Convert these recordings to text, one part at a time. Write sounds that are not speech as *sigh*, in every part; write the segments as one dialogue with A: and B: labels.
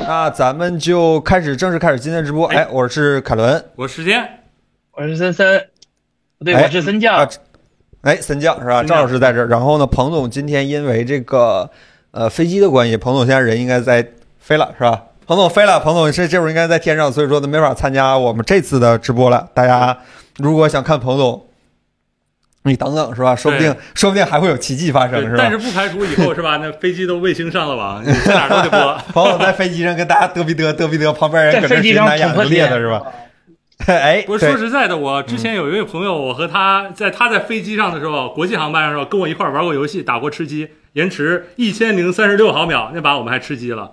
A: 那咱们就开始正式开始今天的直播。哎，我是凯伦，
B: 我是时间，
C: 我是森森，不对，
A: 哎
C: 我是森将。
A: 啊哎，森将是吧？
B: 森将
A: 赵老师在这儿。然后呢，彭总今天因为这个呃飞机的关系，彭总现在人应该在飞了是吧？彭总飞了，彭总这这会儿应该在天上，所以说他没法参加我们这次的直播了。大家如果想看彭总，你等等是吧？说不定说不定还会有奇迹发生
B: 对
A: 是吧？
B: 但是不排除以后
A: *laughs*
B: 是吧？那飞机都卫星上了网，你在哪儿都得播。
A: 彭总在飞机上跟大家嘚逼嘚嘚逼嘚，旁边人搁
C: 在
A: 这
C: 飞机
A: 直
C: 上
A: 男
C: 捅
A: 眼
C: 破
A: 睛裂的
C: 脸
A: 是吧？？哎，
B: 不是
A: 对
B: 说实在的，我之前有一位朋友，我和他在他在飞机上的时候，国际航班的时候，跟我一块儿玩过游戏，打过吃鸡，延迟一千零三十六毫秒，那把我们还吃鸡
A: *laughs*
B: 了，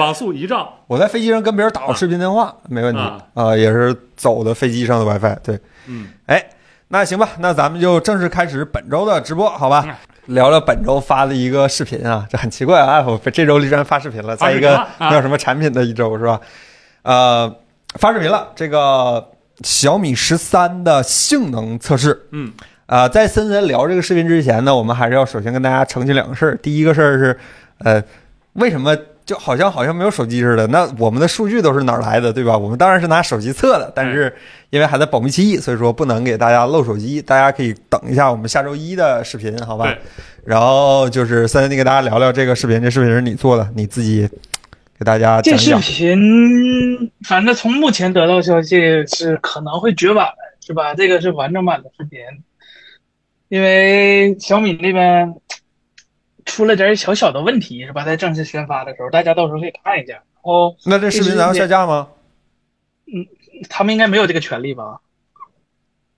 B: 网速一兆。
A: 我在飞机上跟别人打过视频电话，没问题
B: 啊
A: 也是走的飞机上的 WiFi。对，
B: 嗯，
A: 哎，那行吧，那咱们就正式开始本周的直播，好吧？
B: 嗯
A: 聊聊本周发的一个视频啊，这很奇怪啊，Apple 这周居然发视频了，
B: 发
A: 在
B: 视
A: 一
B: 频了
A: 个
B: 啊
A: 没有什么产品的一周是吧？呃，发视频了，这个小米十三的性能测试，
B: 嗯，
A: 啊，在森森聊这个视频之前呢，我们还是要首先跟大家澄清两个事儿。第一个事儿是，呃，为什么就好像好像没有手机似的？那我们的数据都是哪儿来的，对吧？我们当然是拿手机测的，但是因为还在保密期，所以说不能给大家露手机。大家可以等一下我们下周一的视频，好吧
B: 对？
A: 然后就是森森，你给大家聊聊这个视频，这视频是你做的，你自己给大家讲
C: 这
A: 一
C: 视
A: 讲。
C: 频，反正从目前得到消息是可能会绝版的，是吧？这个是完整版的视频，因为小米那边出了点小小的问题，是吧？在正式宣发的时候，大家到时候可以看一下。然哦后
A: 那这视频咱要下架吗？
C: 他们应该没有这个权利吧？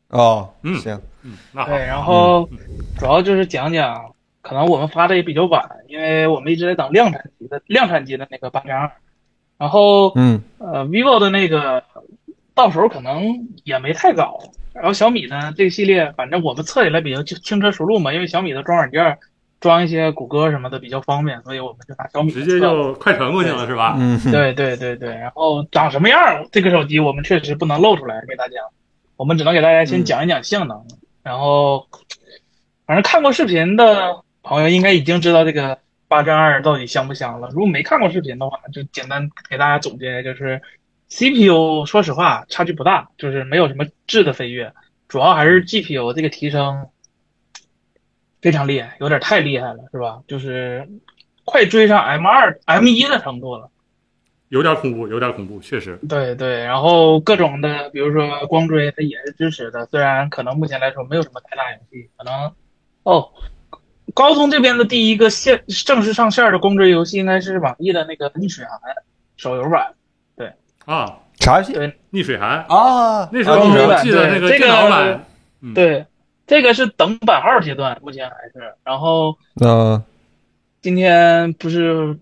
A: 哦，
B: 嗯
A: 行，
B: 嗯，
A: 啊
B: 那好
C: 对，，然后主要就是讲讲，可能我们发的也比较晚，因为我们一直在等量产机的量产机的那个八加二，然后
A: 嗯
C: 呃，vivo 的那个到时候可能也没太搞，然后小米呢这个系列，反正我们测起来比较就轻车熟路嘛，因为小米的装软件儿装一些谷歌什么的比较方便，所以我们就拿小米
B: 直接
C: 测
B: 就
C: 了
B: 快传过去了是吧？
A: 嗯，
C: *laughs* 对对对对，然后长什么样儿，这个手机我们确实不能露出来给大家，我们只能给大家先讲一讲性能。然后，反正看过视频的朋友应该已经知道这个八针二到底香不香了。如果没看过视频的话，就简单给大家总结，就是 CPU 说实话差距不大，就是没有什么质的飞跃，主要还是 GPU 这个提升非常厉害，有点太厉害了，是吧？就是快追上 M 二 M 一的程度了。
B: 有点恐怖，有点恐怖，确实。
C: 对对，然后各种的，比如说光追，它也是支持的，虽然可能目前来说没有什么太大游戏，可能哦，高通这边的第一个线正式上线的光追游戏应该是网易的那个《逆水寒》手游版，
B: 啊，
A: 啥游戏
C: 对
B: 逆水寒，
A: 啊？
B: 那时候
A: 啊
C: 你
A: 逆
B: 我
A: 水
C: 知道
B: 记得那个
C: 对这个
B: 电脑版，嗯
C: 对，这个是等版号阶段，目前还是，然后
A: 嗯
C: 今天不是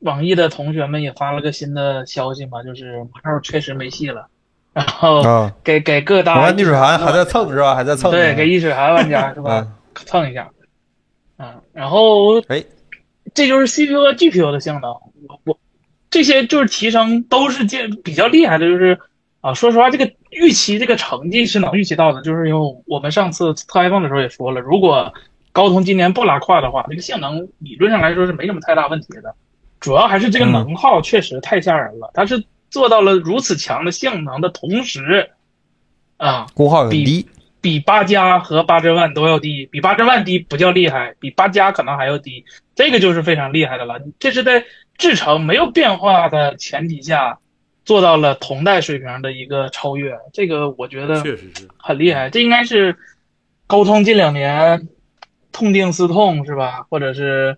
C: 网易的同学们也发了个新的消息嘛，就是马上确实没戏了，然后
A: 啊。
C: 给给各
A: 我
C: 大
A: 看逆水寒还在蹭是吧？还在蹭。
C: 对给易水寒玩家是吧？
A: 嗯
C: 蹭一下，嗯，然后
A: 哎，
C: 这就是 CPU 和 GPU 的性能，我我这些就是提升都是见比较厉害的，就是啊，说实话，这个预期这个成绩是能预期到的，就是因为我们上次测 iPhone 的时候也说了，如果高通今年不拉胯的话，这个性能理论上来说是没什么太大问题的，主要还是这个能耗确实太吓人了，它是做到了如此强的性能的同时，啊，
A: 功耗很低。
C: 比八加和八千万都要低，比八千万低不叫厉害，比八加可能还要低，这个就是非常厉害的了。这是在制程没有变化的前提下，做到了同代水平的一个超越，这个我觉
A: 呃
C: 得
B: 确实是。
C: 很厉害。这应该是高通近两年痛定思痛是吧？或者是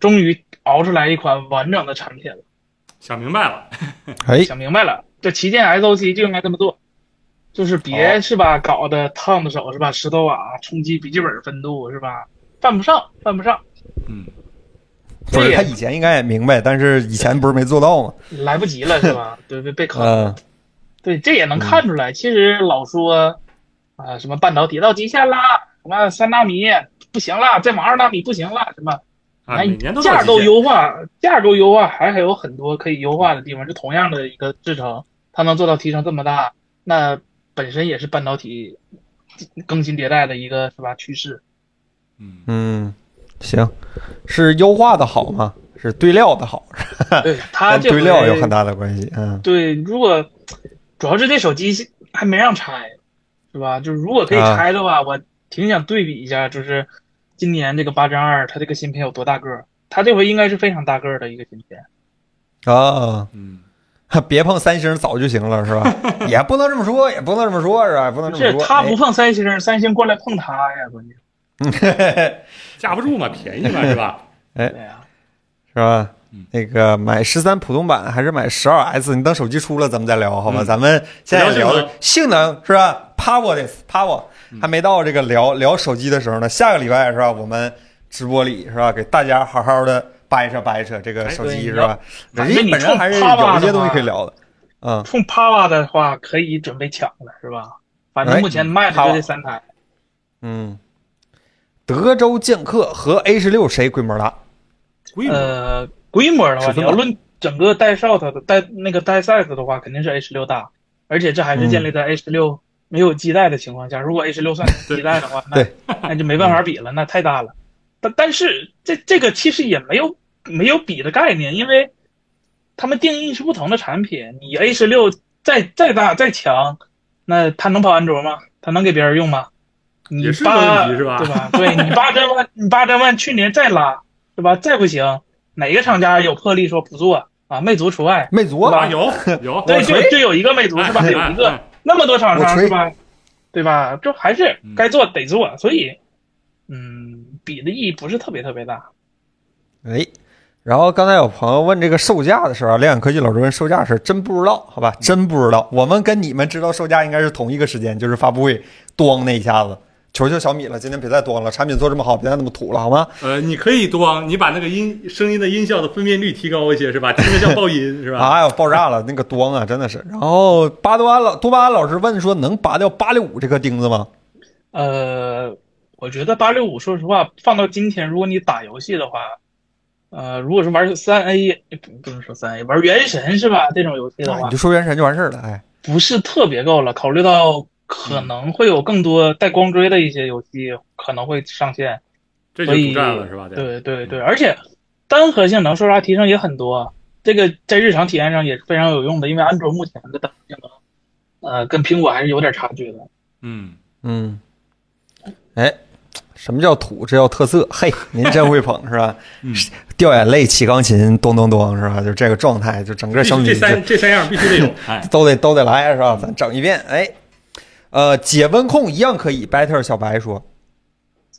C: 终于熬出来一款完整的产品了。
B: 想明白了，
A: 哎，
C: 想明白了，这旗舰 SOC 就应该这么做，就是别是吧，搞得烫的手是吧，十多瓦冲击笔记本分度是吧，犯不上，犯不上，
B: 嗯，
A: 不
C: 这
A: 是
C: 也
A: 他以前应该也明白，但是以前不是没做到
C: *laughs*
A: 吗？
C: 来不及了是吧？对，被被坑，
A: 嗯，
C: 对，这也能看出来。其实老说啊，什么半导体到极限啦，什么三纳米不行啦，再往二纳米不行啦，什么
B: 啊，
A: 哎
B: 每年都到
C: 架
B: 极
C: 构
B: 限
C: 哎优化，架构优化还还有很多可以优化的地方。就同样的一个制程，它能做到提升这么大，那本身也是半导体更新迭代的一个是吧趋势。
B: 嗯，
A: 嗯，行，是优化的好吗？是堆料的好，
C: 对它
A: 跟
C: 这
A: 堆料有很
C: 回
A: 大的关系。嗯，
C: 对，如果主要是这手机还没让拆，是吧？就是如果可以
A: 啊
C: 拆的话，我挺想对比一下，就是今年这个八张二它这个芯片有多大个儿。它这回应该是非常大个儿的一个芯片，
A: 啊， *laughs*
B: 嗯，
A: 别碰三星早就行了，是
C: *laughs*
A: 吧？也不能这么说，也不能这么说，是吧？也不能
C: 不
A: 这
C: 是
A: 么说。
C: 它
A: 哎
C: 不碰三星，三星过来碰它呀，关键
B: 架不住嘛，便宜嘛，是吧？
C: 对啊呀、
A: 是吧
B: 嗯？
A: 那个买十三普通版还是买十二 S？你等手机出了咱们再聊，好吧？
B: 嗯
A: 咱们现在聊的
B: 聊
A: 性能是吧？Power this power 还没到这个聊聊手机的时候呢。下个礼拜是吧？我们直播里是吧？给大家好好的掰扯掰扯这个手
C: 哎
A: 机
C: 对
A: 是吧？
C: 反
A: 人
C: 正
A: 家
C: 你
A: 本身还是有一些东西可以聊的，嗯，
C: 冲 Pava 的话可以准备抢了，是吧？反正目前卖的就这三台，
A: 嗯。德州剑客和 A 十六谁规模大？
B: *laughs* 规模
C: 呃，规模的话，
A: 尺寸
C: 你要
A: 吧
C: 论整个带 shot 的带那个带 size 的话，肯定是 A 十六大，而且这还是建立在 A 十六没有基带的情况下。如果 A 十六算
B: 对
C: 基带的话，那
A: 对
C: 那就没办法比了，那太大了。但但是这这个其实也没有没有比的概念，因为他们定义是不同的产品。你 A 十六再再大再强，那它能跑安卓吗？它能给别人用吗？你
B: 也是个
C: 八
B: 问题是吧
C: 对吧？对你八千万，你八千万去年再拉，对吧？再不行，哪个厂家有魄力说不做啊？魅族除外，
A: 魅族
B: 啊，
A: 啊，
B: 有有，
C: 对，
A: 锤
C: 就就有一个魅族
B: *laughs*
C: 是吧？
B: 哎
C: 有一
B: 哎
C: 个
B: 哎
C: 那么多厂
A: 我
C: 商
A: 锤
C: 是吧？对吧？就还是
B: 嗯
C: 该做得做，所以，嗯，比的意义不是特别特别大。
A: 哎，然后刚才有朋友问这个售价的事儿啊，亮眼科技老师问售价的事儿，真不知道，好吧，真不知道。我们跟你们知道售价应该是同一个时间，就是发布会咣那一下子。求求小米了，今天别再咣了，产品做这么好，别再那么土了，好吗？
B: 呃，你可以多，你把那个音声音的音效的分辨率提高一些，是吧？听着像爆音，是吧？
A: 哎呦，爆炸了，那个咣啊，真的是。然后巴多安老多巴胺老师问说，能拔掉八六五这颗钉子吗？
C: 呃，我觉得八六五，说实话，放到今天，如果你打游戏的话，呃，如果是玩三 A，不不能说三 A，玩原神是吧？这种游戏的
A: 哎
C: 话
A: 你，就说原神就完事儿了，哎，
C: 不是特别够了。考虑到可能会有更多带光追的一些游戏可能会上线，
B: 这就嗯
C: 所以
B: 不占了，是吧？
C: 对对对，而且单核性能说实话提升也很多，这个在日常体验上也是非常有用的，因为安卓目前的单核性能，呃，跟苹果还是有点差距的。
B: 嗯，
A: 嗯，哎，什么叫土？这叫特色。嘿，您真会捧是吧？
B: 嗯
A: 掉眼泪起钢琴，咚咚咚是吧？就这个状态，就整个
B: 必
A: 小
B: 须
A: 米
B: 这三这三样必须得有， *laughs* 哎，
A: 都得都得来是吧？咱整一遍。哎，呃，解温控一样可以。Better 小白说，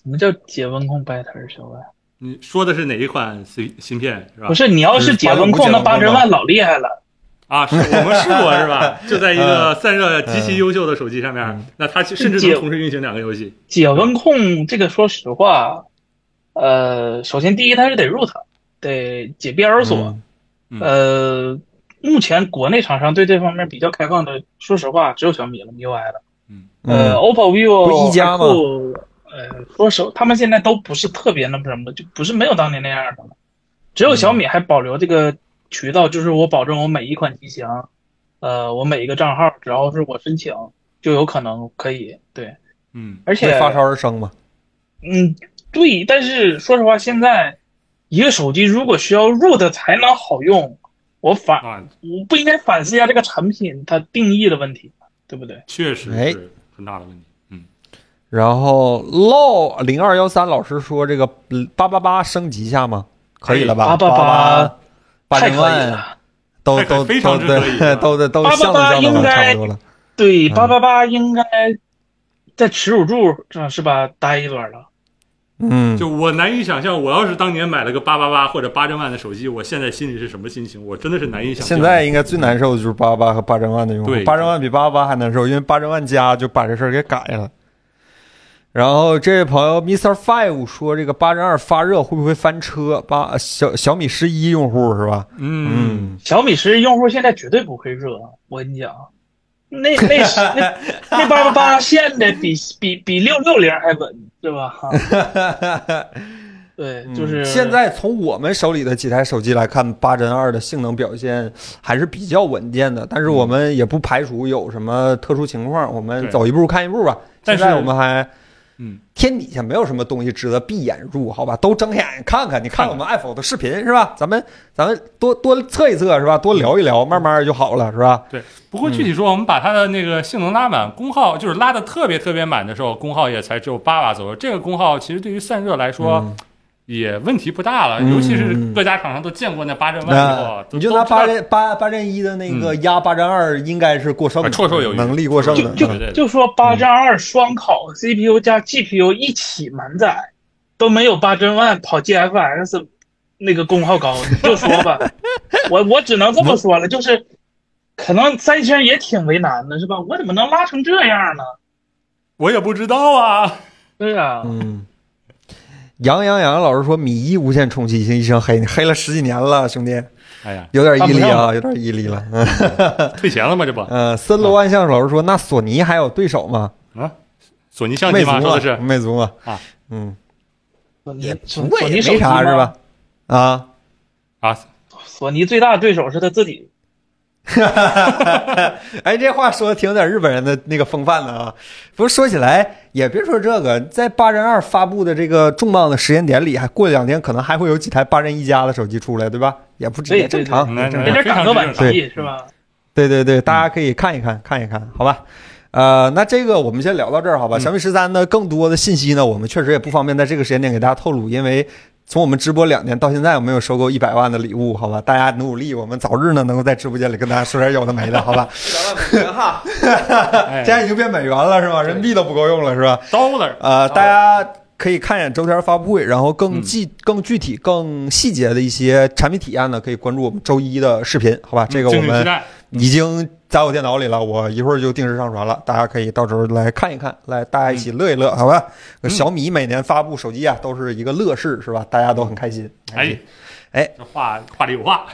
C: 什么叫解温控啊 better 小白？
B: 你说的是哪一款芯芯片是吧
C: 不？是，你要是解温控，那八千万老厉害了。
B: 啊，是我们试过是
C: *laughs*
B: 吧？就在一
C: 嗯
B: 个散热极其优秀的手机上面，那它甚至能同时运行两个游戏。
C: 解温控这个，说实话，呃，首先第一，它是得 root，得解 BL 锁。
A: 嗯
B: 嗯
C: 呃，目前国内厂商对这方面比较开放的，说实话，只有小米了，MIUI 了。
A: 嗯
C: 呃，OPPO、vivo、
A: 不一家吗
C: iQOO，呃，说实话，他们现在都不是特别那么什么，就不是没有当年那样的了。只有小
A: 嗯
C: 米还保留这个渠道，就是我保证我每一款机型，呃，我每一个账号，只要是我申请，就有可能可以对。
B: 嗯，
C: 而
A: 为
C: 且，
A: 发烧而生嘛。
C: 嗯，对，但是说实话，现在一个手机如果需要 root 才能好用，我反
B: 啊，
C: 我不应该反思一下这个产品它定义的问题，对不对？
B: 确实
A: 哎
B: 是很大的问题。嗯，
A: 然后 low 零二幺三老师说，这个八八八升级一下吗？可以了吧？八
C: 888
A: 八
C: 太可
A: 零
C: 以
A: 万
C: 了。
A: 都
B: 太可
A: 都
B: 非常
A: 都
B: 之可以
A: 对，都都都
C: 888
A: 相得相
C: 应
A: 当了，差
C: 该
A: 不多了。
C: 对，
A: 嗯
C: 八八八应该在耻辱柱上是吧？待一段了。
A: *laughs* 嗯，
B: 就我难以想象，我要是当年买了个八八八或者八千万的手机，我现在心里是什么心情？我真的是难以想象。
A: 现在应该最难受的就是八八八和八千万的用户
B: 对，
A: 八千万比八八八还难受，因为八千万加就把这事儿给改了。然后这位朋友 Mr. Five 说，这个八千二发热会不会翻车？八小小米十一用户是吧？
B: 嗯，，
C: 小米十用户现在绝对不会热，我跟你讲，那那
A: *laughs*
C: 那那八八八现在比比比六六零还稳，对吧？
A: *laughs*
C: 哈对，就是、
A: 嗯现在从我们手里的几台手机来看，八针二的性能表现还是比较稳健的，但是我们也不排除有什么特殊情况，我们
B: 对
A: 走一步看一步吧。
B: 但
A: 现
B: 是
A: 在我们还
B: 嗯，
A: 天底下没有什么东西值得闭眼入，好吧？都睁开眼看看，你看我们爱否的视频是吧？咱们咱们多多测一测是吧？多聊一聊，慢慢就好了是吧？
B: 对。不过具体说，我们把它的那个性能拉满，功耗就是拉的特别特别满的时候，功耗也才只有八瓦左右。这个功耗其实对于散热来说。也问题不大了，
A: 嗯
B: 尤其是各家厂商都见过那八阵万以后
A: 那
B: 啊，
A: 你就拿八
B: 八
A: 阵八八阵一的那个压八阵二，应该是过剩的，
B: 嗯啊绰绰有余
A: 能力过剩的。嗯
C: 就
B: 对对对
C: 就就说八战二双烤 CPU 加 GPU 一起满载，都没有八针万跑 GFS 那个功
A: *laughs*
C: 耗高，你就说吧，我我只能这么说了，就是可能三星也挺为难的，是吧？我怎么能拉成这样呢？
B: 我也不知道啊。
C: 对呀、
A: 嗯，杨洋洋老师说米一无线充气已经一身黑，你黑了十几年了，兄弟，
B: 哎呀，
A: 有点毅力啊，有点毅力了。嗯
B: 哎退钱了吗？这不
A: 呃，森罗万象老师说，那索尼还有对手吗？啊
B: 啊，索尼相
A: 魅
B: 机
A: 族
B: 吗？
A: 嘛，
B: 说的是
A: 魅族嘛
B: 啊，
A: 嗯，
C: 你
A: 也
C: 索
A: 不过
C: 索
A: 也
C: 尼手
A: 没
C: 机
A: 啥
C: 吗
A: 是吧？？啊， *laughs*
B: 啊，
C: 索尼最大的对手是他自己，
A: 哎，这话说的挺有点日本人的那个风范的啊。不是说起来，也别说这个，在八人二发布的这个重磅的时间点里，还过两天可能还会有几台八人一加的手机出来，对吧？也不
C: 对
A: 也正常，
B: 对对
A: 也正哎
B: 嗯
A: 常
C: 有。点赶个晚
A: 对
C: 集是吧？
A: 对对对，大家可以看一看，看一看，好吧？呃，那这个我们先聊到这儿，好吧？
B: 嗯
A: 小米十三呢，更多的信息呢，我们确实也不方便在这个时间点给大家透露，因为从我们直播两年到现在，我们有收购一百万的礼物，好吧？大家努努力，我们早日呢能够在直播间里跟大家说点有的没的，好吧？
D: 哈，
B: 哎
A: 现在已经变美元了是吧？人民币都不够用了是吧？
B: ，dollar
A: 呃，大家可以看一眼周天发布会，然后更具、更具体、更细节的一些产品体验呢，可以关注我们周一的视频，好吧？这个我
B: 敬请
A: 们
B: 期待。
A: 已经在我电脑里了，我一会儿就定时上传了，大家可以到时候来看一看，来大家一起乐一乐，好吧？
B: 嗯
A: 小米每年发布手机啊，都是一个乐事，是吧？大家都很开心。
B: 哎，
A: 哎，
B: 这话话里有话，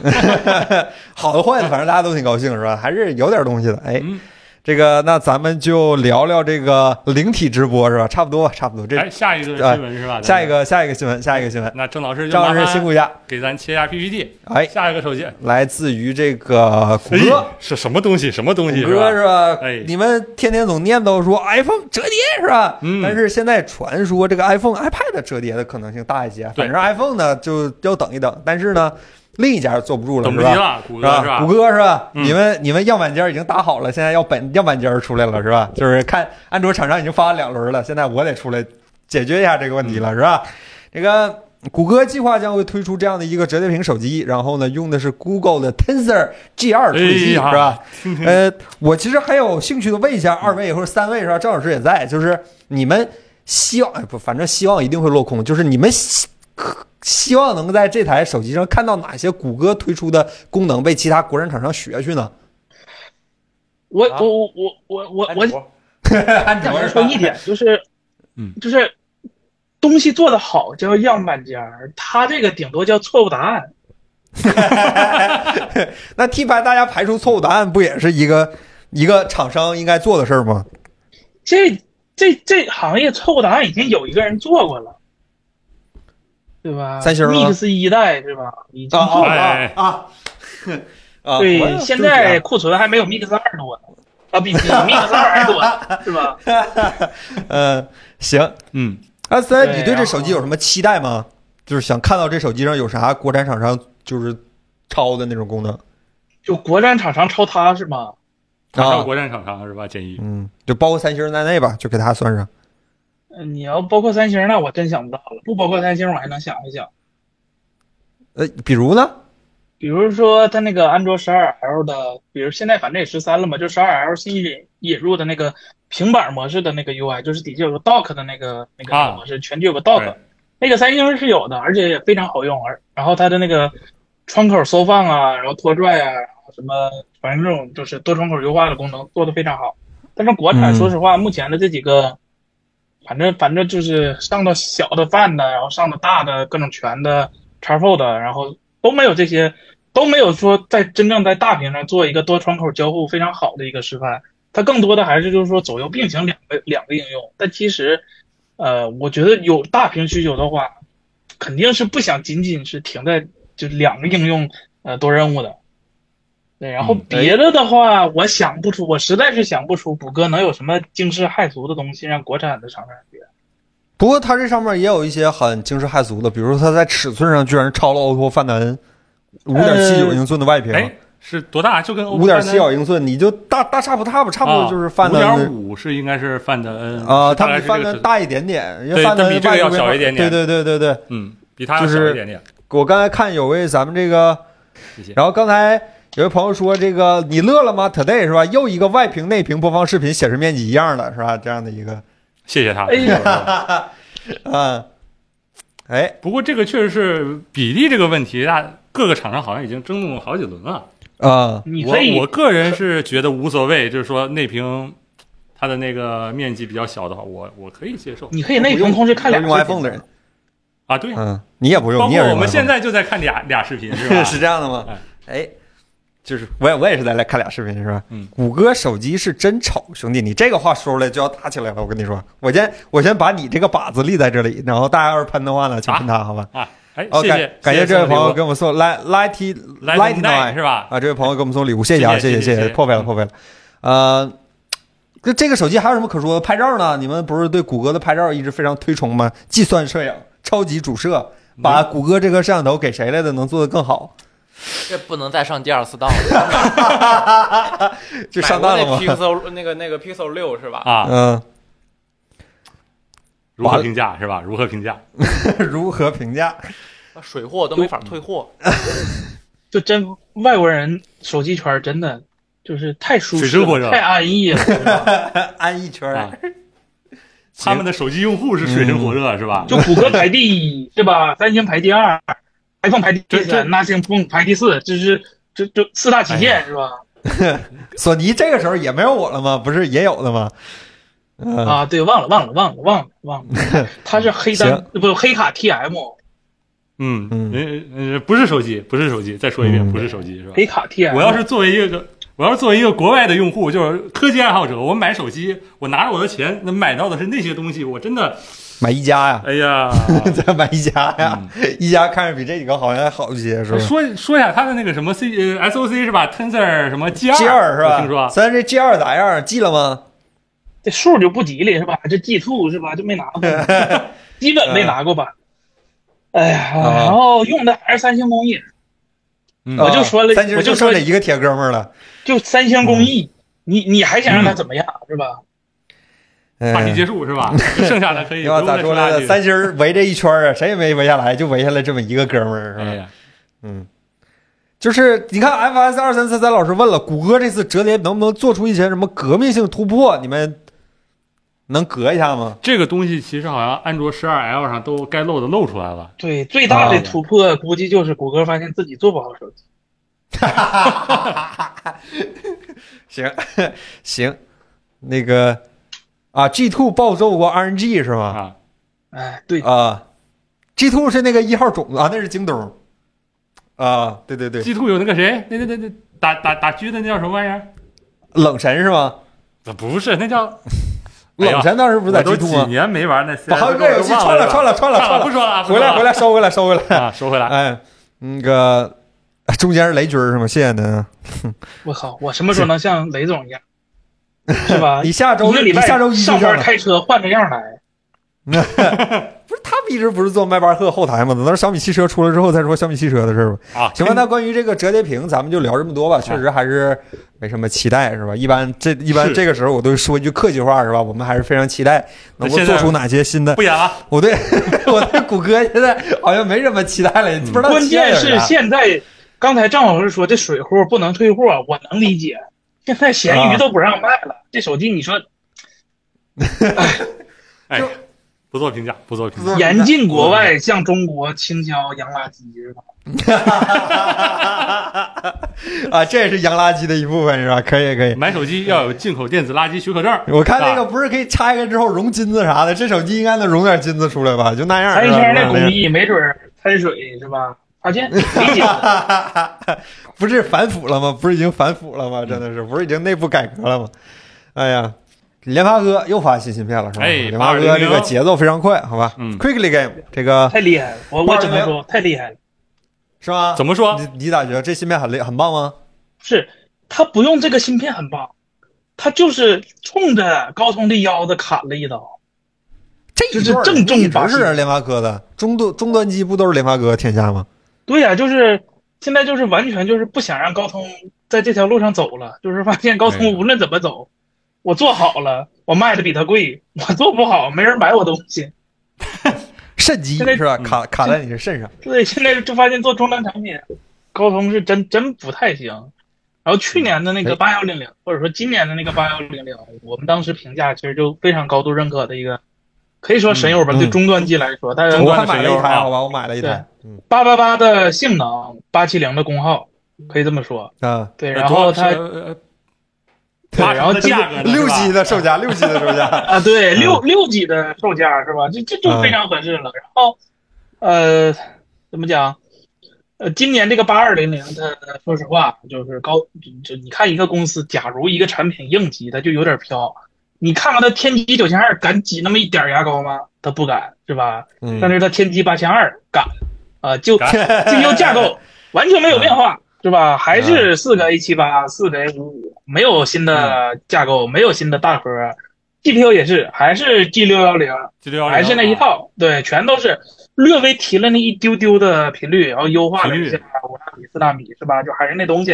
A: 好的坏的，反正大家都挺高兴，
B: *laughs*
A: 是吧？还是有点东西的。哎，
B: 嗯，
A: 这个那咱们就聊聊这个灵体直播，是吧？差不多，差不多。
B: 哎，
A: 这
B: 下一个新闻是吧？
A: 下一，个下一个新闻，下一个新闻，
B: 那郑老师就啊
A: 张
B: 麻
A: 老师
B: 烦
A: 辛苦一下。
B: 给咱切一下 PPT。
A: 哎，
B: 下一个手机，
A: 来自于这个谷歌。
B: 哎是什么东西？什么 *laughs* 东西？
A: 谷歌
B: 是
A: 是
B: 吧？
A: 吧？
B: 哎
A: 你们天天总念叨说 iPhone 折叠是吧？
B: 嗯
A: 但是现在传说这个 iPhone、iPad 折叠的可能性大一些。
B: 对
A: 反正 iPhone 呢就要等一等，但是呢，另一家坐不住了，
B: 等
A: 是
B: 不及
A: 吧？
B: 了，谷
A: 是
B: 歌
A: 吧？
B: 是吧
A: 谷？歌是吧？
B: 嗯
A: 你们你们样板间已经打好了，现在要本样板间出来了是吧？就是看安卓厂商已经发了两轮了，现在我得出来解决一下这个问题
B: 嗯
A: 了、是吧？这个谷歌计划将会推出这样的一个折叠屏手机，然后呢用的是 Google 的 Tensor G2 处理器、
B: 哎呀
A: 是吧？
B: 听嗯听
A: 呃，我其实还有兴趣的问一下二位或者三位是吧？郑老师也在，就是你们希望哎不，反正希望一定会落空，就是你们希可希望能在这台手机上看到哪些谷歌推出的功能被其他国产厂商学去呢？ *laughs*
C: 我
A: 啊
C: 我我我我
A: *laughs*
C: 我我
A: 安
C: 想说一点就是，
B: 嗯
C: 就是东西做得好叫样板间儿，它这个顶多叫错误答案。
A: 那 T 牌大家排除错误答案，不也是一个一个厂商应该做的事儿吗？
C: 这这这行业错误答案已经有一个人做过了，对吧？
A: 三星儿吗
C: Mix 一代是吧？已经做了。
B: 哎
A: 啊啊！我也
C: 对，
A: 是
C: 现
A: 这样
C: 在库存还没有 Mix 二多呢，啊，比比 Mix 二还多，是吧？
A: *laughs* 嗯行，
B: 嗯，
A: 阿森，
C: 对
A: 你对这
C: 然
A: 手机有
C: 后
A: 什么期待吗？就是想看到这手机上有啥国产厂商就是抄的那种功能
C: 就国产厂商抄它是吗？
B: 打造
A: 啊？
B: 国产厂商是吧？建议
A: 嗯，就包括三星在内吧，就给它算上。
C: 呃你要包括三星儿，那我真想不到了；不包括三星儿，我还能想一想。
A: 呃，比如呢？
C: 比如说它那个安卓十二 L 的，比如现在反正也十三了嘛，就十二 L 新引引入的那个平板模式的那个 UI，就是底下有个 dock 的那个那个
B: 啊
C: 模式，全局有个 dock，
B: 对
C: 那个三星是有的，而且也非常好用。而然后它的那个窗口缩放啊，然后拖拽啊，然后什么反正这种就是多窗口优化的功能做得非常好。但是国产
A: 嗯
C: 说实话，目前的这几个，反正反正就是上到小的泛的，然后上到大的各种全的 x fold 的，然后都没有这些，都没有说在真正在大屏上做一个多窗口交互非常好的一个示范。它更多的还是就是说左右并行两个两个应用。但其实，呃，我觉得有大屏需求的话，肯定是不想仅仅是停在就两个应用呃多任务的。对，然后
B: 嗯
C: 别的的话，我想不出，我实在是想不出谷歌能有什么惊世骇俗的东西让国产的厂商学。
A: 不过它这上面也有一些很惊世骇俗的，比如说它在尺寸上居然超了 OPPO 范德恩五点七九英寸的外屏，
B: 哎，是多大？就跟
A: 嗯五点七九英寸，你就大大差不差吧，差不多就是范
B: 啊五
A: 德
B: 点
A: 恩
B: 五是应该是范德恩
A: 啊，它
B: 大
A: 比
B: 概是这
A: 范德
B: 个尺
A: 恩
B: 寸，
A: 大一点点，因为
B: 对
A: 范德
B: 它
A: 恩
B: 比这个要
A: 外屏
B: 小一点点
A: 对对对对对，
B: 嗯，比它要
A: 就
B: 小
A: 是
B: 一点点。
A: 我刚才看有位咱们这个
B: 谢谢，
A: 然后刚才有位朋友说这个你乐了吗？Today 是吧？又一个外屏内屏播放视频显示面积一样的是吧？这样的一个
B: 谢谢他。
C: 哎
A: 啊，哎，
B: 不过这个确实是比例这个问题，大各个厂商好像已经争论了好几轮了。
A: 啊，
C: 你可以
B: 我我个人是觉得无所谓，就是说内屏它的那个面积比较小的话，我我可以接受
C: 你可以内屏同时看俩
A: 用 iPhone 的人，
B: 啊。对，
A: 嗯，你也不用，
B: 包
A: 你也
B: 括
A: 是
B: 我们
A: iPhone
B: 现在就在看俩俩视频，是吧？
A: *laughs* 是这样的吗？哎，就是我也我也是在来看俩视频是吧？
B: 嗯，
A: 谷歌手机是真丑，兄弟，你这个话说出来就要打起来了。我跟你说，我先我先把你这个靶子立在这里，然后大家要是喷的话呢，就喷他好吧？
B: 啊，哎，
A: 哦，
B: 谢
A: 感
B: 谢，
A: *laughs* 感谢这位朋友
B: 跟
A: 给我们送 light light
B: Light
A: light
B: Night 是吧？
A: 啊，这位朋友给我们送礼物，谢谢啊，
B: 谢
A: 谢
B: 谢
A: 谢
B: 谢
A: 谢
B: 谢
A: 破费了破费了，呃。这这个手机还有什么可说的？拍照呢？你们不是对谷歌的拍照一直非常推崇吗？计算摄影、超级主摄，把谷歌这个摄像头给谁来的能做得更好？
D: 这不能再上第二次当了，
A: *laughs* 就上当了
D: 买过
A: 吗？
D: 那 Pixel 那个那个 Pixel 六是吧？
B: 啊，
A: 嗯，
B: 如何评价是吧？如何评
A: *laughs*
B: 价？
A: 如何评价？啊
D: 水货都没法退货，
C: 就真外国人手机圈真的就是太舒
B: 水
C: 适
B: 深火
C: 了，
B: 热
C: 太安逸了。
A: 安一圈儿
B: 啊他们的手机用户是水深
A: 嗯
B: 火热是吧？
C: 就谷歌排
B: *laughs*
C: 第一，对吧？三星排第二，iPhone 排第
B: 这这哎
C: 三，那星 phone 排第四，这是这这四大旗舰是吧？
A: 索尼这个时候也没有我了吗？不是也有的吗？嗯、
C: 啊，对，忘了忘了忘了忘了忘
B: *laughs*
C: 了，它是黑单不黑卡 TM，
B: 嗯
A: 嗯
B: 嗯，呃不是手机，不是手机，再说一遍，
A: 嗯
B: 不是手机是吧？
C: 黑卡
B: *laughs*
C: TM。
B: 我要是作为一个，我要是作为一个国外的用户，就是科技爱好者，我买手机，我拿着我的钱，能买到的是那些东西，我真的，
A: 买一加呀， *laughs*
B: 哎 *laughs* 呀，
A: 再买一加呀，一加看着比这几个好像还好一些，是吧？
B: 说说一下它的那个什么 C 呃 SOC 是吧？Tensor 什么 G 二嗯
A: G 二是吧？
B: 啊听说
A: 咱这 G 二咋样？记了吗？
C: 这数就不吉利是吧？这 G two 是吧？就没拿
B: *laughs*
C: 过，基本没拿过吧？哎呀，
A: 啊
C: 然后用的还是三星工艺，
B: 嗯
C: 我就说了
A: 啊三星
C: 我
A: 就
C: 就
A: 剩
C: 说
A: 这一个铁哥们儿了。
C: 就三星工艺，
B: 嗯
C: 你你还想让它怎么样是吧？
B: 话题
A: 嗯，
B: 结束是 *laughs* 吧？剩下的可以
A: 要
B: 不用
A: 咋
B: 再
A: 说
B: 说
A: 来
B: 下
A: 着？
B: 去。
A: 三星儿围这一圈儿啊，谁也没围下来，就围下来这么一个哥们儿，是吧？
B: 哎呀，
A: 嗯，就是你看 FS 二三三三老师问了，谷歌这次折叠能不能做出一些什么革命性突破？你们能革一下吗？
B: 这个东西其实好像安卓十二 L 上都该露的露出来了。
C: 对，最大的
A: 啊
C: 突破估计就是谷歌发现自己做不好手机，
A: 行 *laughs* 行，那个啊，G Two 暴揍过 RNG 是吗？
B: 啊，
C: 哎，对，
A: 啊，G Two 是那个一号种子啊，那是京东啊，对对对，
B: G two 有那个谁，那那那那打打打狙的那叫什么玩意儿？
A: 冷神是吗？
B: 那啊不是，那叫哎呀
A: 冷神当时不是在
B: 我都
A: G
B: 几
A: Two 吗？
B: 年没玩那 CS，
A: 把好几个游戏串了串了串了
B: 串
A: 串了
B: 不说了啊，
A: 回来回
B: 来
A: 来收回来收回 *laughs* 来，
B: 啊，说回来，
A: 哎，那个 *laughs* 中间是雷军儿是吗？谢谢您啊。
C: 我靠，我什么时候能像雷总一样，是吧？
A: *laughs* 你下周
C: 啊一个礼
A: 你
C: 拜
A: 下周一就
C: 上
A: 上
C: 班
A: 了。
C: 开车换着样来，
A: 不是他们一直不是做迈巴赫后台吗？等到小米汽车出来之后再说小米汽车的事
C: *laughs*
A: 儿吧。
B: 啊
A: 行吧，那关于这个折叠屏，咱们就聊这么多吧。
C: 哎
A: 确实还是没什么期待，是吧？一般这一般
B: 是
A: 这个时候我都说一句客气话，是吧？我们还是非常期待能够做出哪些新的。
B: 不演了，
A: 我对 *laughs* 我对谷歌现在好像没什么期待了，不知道
C: 关
A: 期待
C: 键
A: 有
C: 是
A: 啥。
C: 现在，刚才张老师说这水货不能退货，我能理解。现在闲
A: 啊
C: 鱼都不让卖了，这手机你说
B: 哎
A: 就，
B: 不做评价，不做评价，
C: 严禁国外向中国倾销洋垃圾是吧？
A: *laughs* 啊，这也是洋垃圾的一部分，是吧？可以可以。
B: 买手机要有进口电子垃圾许可证。
A: 我看那个
B: 啊
A: 不是可以拆开之后融金子啥的，这手机应该能融点金子出来吧？就那样。
C: 三
A: 是吧
C: 星
A: 是
C: 的
A: 吧
C: 工艺没准儿掺水是吧？
A: *laughs*
C: 发现理解
A: 不是反腐了吗？不是已经反腐了吗？真的是，不是已经内部改革了吗？哎呀，联发哥又发新芯片了，是吧？
B: 哎
A: 联发哥这个节奏非常快，好吧？
B: 嗯
A: q u i c k l y Game 这个
C: 太厉害了，我我只能说太厉害了。
A: 是吧？
B: 怎
A: 么
B: 么说？
A: 你你咋觉得这芯片很厉很棒吗？
C: 是他不用这个芯片很棒，他就是冲着高通的腰子砍了一刀。
A: 这
C: 这
A: 一
C: 是
A: 段儿
C: 正宗
A: 一
C: 巴
A: 直
C: 西
A: 是联发科的终端终端机不都是联发科天下吗？
C: 对呀、就是现在就是完全就是不想让高通在这条路上走了，就是发现高
A: 哎
C: 通无论怎么走，我做好了，我卖的比它贵；我做不好，没人买我东西。
A: 肾机
C: 现在
A: 是吧？卡卡在你的肾上，
C: *laughs* 对，现在就发现做终端产品，高通是真真不太行。然后去年的那
A: 哎
C: 个八幺零零，或者说今年的那个八幺零零，我们当时评价其实就非常高度认可的一个，可以说神友吧。
A: 嗯
C: 对终端机来说，大家
B: 终
A: 我还
B: 端
A: 买了一
B: 神
A: 台，
B: 游
A: 好吧，我买了一台，嗯
C: 八八八的性能，八七零的功耗，可以这么说。
A: 啊，
C: 对，
B: 呃
C: 然后它
B: 多少是呃呃八
C: 然后
B: 成的
C: 这
B: 价格呢
A: 六级
B: 是吧
A: 的售价，六级的售价，
C: *laughs* 啊，对，六六级的售价是吧？这这就非常合适了。然后，呃，怎么讲？呃，今年这个八二零零，它说实话就是高，就你看一个公司，假如一个产品应急，它就有点飘。你看看它天玑九千二敢挤那么一点儿牙膏吗？它不敢，是吧？
A: 嗯
C: 但是它天玑八千二敢，啊、就 *laughs*
B: 敢
C: 精优架构完全没有变化，是吧？还是四个 A 七八，四个 A 五五，没有新的架构，没有新的大核，GPU 啊也是，还是 G 六幺啊零，
B: G610
C: 还是那一套，对，全都是略微提了那一丢丢的频率，然后优化了一下
B: 频
C: 五纳米、四纳米，是吧？就还是那东西。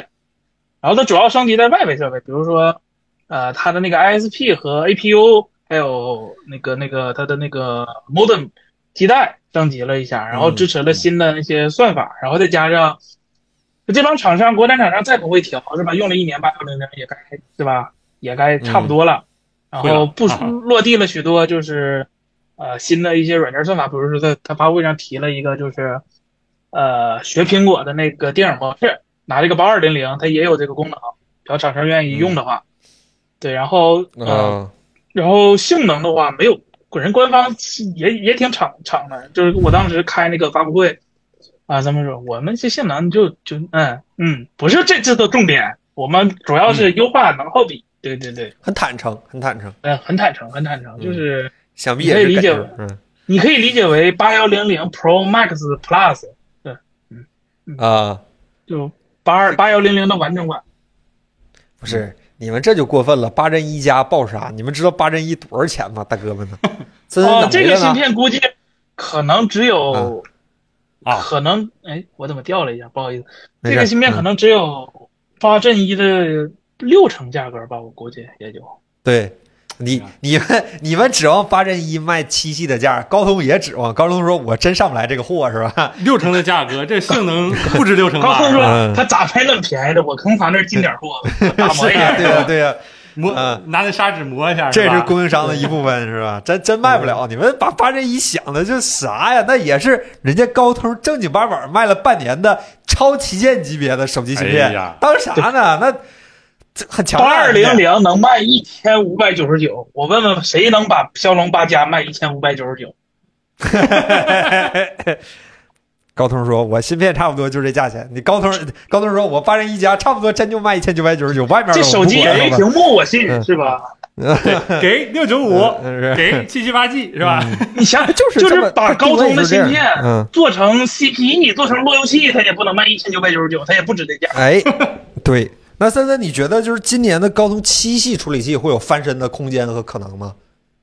C: 然后它主要升级在外围设备，比如说，呃，它的那个 ISP 和 APU，还有那个那个它的那个 modem 基带升级了一下，然后支持了新的那些算法，然后再加上这帮厂商，国产厂商再不会调是吧？用了一年八幺零零也该是吧？也该差不多了。
B: 嗯
C: 然
B: 会了啊
C: 后部
B: 哈哈
C: 署落地了许多就是呃新的一些软件算法，比如说在他发布会上提了一个就是呃学苹果的那个电影模式，拿这个八二零零，它也有这个功能，只要厂商愿意用的
B: 嗯
C: 话，对，然后呃
A: 啊，
C: 然后性能的话，没有人官方也也挺敞敞的，就是我当时开那个发布会啊，他们说我们这性能就就嗯嗯，不是这次的重点，我们主要
B: 嗯
C: 是优化能耗比，对对对，
A: 很坦诚，很坦诚，
C: 嗯，很坦诚，很坦诚，
A: 嗯
C: 就是
A: 想必
C: 你可
A: 也
C: 以
A: 是
C: 理解
A: 感觉嗯
C: 你可以理解为八幺零零 Pro Max Plus
A: 啊，
C: 就八二八幺零零的完整版，
A: 不是。你们这就过分了，八针一加爆杀！你们知道八针一多少钱吗，大哥们呢？真的
C: 哦
A: 哪，
C: 这
A: 个
C: 个
A: 呢
C: 芯片估计可能只有，
B: 啊
C: 可能哎，我怎么掉了一下？不好意思，
A: 没
C: 这
A: 事嗯
C: 个芯片可能只有八阵一的六成价格吧，我估计也就。
A: 对你
C: 啊
A: 你们你们指望八阵一卖七系的价，高通也指望。高通说：“我真上不来这个货，是吧
B: 六成的价格，这
A: *laughs*
B: 性能不止六成
C: 高
B: 吧？
C: 通
B: 是吧
A: 嗯
C: 说他咋拍那么便宜的？我从他那儿进点货，
A: *laughs*
C: 打？”磨
A: 对
C: 一
A: 呀、
C: 下。
A: 啊对呀、对呀、
B: 磨
A: 嗯
B: 拿那砂纸磨一下，
A: 这是
B: 吧
A: 供应商的一部分，是吧？真真卖不了。你们把八阵一想的就啥呀？那也是人家高通正经八百卖了半年的超旗舰级别的手机芯
B: 哎
A: 片，
B: 呀
A: 当啥
C: *laughs*
A: 呢？那这很强
C: 八
A: 大啊
C: 二
A: 的
C: 零零能卖一千五百九十九，我问问谁能把骁龙八加卖一千五百九十九？
A: *laughs* 高通说：“我芯片差不多就这价钱。”你高通高通说：“我八人一加差不多真就卖一千九百九十九，外面的
C: 这
A: 我
C: 手
A: 不
C: 机
A: 管
C: A
A: 了吧
C: 屏幕我信
A: 嗯
C: 是吧？
B: 给六九五，
A: 嗯是嗯
B: 给七七八 G 是吧？
C: 你想
A: 就是
C: 就
A: 这么
C: 是把高通
A: 定位就
C: 的芯
A: 是这
C: 片
A: 样嗯
C: 做成 CPU，做成路由器，它也不能卖一千九百九十九，它也不值这价。
A: *laughs* 哎，对。那森森，你觉得就是今年的高通七系处理器会有翻身的空间和可能吗？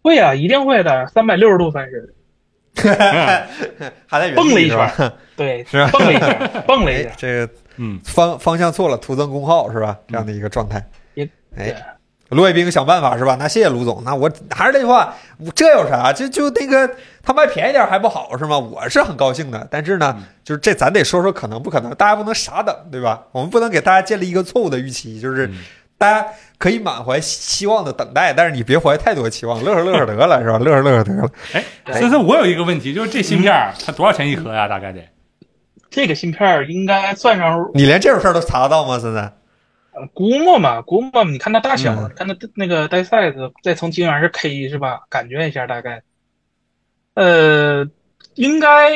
C: 会啊，一定会的，三百六十度翻身。
A: 还在原地
C: 蹦了一
A: 是吧？
C: 对，
A: 是吧
C: 蹦了一
A: *laughs*
C: 下，蹦了一
A: 哎
C: 下，，
A: 这个
B: 嗯，
A: 方方向错了，徒增功耗是吧？这样的一个状态。
C: 也对
A: 哎，卢卫兵想办法是吧？那谢谢卢总。那我还是那句话，我这有啥？就就那个他卖便宜点还不好是吗？我是很高兴的，但是
B: 嗯
A: 呢，就是这咱得说说可能不可能，大家不能傻等，对吧？我们不能给大家建立一个错误的预期，就是
B: 嗯
A: 大家可以满怀希望的等待，但是你别怀太多期望，乐呵乐呵得了是吧？乐呵乐呵得了。
B: 哎，森森，我有一个问题，就是这芯片儿
A: 嗯
B: 它多少钱一颗呀？大概得
C: 这个芯片儿应该算上，
A: 你连这种事儿都查得到吗？森森？
C: 呃估摸嘛，估摸，你看它大小，
A: 嗯
C: 你看它那个 die size，再从晶圆是 K 是吧？感觉一下大概，呃，应该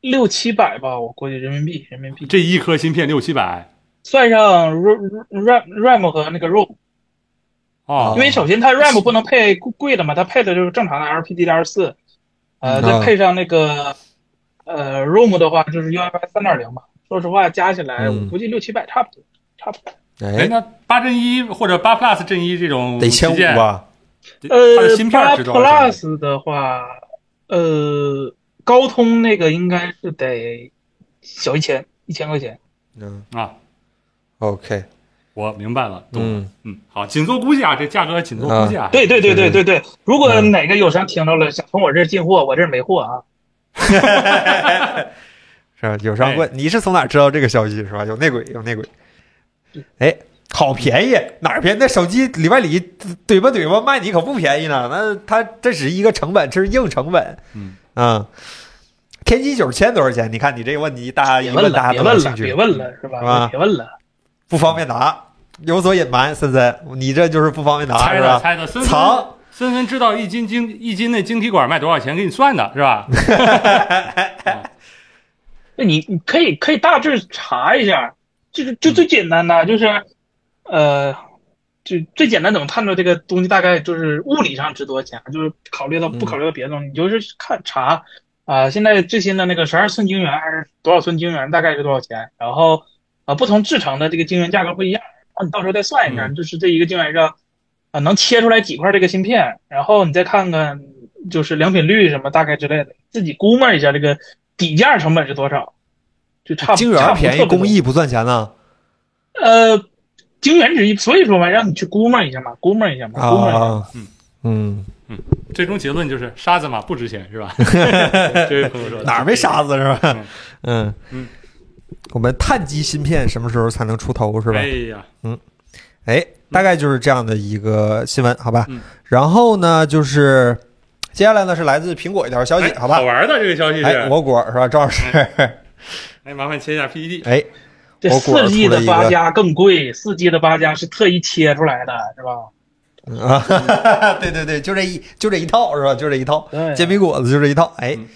C: 六七百吧，我估计人民币，人民币
B: 这一颗芯片六七百
C: 算上 RAM RAM RAM 和那个 ROM，
B: 哦
A: 哎
C: 因，为首先它 RAM 不能配贵贵的嘛，它配的就是正常的 LPDDR4，呃，
A: 嗯
C: 再配上那个呃 ROM 的话，就是 UFS 三点零嘛。说实话，加起来我
A: 嗯
C: 估计六七百差不多，差不多。
B: 哎
A: 哎，，
B: 那八阵一或者八 Plus 阵一这种
A: 得千
B: 旗舰
A: 五，吧？
B: 它
C: 呃
B: 的芯片
C: 八
B: 儿值多少钱？
C: Plus 的话，呃，高通那个应该是得小一千一千块钱。
A: 嗯
B: 啊。
A: ，OK，
B: 我明白了，懂了。
A: 嗯，
B: 嗯，好，仅做估计啊，这价格仅做估计啊。
C: 对对对对
A: 对
C: 对对，如果
A: 嗯
C: 哪个友商听着了，想从我这儿进货，我这儿没货啊。
A: 是吧友商
B: 哎
A: 关，你是从哪儿知道这个消息是吧？有内鬼，有内鬼。
B: 嗯
A: 哎，好便宜，哪儿便宜？那手机里外里怼吧怼吧卖你可不便宜呢。那它这只是一个成本，这是硬成本。
B: 嗯
A: 啊，天玑九千多少钱？你看你这个问题，大家一
C: 别问
A: 大家
C: 了，别
A: 都感
C: 问
A: 兴
C: 了，
A: 趣。
C: 别问了，是吧？
A: 是吧
C: 别问了，
A: 不方便答，有所隐瞒。森森，你这就是不方便答，
B: 猜
A: 是
B: 的
A: 吧？
B: 猜的，森森
A: 藏，
B: 森森知道一斤晶一斤那晶体管卖多少钱，给你算的是吧？
C: 那你你可以可以大致查一下，就是就最简单的啊就是，呃，就最简单怎么判断这个东西大概就是物理上值多少钱，啊就是考虑到
A: 嗯
C: 不考虑到别的东西，你就是看查啊、现在最新的那个十二寸晶圆还是多少寸晶圆大概是多少钱，然后啊、呃不同制成的这个晶圆价格不一样，然后你到时候再算一
A: 嗯
C: 下，就是这一个晶圆上啊、呃能切出来几块这个芯片，然后你再看看就是良品率什么大概之类的，自己估摸一下这个底价成本是多少，就差不
A: 晶圆
C: 差不
A: 便宜，
C: 特别多
A: 工艺不赚钱呢。
C: 呃，晶圆之一，所以说嘛，让你去估摸一下嘛，估摸一下嘛，估摸一下。
A: 啊，
B: 嗯
A: 嗯，
B: 最终结论就是沙子嘛不值钱是
A: *laughs*
B: 吧？这位朋友说
A: 哪儿没？沙子是吧
B: 嗯？
A: 嗯
B: 嗯，
A: 我们碳基芯片什么时候才能出头是吧
B: 哎？呀，
A: 哎，大概就是这样的一个新闻，好吧
B: 嗯？
A: 然后呢，就是接下来呢是来自苹果一条消息
B: 哎，
A: 好吧
B: 好？玩的这个消息
A: 哎，
B: 是，
A: 我果是吧，赵老师？ *laughs*
B: 哎，麻烦切一下 PPT。
A: 哎，
C: 这
A: 我果
C: 四
A: 然
C: G
A: 出了
C: 的
A: 一个
C: 八加更贵，四 G 的八加是特意切出来的，是吧？
A: 啊，哈哈哈对对对，就这一就这一套是吧？就这一套。
C: 对，
A: 煎饼果子就这一套。哎
B: 嗯，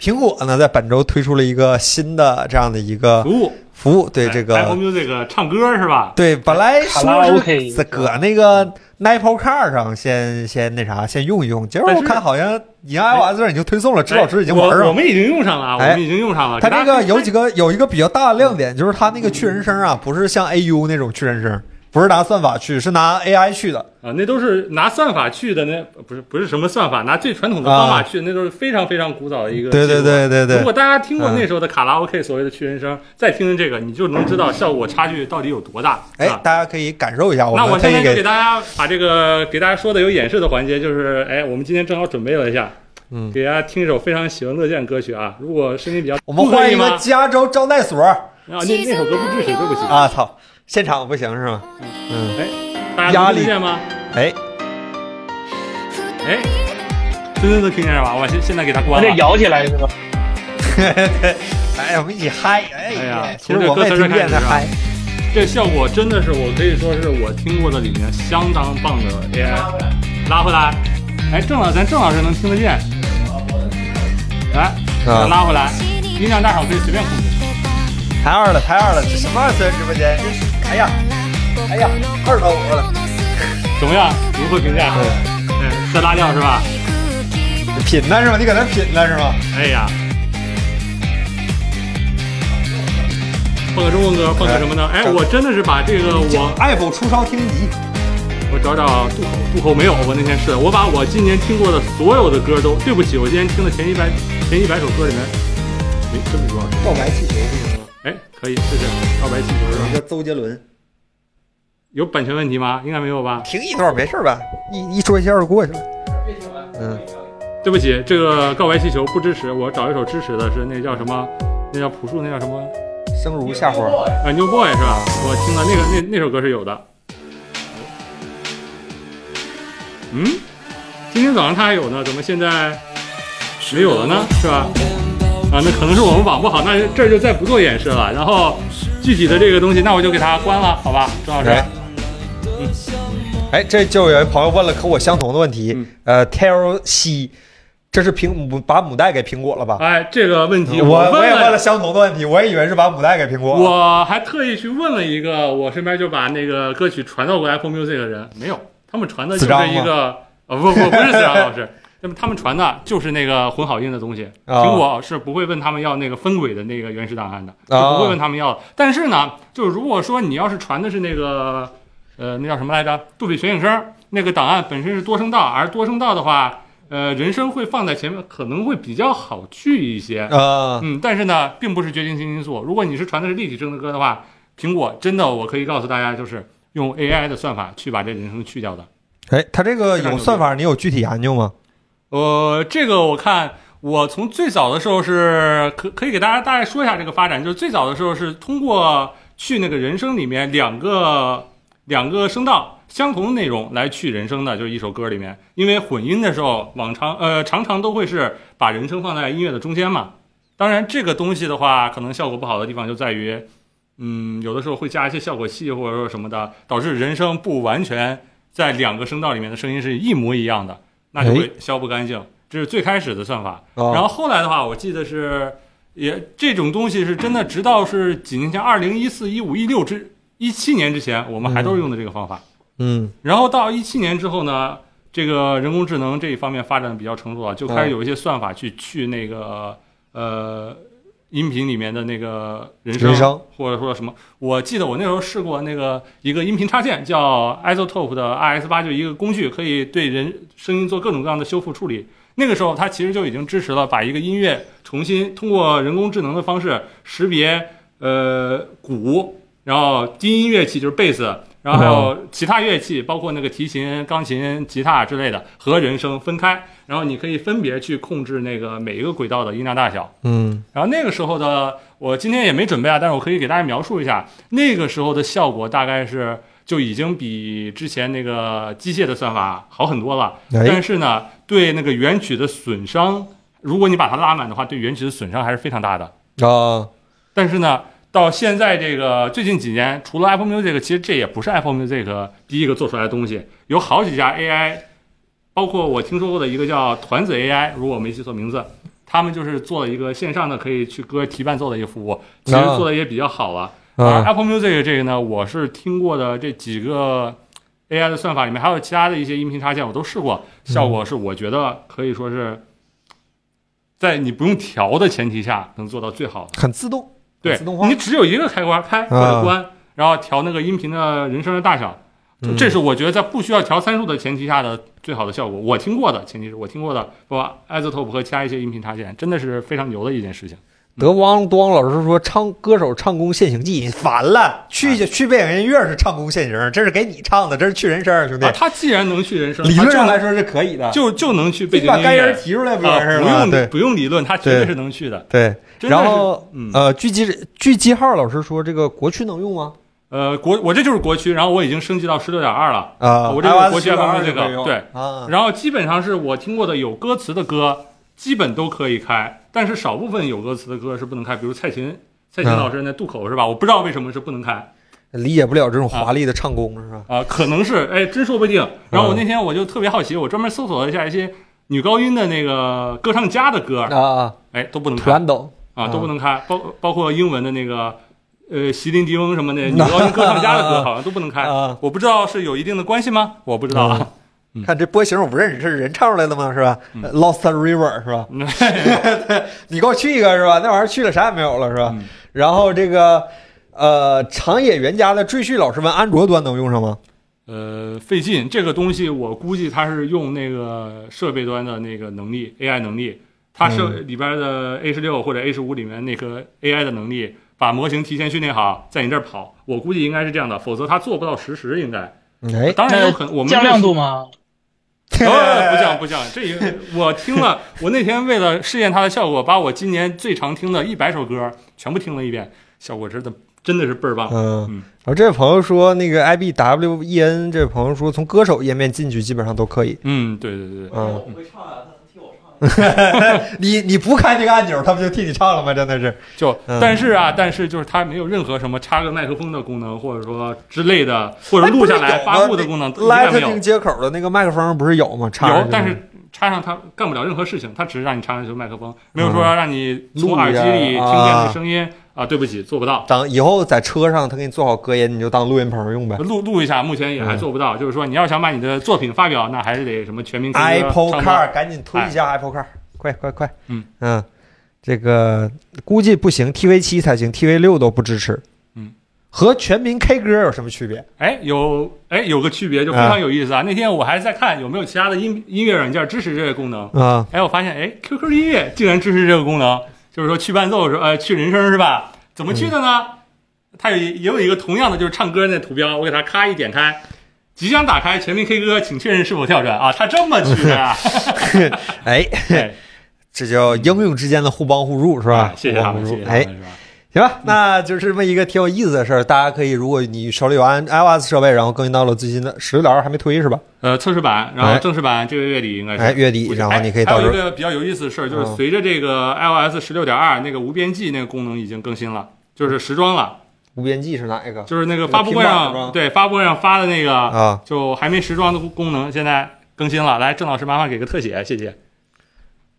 A: 苹果呢在本周推出了一个新的这样的一个
B: 服务
A: 服务，对这
B: 哎
A: 个。
B: Apple Music 唱歌是吧？
A: 对，本来
C: 卡拉
A: 说
C: OK
A: 是搁那个 Apple Car 上先先那啥，先用一用。结果
B: 但
A: 我
B: 是
A: 看好像你 iOS 上已经推送了，指导师已经玩
B: 哎
A: 上
B: 我我
A: 了。
B: 们已经用上了，我
A: 哎
B: 们已经用上了。
A: 它
B: 给大
A: 这
B: 家
A: 个有几个有一个比较大的亮点，就是它那个去人声啊，不是像 AU 那种去人声，不是拿算法去，是拿 AI 去的。
B: 啊，那都是拿算法去的，那不是不是什么算法，拿最传统的方法去，那都是非常非常古早的一个。
A: 啊对对。对对
B: 如
A: 对
B: 果大家听过那时候的卡拉 OK 所谓的去人声，再听听这个，你就能知道效果差距到底有多大。
A: 哎
B: 啊，
A: 大家可以感受一下，
B: 那
A: 们
B: 我
A: 特意
B: 现在就
A: 给
B: 给大家把这个给大家说的有演示的环节，就是哎，我们今天正好准备了一下，
A: 嗯
B: 给大家听一首非常喜闻乐见的歌曲啊。如果声音比较，
A: 我们
B: 不可
A: 换
B: 以
A: 一个
B: 吗？
A: 加州招待所。
B: 啊，那那首歌不支持，对不起，哎
A: 啊操，现场不行是吗？嗯，
B: 大
A: 压
B: 家
A: 力
B: 能听见吗？
A: 哎， *laughs*
B: 哎，真的能听见吧？我现现在给它
C: 我
B: 关
C: 得
B: 了。
C: 摇起来是吧？
A: 哎呀，我们一嗨，哎
B: 哎呀
A: 其实我们也听不见他嗨，
B: 这效果真的是我可以说是我听过的里面相当棒的 AI，拉回来，哎，正好咱郑老师能听得见，来，
A: 啊
B: 拉回来，音量大小可以随便控制。
A: 台二了，台二了，这什么二次元直播间？这哎呀，哎呀，二到五了，
B: 怎么样？如何评价？嗯，再拉掉是吧？
A: 品呢是吗？你搁那品呢是吗？
B: 哎呀，放个中文歌，放个什么呢？哎，我真的是把这个我
A: 爱否出烧听集，
B: 我找找渡口，渡口没有。我那天试了，我把我今年听过的所有的歌都，对不起，我今年听的前一百前一百首歌里面，没这么多少首。
A: 告白气球是吗？
B: 哎，可以试试告白气球哎是
A: 有一
B: 吧？
A: 个周杰伦，
B: 有版权问题吗？应该没有吧？
A: 停一段没事吧？一一说一下就过去了。嗯，
B: 对不起，这个告白气球不支持。我找一首支持的是那叫什么？那叫朴树，那叫什么？
A: 生如夏花，
B: 啊，New Boy 是吧？我听了那个那那首歌是有的。嗯，今天早上它还有呢，怎么现在没有了呢？是吧？啊，那可能是我们网不好，那这儿就再不做演示了。然后具体的这个东西，那我就给它关了，好吧，周老师。
A: 哎哎，这就有一朋友问了和我相同的问题
B: 嗯，
A: 呃，Tel C，这是苹母把母带给苹果了吧？
B: 哎，这个问题
A: 嗯我
B: 问
A: 也问了相同的问题，我也以为是把母带给苹果。
B: 我还特意去问了一个我身边就把那个歌曲传到过 Apple Music 的人，没有，他们传的就
A: 子章
B: 是
A: 吗
B: 一个，呃，不不不是子章老师， *laughs* 那么他们传的就是那个混好音的东西。
A: 啊
B: 苹果是不会问他们要那个分轨的那个原始档案的，
A: 啊
B: 就不会问他们要的。但是呢，就是如果说你要是传的是那个，呃，那叫什么来着？杜比全景声那个档案本身是多声道，而多声道的话。呃，人生会放在前面，可能会比较好去一些。
A: 啊，
B: 嗯，但是呢，并不是决定性因素。如果你是传的是立体声的歌的话，苹果真的，我可以告诉大家，就是用 AI 的算法去把这人声去掉的。
A: 哎，它这个有算法，你有具体研究吗？
B: 呃，这个我看，我从最早的时候是可可以给大家大概说一下这个发展，就是最早的时候是通过去那个人声里面两个两个声道相同的内容来去人声的，就是一首歌里面，因为混音的时候往常呃常常都会是把人声放在音乐的中间嘛。当然，这个东西的话，可能效果不好的地方就在于，嗯，有的时候会加一些效果器或者说什么的，导致人声不完全在两个声道里面的声音是一模一样的，那就会消不干净。这是最开始的算法。然
A: 然
B: 后后来的话，我记得是也这种东西是真的，直到是几年前，二零一四、一五、一六之一七年之前，我们还都是用的这个方法。
A: 嗯
B: 然后到一七年之后呢，这个人工智能这一方面发展的比较成熟了，就开始有一些算法去去那个呃音频里面的那个人声，
A: 人声
B: 或者说什么。我记得我那时候试过那个一个音频插件叫 Isotope 的 RS 八，就一个工具，可以对人声音做各种各样的修复处理。那个时候，它其实就已经支持了把一个音乐重新通过人工智能的方式识别呃鼓，然后低音乐器就是贝斯，然后还有其他乐器，包括那个提琴、钢琴、吉他之类的和人声分开，然后你可以分别去控制那个每一个轨道的音量大小。
A: 嗯
B: 然后那个时候的我今天也没准备啊，但是我可以给大家描述一下那个时候的效果，大概是就已经比之前那个机械的算法好很多了。
A: 哎
B: 但是呢，对那个原曲的损伤，如果你把它拉满的话，对原曲的损伤还是非常大的。
A: 啊，
B: 但是呢，到现在这个最近几年，除了 Apple Music，其实这也不是 Apple Music 第一个做出来的东西，有好几家 AI，包括我听说过的一个叫团子 AI，如果我没记错名字，他们就是做了一个线上的可以去歌提伴奏的一个服务，其实做的也比较好了。而
A: 啊
B: Apple Music 这个呢，我是听过的这几个 AI 的算法里面，还有其他的一些音频插件，我都试过，效果是我觉得可以说是在你不用调的前提下，能做到最好的。
A: 很自动，
B: 对
A: 自动化啊
B: 你只有一个开关，开或者关，然后调那个音频的人声的大小，就
A: 嗯
B: 这是我觉得在不需要调参数的前提下的最好的效果。我听过的前提是我听过的，包括 isotope 和其他一些音频插件，真的是非常牛的一件事情。
A: 德汪多汪老师说，唱歌手唱功现形记，烦了，去去去背景音乐是唱功现形，这是给你唱的，这是去人声，兄弟
B: 啊，。它既然能去人声，
A: 理
B: 它
A: 论
B: 就
A: 上来说是可以的，
B: 就就能去背
A: 你
B: 景
A: 把
B: 音
A: 干音
B: 乐
A: 儿提出来不就
B: 啊
A: 完事儿，
B: 不
A: 了吗？
B: 用
A: 对
B: 不用理论，它绝
A: 对
B: 是能去的。
A: 对。
B: 真的
A: 然
B: 是
A: 后
B: 嗯
A: 呃，狙击狙击号老师说，这个国区能用吗？
B: 呃，国我这就是国区，然后我已经升级到十六点二了。
A: 啊，
B: 我这个国区
A: iOS
B: 版本这个
A: 12可以用
B: 对
A: 啊，
B: 然后基本上是我听过的有歌词的歌，基本都可以开，但是少部分有歌词的歌是不能开，比如蔡琴，蔡琴
A: 嗯
B: 老师那渡口是吧？我不知道为什么是不能开啊、
A: 理解不了这种华丽的唱功是吧？
B: 可能是哎，真说不定。然后我那天我就特别好奇，我专门搜索了一下一些女高音的那个歌唱家的歌，
A: 啊
B: 哎，都不能开
A: ，Twando
B: 啊，都不能开，包包括英文的那个呃席琳迪翁什么的女高音歌唱家的歌好像都不能开。
A: 啊，
B: 我不知道是有一定的关系吗？我不知道啊。
A: 看这波形我不认识，这是人唱出来的吗？是吧
B: 嗯
A: 呃？Lost River 是
B: *laughs*
A: 吧？你给我去一个是吧？那玩意儿去了啥也没有了是吧？
B: 嗯
A: 然后这个呃，长野原家的赘婿老师问，安卓端能用上吗？
B: 呃，费劲，这个东西我估计它是用那个设备端的那个能力，AI 能力，它设
C: 嗯
B: 里边的 A 十六或者 A 十五里面那个 AI 的能力，把模型提前训练好，在你这儿跑，我估计应该是这样的，否则它做不到实时，应该。
A: 哎，
B: 当然有可能我们
C: 降亮度吗？
B: 哦，不降不降，这也我听了，我那天为了试验它的效果，把我今年最常听的一百首歌全部听了一遍，效果真的真的是倍儿棒。
A: 嗯
B: 嗯，
A: 然后这位朋友说，那个 I B W E N 这位朋友说，从歌手页面进去基本上都可以。
B: 嗯，对对对，
A: 嗯，
D: 我会唱啊，他能替我唱。
A: 你你不开这个按钮，他不就替你唱了吗？真的是，
B: 就
A: 嗯
B: 但是啊，但是就是它没有任何什么插个麦克风的功能，或者说之类
A: 哎
B: 的，或者录下来发布的功能，一概没有。
A: Lightning 接口的那个麦克风不是有吗？插上
B: 有
A: 去，
B: 但是插上它干不了任何事情，它只是让你插上去麦克风，没有说让你从耳机里听见这声音啊。对不起，做不到。
A: 当以后在车上，他给你做好隔音，你就当录音棚用呗。
B: 录录一下，目前也还做不到。就是说，你要想把你的作品发表，那还是得什么全民 K 歌啊
A: Apple
B: 唱歌
A: Car，赶紧推一下 Apple Car，快快快！
B: 哎嗯
A: 这个估计不行，TV 七才行，TV 六都不支持。
B: 嗯，
A: 和全民 K 歌有什么区别？
B: 哎，有哎有个区别就非常有意思啊！那天我还在看有没有其他的音音乐软件支持这个功能，
A: 啊， *laughs*
B: 哎，我发现哎，QQ 音乐竟然支持这个功能，就是说去伴奏的时候，呃，去人声是吧？怎么去的呢？它有一也有一个同样的就是唱歌那图标，我给它咔一点开，即将打开全民 K 歌，请确认是否跳转啊！它这么去的
A: *laughs*
B: 啊，
A: 哎，
B: 哎
A: 这叫应用之间的互帮互助是吧？
B: 谢谢他
A: 互
B: 们，
A: 帮
B: 谢
A: 互助。
B: 谢啊他们，
A: 哎，
B: 是吧？
A: 行吧，那就是这么一个挺有意思的事儿。大家可以，如果你手里有安 iOS 设备，然后更新到了最新的十六点二还没推是吧？
B: 呃，测试版，然
A: 哎
B: 后正式版这个月底应该是
A: 哎，月底，
B: 估计
A: 然后你可以
B: 还
A: 到
B: 还
A: 时
B: 有一
A: 候
B: 个比较有意思的事儿，就是
A: 嗯
B: 随着这个 iOS 十六点二那个无边际那个功能已经更新了，就是时装了，
A: 无边际是哪一个
B: 就是那个发布
A: 那
B: 会
A: 个平板是吧
B: 上对发布会上发的那个
A: 啊？
B: 就还没时装的功能，现在更新了。来，郑老师麻烦给个特写，
A: *laughs*
B: 谢谢。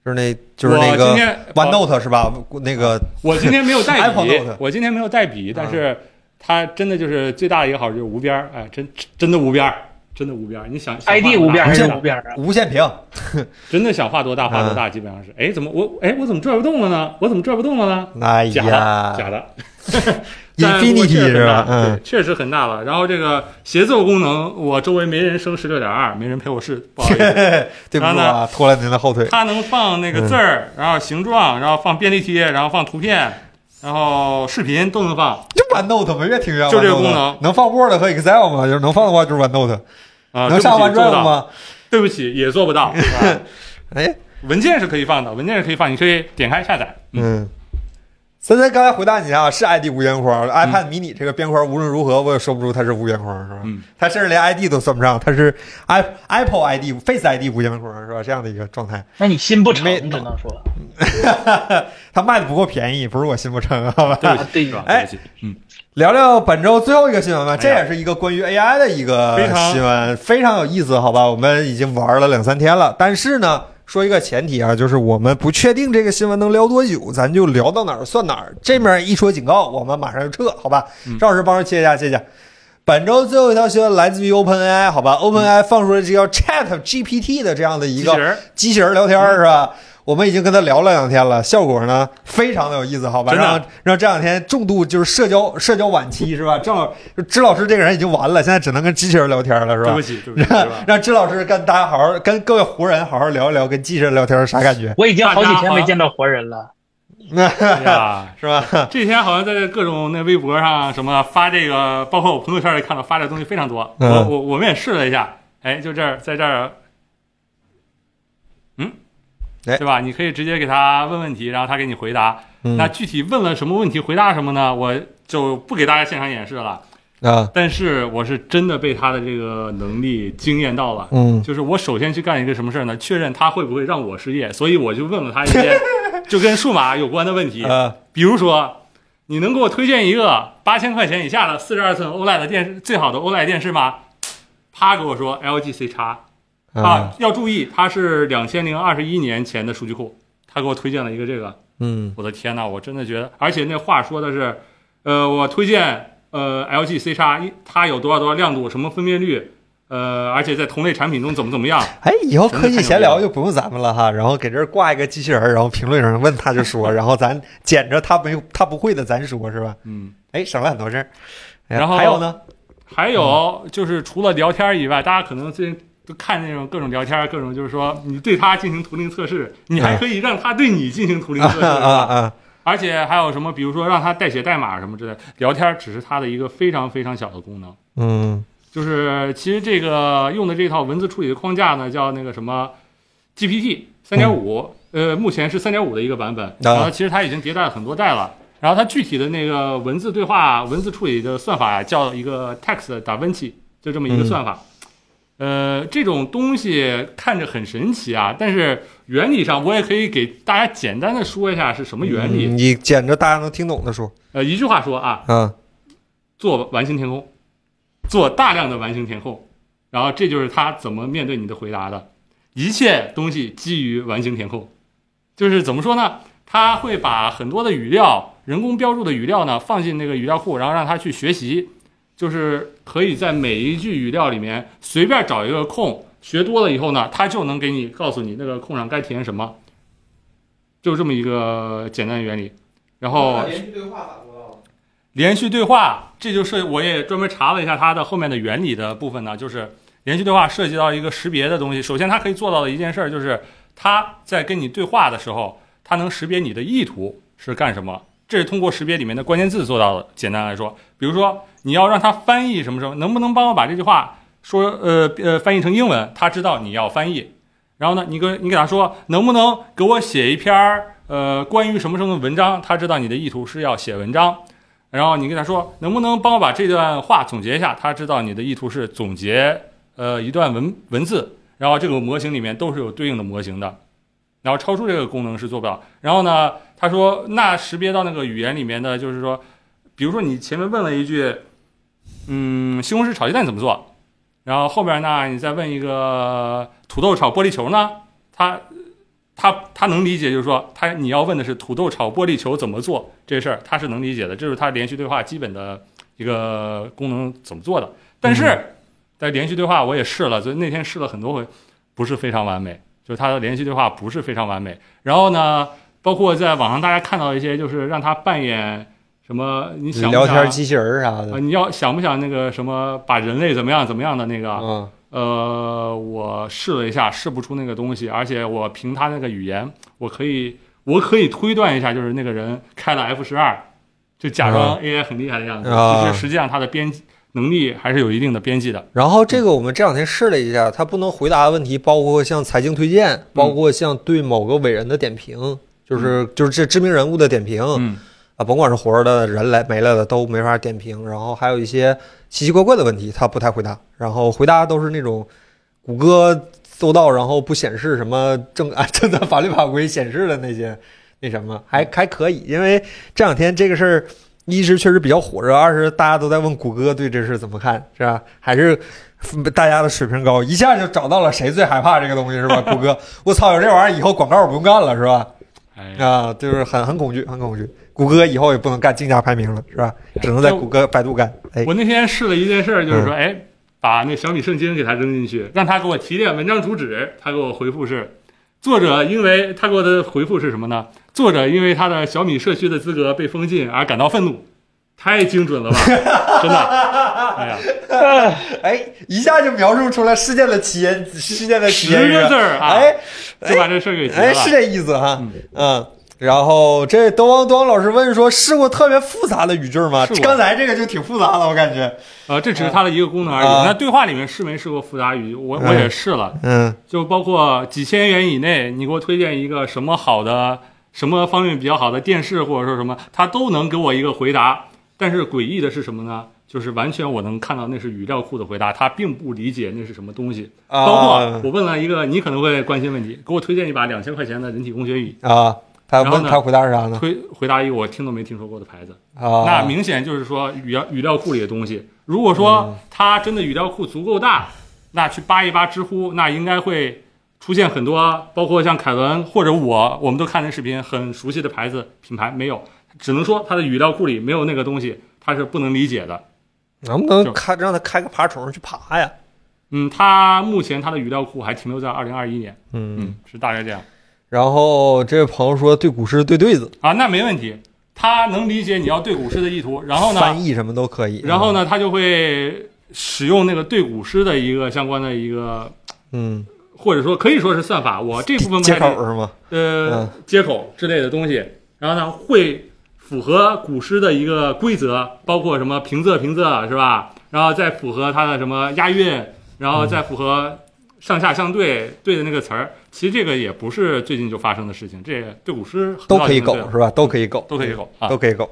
A: 就是那，就是那
B: 我今
A: 个
B: 天
A: OneNote 是吧？那个
B: 我今天没有带
A: iPhone 啊
B: 笔
A: Note，
B: 我今天没有带笔，但是它真的就是最大的一个好处就是无边儿，哎，真真的无边儿。真的无边儿，你想想画
C: ID
B: 多大
C: 无边儿还
B: 真
C: 是
B: 的
C: 无边儿啊？
A: 无线屏，
B: 真的想画多大画多
A: 啊
B: 大，基本上是。哎，怎么我哎我怎么拽不动了呢？我怎么拽不动了呢？
A: 哎
B: 假
A: 呀
B: 的，假的。但不过确
A: *laughs* Infinity
B: 实
A: 是
B: 很大
A: 吧？嗯
B: 对，确实很大了。然后这个协奏功能，我周围没人升十六点二，没人陪我试，不 *laughs* 好意思。
A: *laughs* 对不住啊，拖了您的后腿。
B: 它能放那个字
A: 嗯
B: 儿，然后形状，然后放便利贴，然后放图片，然后视频都能放。
A: 就 OneNote 嘛，越听越像
B: 就这个
A: OneNote
B: 功能
A: 能放 Word 和 Excel 吗？就是能放的话就是 OneNote，
B: 啊，
A: 能下
B: 对不起
A: OneDrive？吗？
B: 做不到对不起，也
A: *laughs*
B: 做不到。啊
A: 哎，
B: 文件是可以放的，文件是可以放，你可以点开下载。
A: 嗯。森森刚才回答你啊，是 ID 无边框，iPad mini 这个边框无论如何我也说不出它是无边框，是吧？
B: 嗯，
A: 它甚至连 ID 都算不上，它是 i Apple ID、Face ID 无边框，是吧？这样的一个状态， *laughs*
C: 那你心不诚
A: 没，
C: 只能说
A: 它卖的不够便宜，不是我心不诚，好吧？
B: 对不
C: 啊
B: 起，
C: 对
B: 是吧？对
A: 哎
B: 不起，嗯，
A: 聊聊本周最后一个新闻吧，
B: 哎呀
A: 这也是一个关于 AI 的一个
B: 非常
A: 新闻，非常有意思，好吧？我们已经玩了两三天了，但是呢，说一个前提啊，就是我们不确定这个新闻能聊多久，咱就聊到哪儿算哪儿。这面一说警告，我们马上就撤，好吧？
B: 嗯
A: 赵老师帮着切一下，切一下。本周最后一条新闻来自于 OpenAI，好吧？OpenAI 放出了这叫 Chat GPT 的这样的一
B: 机
A: 个
B: 器人儿
A: 机器人聊天儿是吧？我们已经跟他聊了两天了，效果呢非常的有意思，好吧？
B: 真的
A: 让让这两天重度就是社交社交晚期是吧？郑老支老师这个人已经完了，现在只能跟机器人聊天了是
B: 对
A: 吧 *laughs*
B: 不？起，对不起，是吧？
A: 让支老师跟大家好好跟各位湖人好好聊一聊，跟机器人聊天是啥感觉？
C: 我已经好几天没见到活人了。
B: 哎呀，
A: 是
B: *laughs*
A: 吧？
B: 这几天好像在各种那微博上什么发这个，包括我朋友圈里看到发这东西非常多。
A: 嗯
B: 我我我们也试了一下，哎，就这儿在这儿，嗯，
A: 哎
B: 对吧？你可以直接给他问问题，然后他给你回答。
A: 嗯
B: 那具体问了什么问题，回答什么呢？我就不给大家现场演示了。
A: 啊，
B: 但是我是真的被他的这个能力惊艳到了。
A: 嗯，
B: 就是我首先去干一个什么事儿呢？确认他会不会让我失业，所以我就问了他一些就跟数码有关的问题。
A: 啊，
B: 比如说，你能给我推荐一个八千块钱以下的四十二寸 OLED 的电视最好的 OLED 电视吗？他给我说 LG C x
A: 嗯
B: 啊，，要注意，它是两千零二十一年前的数据库。他给我推荐了一个这个，
A: 嗯，
B: 我的天呐，我真的觉得，而且那话说的是，呃，我推荐呃 LG C x 一，它有多少多少亮度，什么分辨率，呃，而且在同类产品中怎么怎么样。
A: 哎，以后科技闲聊就不用咱们了哈，然后给这儿挂一个机器人，然后评论上问他就说， *laughs* 然后咱捡着他没他不会的咱说是吧？
B: 嗯，
A: 哎，省了很多事儿。哎呀
B: 然后
A: 还有呢？
B: 还有就是除了聊天以外，大家可能最近都看那种各种聊天，各种就是说你对他进行图灵测试，你还可以让他对你进行图灵测试，
A: 啊啊啊！
B: 而且还有什么，比如说让他代写代码什么之类的。聊天只是它的一个非常非常小的功能，
A: 嗯
B: 就是其实这个用的这套文字处理的框架呢，叫那个什么 GPT 三点五，呃，目前是三点五的一个版本，然后其实它已经迭代了很多代了。然后它具体的那个文字对话、文字处理的算法呀，叫一个 Text Da Vinci，就这么一个算法。呃，这种东西看着很神奇啊，但是原理上我也可以给大家简单的说一下是什么原理。
A: 嗯你捡着大家能听懂的说
B: 呃，一句话说啊，
A: 啊，
B: 做完形填空，做大量的完形填空，然后这就是他怎么面对你的回答的。一切东西基于完形填空，就是怎么说呢？他会把很多的语料、人工标注的语料呢放进那个语料库，然后让他去学习，就是可以在每一句语料里面随便找一个空，学多了以后呢，他就能给你告诉你那个空上该填什么，就这么一个简单的原理。然后
E: 连续对话咋做到的？
B: 连续对话，这就是我也专门查了一下它的后面的原理的部分呢，就是连续对话涉及到一个识别的东西。首先，它可以做到的一件事儿就是，它在跟你对话的时候，它能识别你的意图是干什么，这是通过识别里面的关键字做到的。简单来说，比如说你要让它翻译什么什么，能不能帮我把这句话说呃呃翻译成英文，它知道你要翻译。然后呢，你跟你给他说，能不能给我写一篇儿呃关于什么什么文章？他知道你的意图是要写文章。然后你跟他说，能不能帮我把这段话总结一下？他知道你的意图是总结呃一段文文字。然后这个模型里面都是有对应的模型的。然后超出这个功能是做不到。然后呢，他说那识别到那个语言里面的，就是说，比如说你前面问了一句，嗯，西红柿炒鸡蛋怎么做？然后后边呢，你再问一个土豆炒玻璃球呢，他他他能理解，就是说他你要问的是土豆炒玻璃球怎么做这事儿，他是能理解的，这是他连续对话基本的一个功能怎么做的。但
A: 嗯
B: 是在连续对话我也试了，所以那天试了很多回，不是非常完美，就是他的连续对话不是非常完美。然后呢，包括在网上大家看到一些，就是让他扮演什么，你想不啊
A: 聊
B: 想
A: 天机器人儿啥
B: 啊，
A: 的，
B: 你要想不想那个什么把人类怎么样怎么样的那个？啊
A: 嗯，
B: 呃，我试了一下，试不出那个东西，而且我凭他那个语言，我可以我可以推断一下，就是那个人开了 F 十二，就假装 AI 很厉害的样子，
A: 啊
B: 其实实际上他的编辑能力还是有一定的边际的。
A: 然后这个我们这两天试了一下，它不能回答的问题，包括像财经推荐，包括像对某个伟人的点评，就是就是这知名人物的点评，
B: 嗯
A: 啊，甭管是活着的人来没了的都没法点评，然后还有一些奇奇怪怪的问题，他不太回答，然后回答都是那种谷歌搜到然后不显示什么正 *laughs* 啊正在法律法规显示的那些那什么，还还可以，因为这两天这个事儿。一是确实比较火热，二是大家都在问谷歌对这事怎么看，是吧？还是 *laughs* 大家的水平高，一下就找到了谁最害怕这个东西，是吧？谷歌，我操，有这玩意儿以后广告不用干了，是吧？
B: 哎，
A: 啊，就是很很恐惧，很恐惧。谷歌以后也不能干竞价排名了，是吧？只能在谷歌、百度干。哎，嗯
B: 我那天试了一件事儿，就是说，哎，把那小米圣经给他扔进去，让他给我提炼文章主旨，他给我回复是。作者因为他给我的回复是什么呢？作者因为他的小米社区的资格被封禁而感到愤怒，太精准了吧， *laughs* 真的，哎呀，
A: *laughs* 哎，一下就描述出来事件的起因，事件的起因
B: 十
A: 是
B: 个
A: 吧
B: 字儿啊，
A: 哎，
B: 就把这事儿给结
A: 哎，是
B: 了。
A: 这意思哈，嗯。然后这东王东王老师问说，试过特别复杂的语句吗
B: 试？过
A: 刚才这个就挺复杂的，我感觉。
B: 呃，这只是它的一个功能而已。
A: 啊
B: 那对话里面试没试过复杂语？我我
A: 嗯
B: 也试了，
A: 嗯
B: 就包括几千元以内，你给我推荐一个什么好的、什么方面比较好的电视，或者说什么，他都能给我一个回答。但是诡异的是什么呢？就是完全我能看到那是语料库的回答，他并不理解那是什么东西。
A: 啊
B: 包括我问了一个你可能会关心问题，给我推荐一把两千块钱的人体工学椅，
A: 啊，他
B: 然后
A: 问
B: 呢
A: 他回答是啥呢？
B: 推回答一个我听都没听说过的牌子。
A: 啊，
B: 那明显就是说语料语料库里的东西。如果说
A: 嗯
B: 它真的语料库足够大，那去扒一扒知乎，那应该会出现很多，包括像凯文或者我，我们都看那视频，很熟悉的牌子品牌没有，只能说它的语料库里没有那个东西，它是不能理解的。
A: 能不能开让他开个爬虫去爬呀？
B: 嗯，它目前它的语料库还停留在二零二一年，
A: 嗯。
B: 嗯，是大概这样
A: 然后这位朋友说对股市对对子，
B: 啊，那没问题，它能理解你要对股市的意图，然后呢，
A: 翻译什么都可以。
B: 然后？呢，它就会使用那个对股市的一个相关的一个
A: 嗯，
B: 或者说可以说是算法，我这部分不
A: 接
B: 太
A: 口嗯
B: 理
A: 是吗？
B: 呃接口之类的东西，然后呢会符合古诗的一个规则，包括什么平仄平仄是吧？然后再符合它的什么押韵，然后再符合上下相对对的那个词儿。其实这个也不是最近就发生的事情，这对古诗很
A: 都
B: 早
A: 可以
B: 就能
A: 狗
B: 对了
A: 是吧？都可以狗，
B: 都可以狗啊
A: 都。可以狗，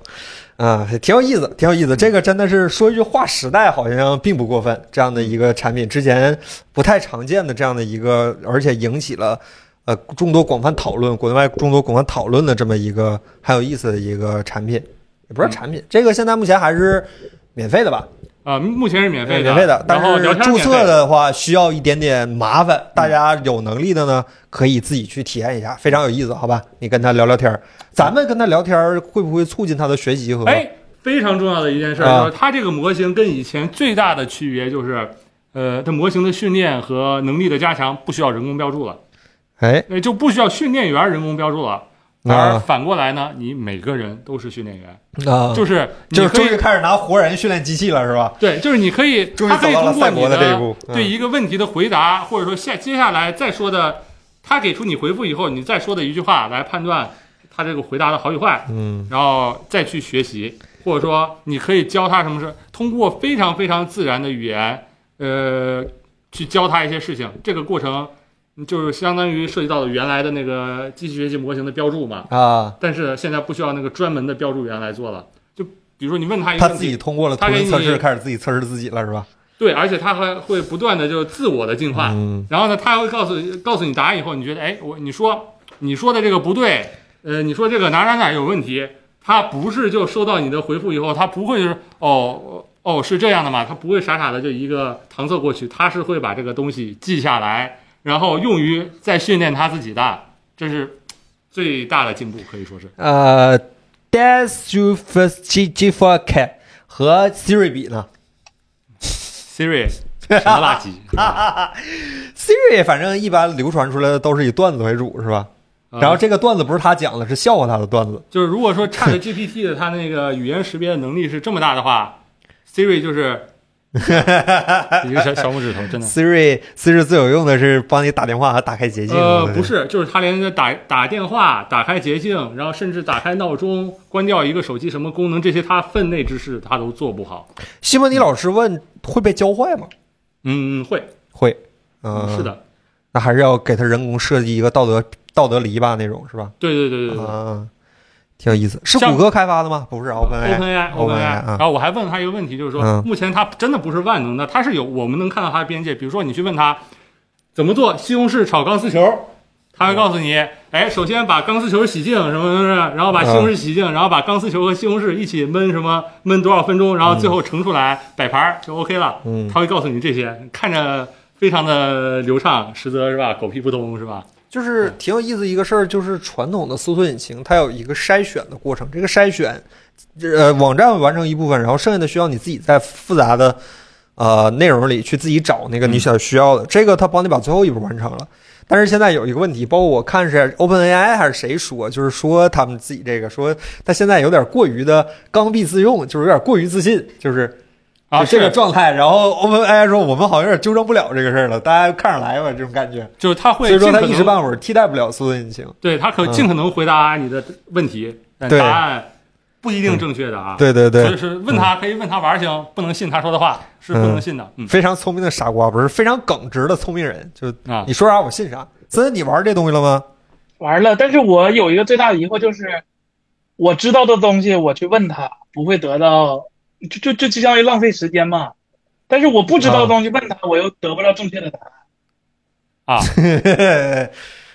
A: 啊，挺有意思，挺有意思。这个真的是说一句划时代，好像并不过分。这样的一个产品，之前不太常见的这样的一个，而且引起了呃众多广泛讨论，国内外众多广泛讨论的这么一个很有意思的一个产品，也
B: 嗯
A: 不是产品，这个现在目前还是免费的吧？
B: 啊，目前是免费的，
A: 免费的，但
B: 然后
A: 是
B: 聊天
A: 注
B: 免费
A: 册的话需要一点点麻烦，大家有能力的呢
B: 嗯
A: 可以自己去体验一下，非常有意思，好吧？你跟他聊聊天儿，咱们跟他聊天儿会不会促进他的学习和？
B: 哎，非常重要的一件事儿
A: 啊
B: 就是它这个模型跟以前最大的区别就是，呃，它模型的训练和能力的加强不需要人工标注了，
A: 哎，
B: 那就不需要训练员人工标注了。而反过来呢，你每个人都是训练员，
A: 啊，
B: 就是是你
A: 就是
B: 可
A: 终于
B: 以
A: 开始拿活人训练机器了，是吧？
B: 对，就是你可以，
A: 终于
B: 他可以
A: 走到了
B: 通过
A: 赛
B: 你
A: 博的这一步嗯
B: 对一个问题的回答，或者说下接下来再说的，他给出你回复以后，你再说的一句话来判断他这个回答的好与坏，
A: 嗯，
B: 然后再去学习，或者说你可以教他什么事，通过非常非常自然的语言，呃，去教他一些事情。这个过程嗯就是相当于涉及到了原来的那个机器学习模型的标注嘛，
A: 啊，
B: 但是现在不需要那个专门的标注员来做了。就比如说你问他一个
A: 他
B: 问
A: 自
B: 题
A: 己，通过了图
B: 他给
A: 灵
B: 你
A: 测试，开始自己测试自己了，是吧？
B: 对，而且它还会不断的就是自我的进化。
A: 嗯
B: 然后呢，它还会告诉告诉你答案以后，你觉得哎，我你说你说的这个不对，呃，你说这个哪哪哪有问题，它不是就收到你的回复以后，它不会就是哦哦是这样的嘛，它不会傻傻的就一个搪塞过去，它是会把这个东西记下来，然后用于再训练它自己的，这是最大的进步，可以说是。
A: 呃 d e s u f G G for K 和 Siri 比呢
B: Siri *laughs* 什么垃圾？
A: ？Siri 反正一般流传出来的都是以段子为主，是吧？
B: 呃啊
A: 然后这个段子不是他讲的，是笑话他的段子。
B: 就是如果说 Chat GPT 的它那个语言识别的能力是这么大的话，Siri 就是一个小小拇指头，真的。
A: Siri Siri 最有用的是帮你打电话和打开捷径。我，
B: 呃
A: 觉得
B: 不，是，就是它连着打打电话、打开捷径，然后甚至打开闹钟、关掉一个手机什么功能，这些它分内之事它都做不好。
A: 西蒙尼老师问会被教坏吗？
B: 嗯，会，
A: 会，嗯、
B: 是，的，
A: 那还是要给他人工设计一个道德道德篱笆那种，是吧？
B: 对对对对对。
A: 啊，挺有意思。是
B: 像
A: 谷歌开发的吗？不是啊 OpenAI。
B: OpenAI
A: OpenAI，啊
B: 然后我还问他一个问题，就是说，
A: 嗯
B: 目前它真的不是万能的，它是有我们能看到它的边界。比如说，你去问他怎么做西红柿炒钢丝球，他会告诉你，哎，首先把钢丝球洗净，什么什么，然后把西红柿洗净，然后把钢丝球和西红柿一起焖什么焖多少分钟，然后最后盛出来摆盘儿就 OK 了。
A: 嗯
B: 他会告诉你这些，看着非常的流畅，实则是吧，狗屁不通是吧？
A: 就是
B: 嗯
A: 挺有意思一个事儿，就是传统的搜索引擎它有一个筛选的过程，这个筛选，呃，网站完成一部分，然后剩下的需要你自己在复杂的呃内容里去自己找
B: 嗯
A: 那个你想需要的，这个它帮你把最后一步完成了。但是现在有一个问题，包括我看是 OpenAI 还是谁说，就是说他们自己这个说，他现在有点过于的刚愎自用，就是有点过于自信，就是
B: 啊，
A: 就这个
B: 是
A: 状态。然后 OpenAI 说我们好像有点纠正不了这个事儿了，大家看着来吧，这种感觉。
B: 就是他会
A: 所以说
B: 尽
A: 它
B: 可
A: 一时
B: 能
A: 半会儿替代不了搜索引擎。
B: 对他可
A: 嗯
B: 尽可能回答你的问题，但
A: 对
B: 答案不一定正确的啊。
A: 对对嗯
B: 所以
A: 对，
B: 是问他可以问他玩儿行，不能信他说的话是不能信的。嗯
A: 非常聪明的傻瓜，不是非常耿直的聪明人，就
B: 啊
A: 你说啥我信啥。森森，你玩这东西了吗？ *laughs*
C: 玩了，但是我有一个最大的疑惑就是，我知道的东西我去问他，不会得到，就就就就相当于浪费时间嘛。但是我不知道
A: 啊
C: 的东西问他，我又得不到正确的答案，
B: 啊，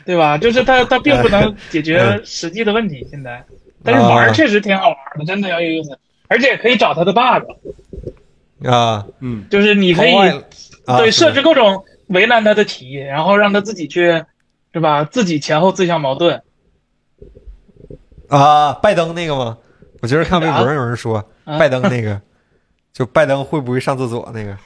C: 对吧？就是他他并不能解
A: *laughs* 嗯
C: 决实际的问题。现在，但是
A: 啊
C: 玩儿确实挺好玩的，真的要有意思，而且可以找他的 bug，
A: 啊，
B: 嗯，
C: 就是你可以
A: 头外了啊
C: 对
A: 是的
C: 设置各种为难他的题，然后让他自己去，是吧？自己前后自相矛盾
A: 啊，拜登那个吗？我今儿看微博上有人说
C: 啊
A: 拜登那个，就拜登会不会上厕所那个。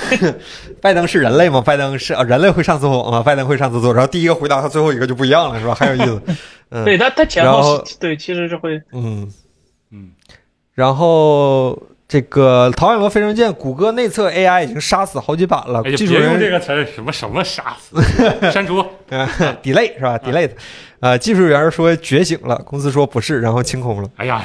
A: *laughs* 拜登是人类吗？拜登是啊，人类会上厕所吗？拜登会上厕所，然后第一个回答和最后一个就不一样了，是吧？很有意思。嗯，
C: 对他，他前
A: 然
C: 后
A: 后
C: 是对其实是会
A: 嗯
B: 嗯，
A: 然后这个《桃海罗飞升剑》，谷歌内测 AI 已经杀死好几版了，
B: 哎呀，
A: 技
B: 别
A: 术
B: 用这
A: 人
B: 个词儿，什么什么杀
A: *laughs*
B: 死，删除。
A: 啊 delay 是吧
B: 啊
A: ？delay 呃，技术员说觉醒了，公司说不是，然后清空了。
B: 哎呀，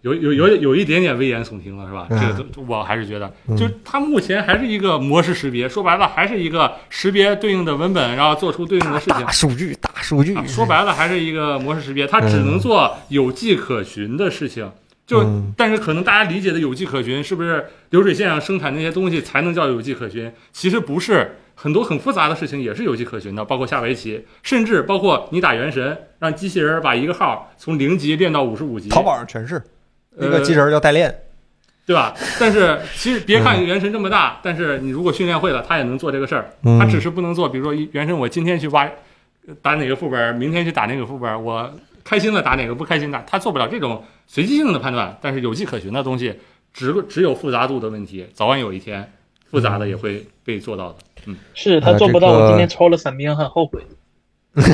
B: 有有有有一点点危言耸听了，是吧？
A: 嗯
B: 这个都我还是觉得，就是它目前还是一个模式识别，说白了还是一个识别对应的文本，然后做出对应的事情
A: 大。数据，大数据
B: 啊，说白了还是一个模式识别，它只能做有迹可循的事情。就
A: 嗯
B: 但是可能大家理解的有迹可循，是不是流水线上生产那些东西才能叫有迹可循？其实不是，很多很复杂的事情也是有迹可循的，包括下围棋，甚至包括你打原神，让机器人儿把一个号从零级练到五十五级，
A: 淘宝上全是，那个
B: 呃
A: 机器人叫代练。
B: 对吧？但是其实别
A: 嗯
B: 看原神这么大，但是你如果训练会了，它也能做这个事儿。
A: 嗯
B: 它只是不能做，比如说一原神，我今天去挖打哪个副本，明天去打哪个副本，我开心的打哪个，不开心打，它做不了这种随机性的判断。但是有迹可循的东西，只只有复杂度的问题，早晚有一天复杂的也会被做到的。
C: 是他做不到。
A: 哎这个
C: 我今天抽了伞兵，很后悔。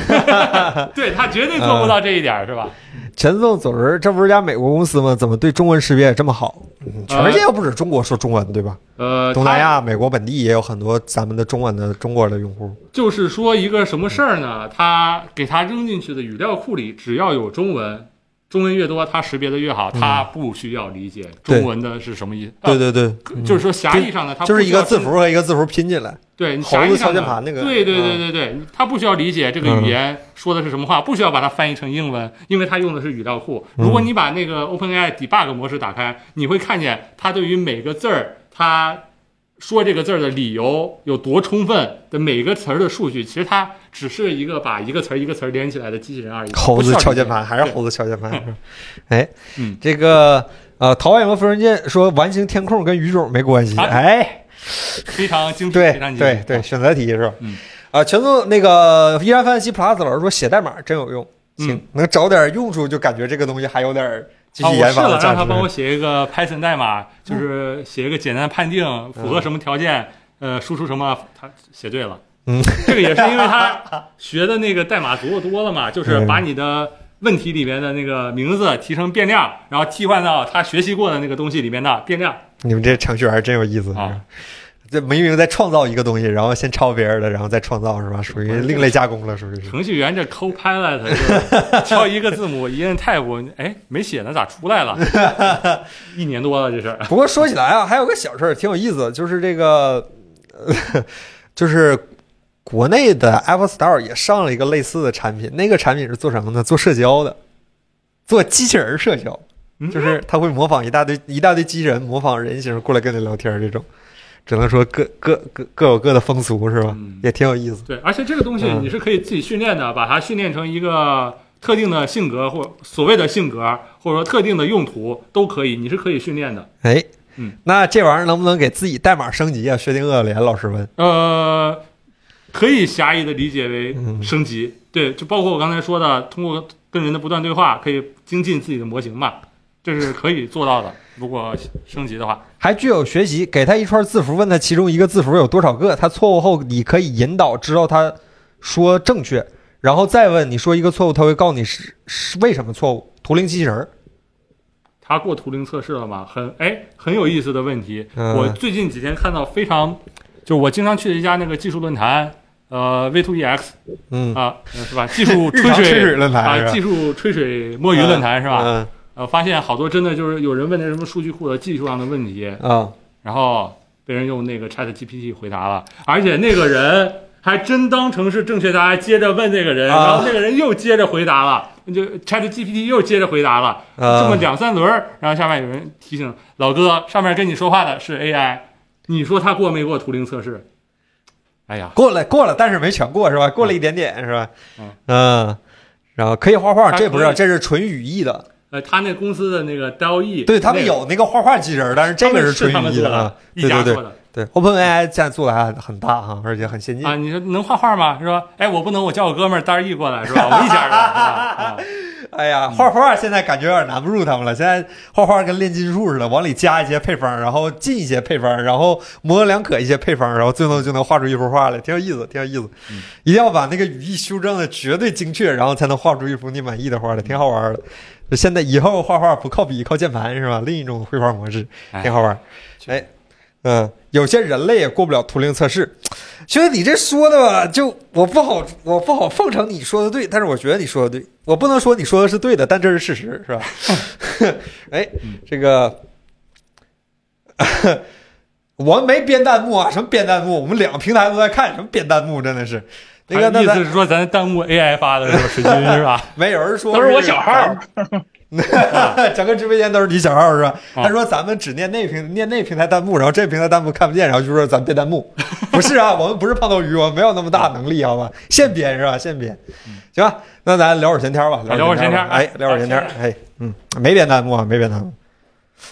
A: 嗯
B: 对他绝对做不到这一点，是吧？
A: 陈宋总儿，这不是家美国公司吗？怎么对中文识别也这么好？嗯全世界又不止中国说中文，对吧？
B: 呃，
A: 嗯东南
B: 他
A: 亚、美国本地也有很多咱们的中文的中国的用户。
B: 就是说一个什么事儿呢？他给他扔进去的语料库里，只要有中文，中文越多，他识别的越好，他不需要理解
A: 嗯对
B: 中文的是什么意思。
A: 对对对，嗯
B: 呃就是说狭义上的，他
A: 就是
B: 不需
A: 一
B: 要
A: 个字符和一个字符拼进来。
B: 对，你
A: 猴
B: 狭义
A: 子
B: 上
A: 敲
B: 的
A: 键盘那个
B: 对对对对对，他不需要理解这个
A: 嗯
B: 语言说的是什么话，不需要把它翻译成英文，因为他用的是语料库。如
A: 嗯
B: 果你把那个 OpenAI debug 模式打开，你会看见它对于每个字儿，它说这个字儿的理由有多充分的每个词儿的数据，其实它只是一个把一个词儿一个词儿连起来的机器人而已。
A: 猴子
B: 不需要
A: 敲
B: 理解
A: 键盘，还是
B: 对
A: 猴子敲键盘。是吧哎
B: 嗯，
A: 这个呃，桃花源和飞人剑说完形填空跟语种没关系。
B: 啊
A: 哎，
B: 非常精辟，
A: 对
B: 非常精
A: 对
B: 辟
A: 对，，选择题是吧？
B: 嗯。
A: 啊，全都那个依然范西 plus 老师说写代码真有用，行
B: 嗯，
A: 能找点用处就感觉这个东西还有点继
B: 啊，
A: 续
B: 我
A: 研
B: 试
A: 发的
B: 了，
A: 价
B: 让
A: 值嗯
B: 他。帮我写一个 Python 代码，就是写一个简单判定，符合什么条件，呃，输出什么，他写对了。
A: 嗯，
B: 这个也是因为他学的那个代码足够多
A: *laughs*
B: 了嘛，
A: 嗯
B: 就是把你的问题里面的那个名字提成变量，然后替换到他学习过的那个东西里面的变量。
A: 你们这程序员真有意思
B: 啊！
A: 是吧这明明在创造一个东西，然后先抄别人的，然后再创造，是吧？属于另类加工了，属于是。
B: 程序员这
A: *laughs*
B: Copilot 就是敲一个字母一摁 Tab，哎，没写呢，咋出
A: *laughs*
B: 来了？一年多了这是。
A: 不过说起来啊，还有个小事儿挺有意思的，就是这个， *laughs* 呃就是国内的 Apple Store 也上了一个类似的产品，那个产品是做什么呢？做社交的，做机器人儿社交，
B: 嗯
A: 就是它会模仿一大堆一大堆机器人，模仿人形过来跟你聊天儿这种。只能说各各各各有各的风俗是吧
B: 嗯？
A: 也挺有意思。
B: 对，而且这个东西
A: 嗯
B: 你是可以自己训练的，把它训练成一个特定的性格或所谓的性格，或者说特定的用途都可以，你是可以训练的。
A: 哎，
B: 嗯，
A: 那这玩意儿能不能给自己代码升级啊？薛定谔连老师问。
B: 呃，可以狭义的理解为
A: 嗯
B: 升级，对，就包括我刚才说的，通过跟人的不断对话，可以精进自己的模型嘛，这是可以做到的。如果升级的话，
A: 还具有学习，给他一串字符，问他其中一个字符有多少个，他错误后你可以引导知道他说正确，然后再问你说一个错误，他会告诉你是是为什么错误。图灵机器人儿，
B: 他过图灵测试了吗？很哎，很有意思的问题。
A: 嗯
B: 我最近几天看到非常，就我经常去的一家那个技术论坛，呃，V2EX
A: 嗯，
B: 啊，呃是吧？技术
A: 日
B: 吹
A: 常
B: 水
A: 吹水论坛是吧
B: 啊，技术吹水摸鱼论坛是吧？
A: 嗯
B: 呃，发现好多真的就是有人问那什么数据库的技术上的问题，
A: 啊，
B: 然后被人用那个 Chat GPT 回答了，而且那个人还真当成是正确答案，接着问那个人，
A: 啊
B: 然后那个人又接着回答了，就 Chat GPT 又接着回答了，
A: 啊
B: 这么两三轮儿，然后下面有人提醒老哥，上面跟你说话的是 AI，你说他过没过图灵测试？哎呀，
A: 过了过了，但是没全过是吧？过了一点点是吧？嗯，然后可以画画，这不是，这是纯语义的。
B: 呃，他那公司的那个 DALL-E，
A: 对他们有那个画画机器人儿，但是这个
B: 他们
A: 纯
B: 他们
A: 语义
B: 做
A: 的啊。
B: 一
A: 对
B: 家
A: 对
B: 做
A: 对
B: 的
A: 对，OpenAI 现在做的还很大哈，而且很先进
B: 啊，。你说能画画吗？是吧？哎，我不能，我叫我哥们儿单儿译过来是吧？我们一家人是
A: *laughs*
B: 吧？啊
A: 哎呀，画画现在感觉有点难不住他们了。现在画画跟炼金术似的，往里加一些配方，然后进一些配方，然后模棱两可一些配方，然后最后就能画出一幅画来，挺有意思，挺有意思。一定要把那个语义修正的绝对精确，然后才能画出一幅你满意的画来，挺好玩的。就现在以后画画不靠笔，靠键盘是吧？另一种绘画模式，挺好玩。哎，嗯，有些人类也过不了图灵测试。兄弟，你这说的吧，就我不好，我不好奉承你说的对，但是我觉得你说的对，我不能说你说的是对的，但这是事实，是吧？ *laughs* 哎，这个。 *laughs* 我们没编弹幕啊，什么编弹幕？我们两个平台都在看，什么编弹幕？真的是，那个那
B: 他啊意
A: 咱
B: 思是说咱弹幕 AI 发的是吧？水军是吧？
A: 没有人说
C: 都是我小号儿， *laughs*
A: 整个直播间都是你小号是吧？
C: 啊
A: 他说咱们只念那平念那平台弹幕，然后这平台弹幕看不见，然后就说咱编弹幕。不是啊，我们不是胖头鱼，我们没有那么大能力，好吧？现编是吧？现编，
C: 嗯
A: 行吧？那咱聊会儿闲天儿吧，
B: 聊
A: 会儿
B: 会儿
A: 闲
B: 闲
A: 天
B: 天
A: 儿
B: 儿
C: 啊
A: 吧，哎，聊会儿闲天儿，哎，嗯，没编弹幕啊，没编弹幕。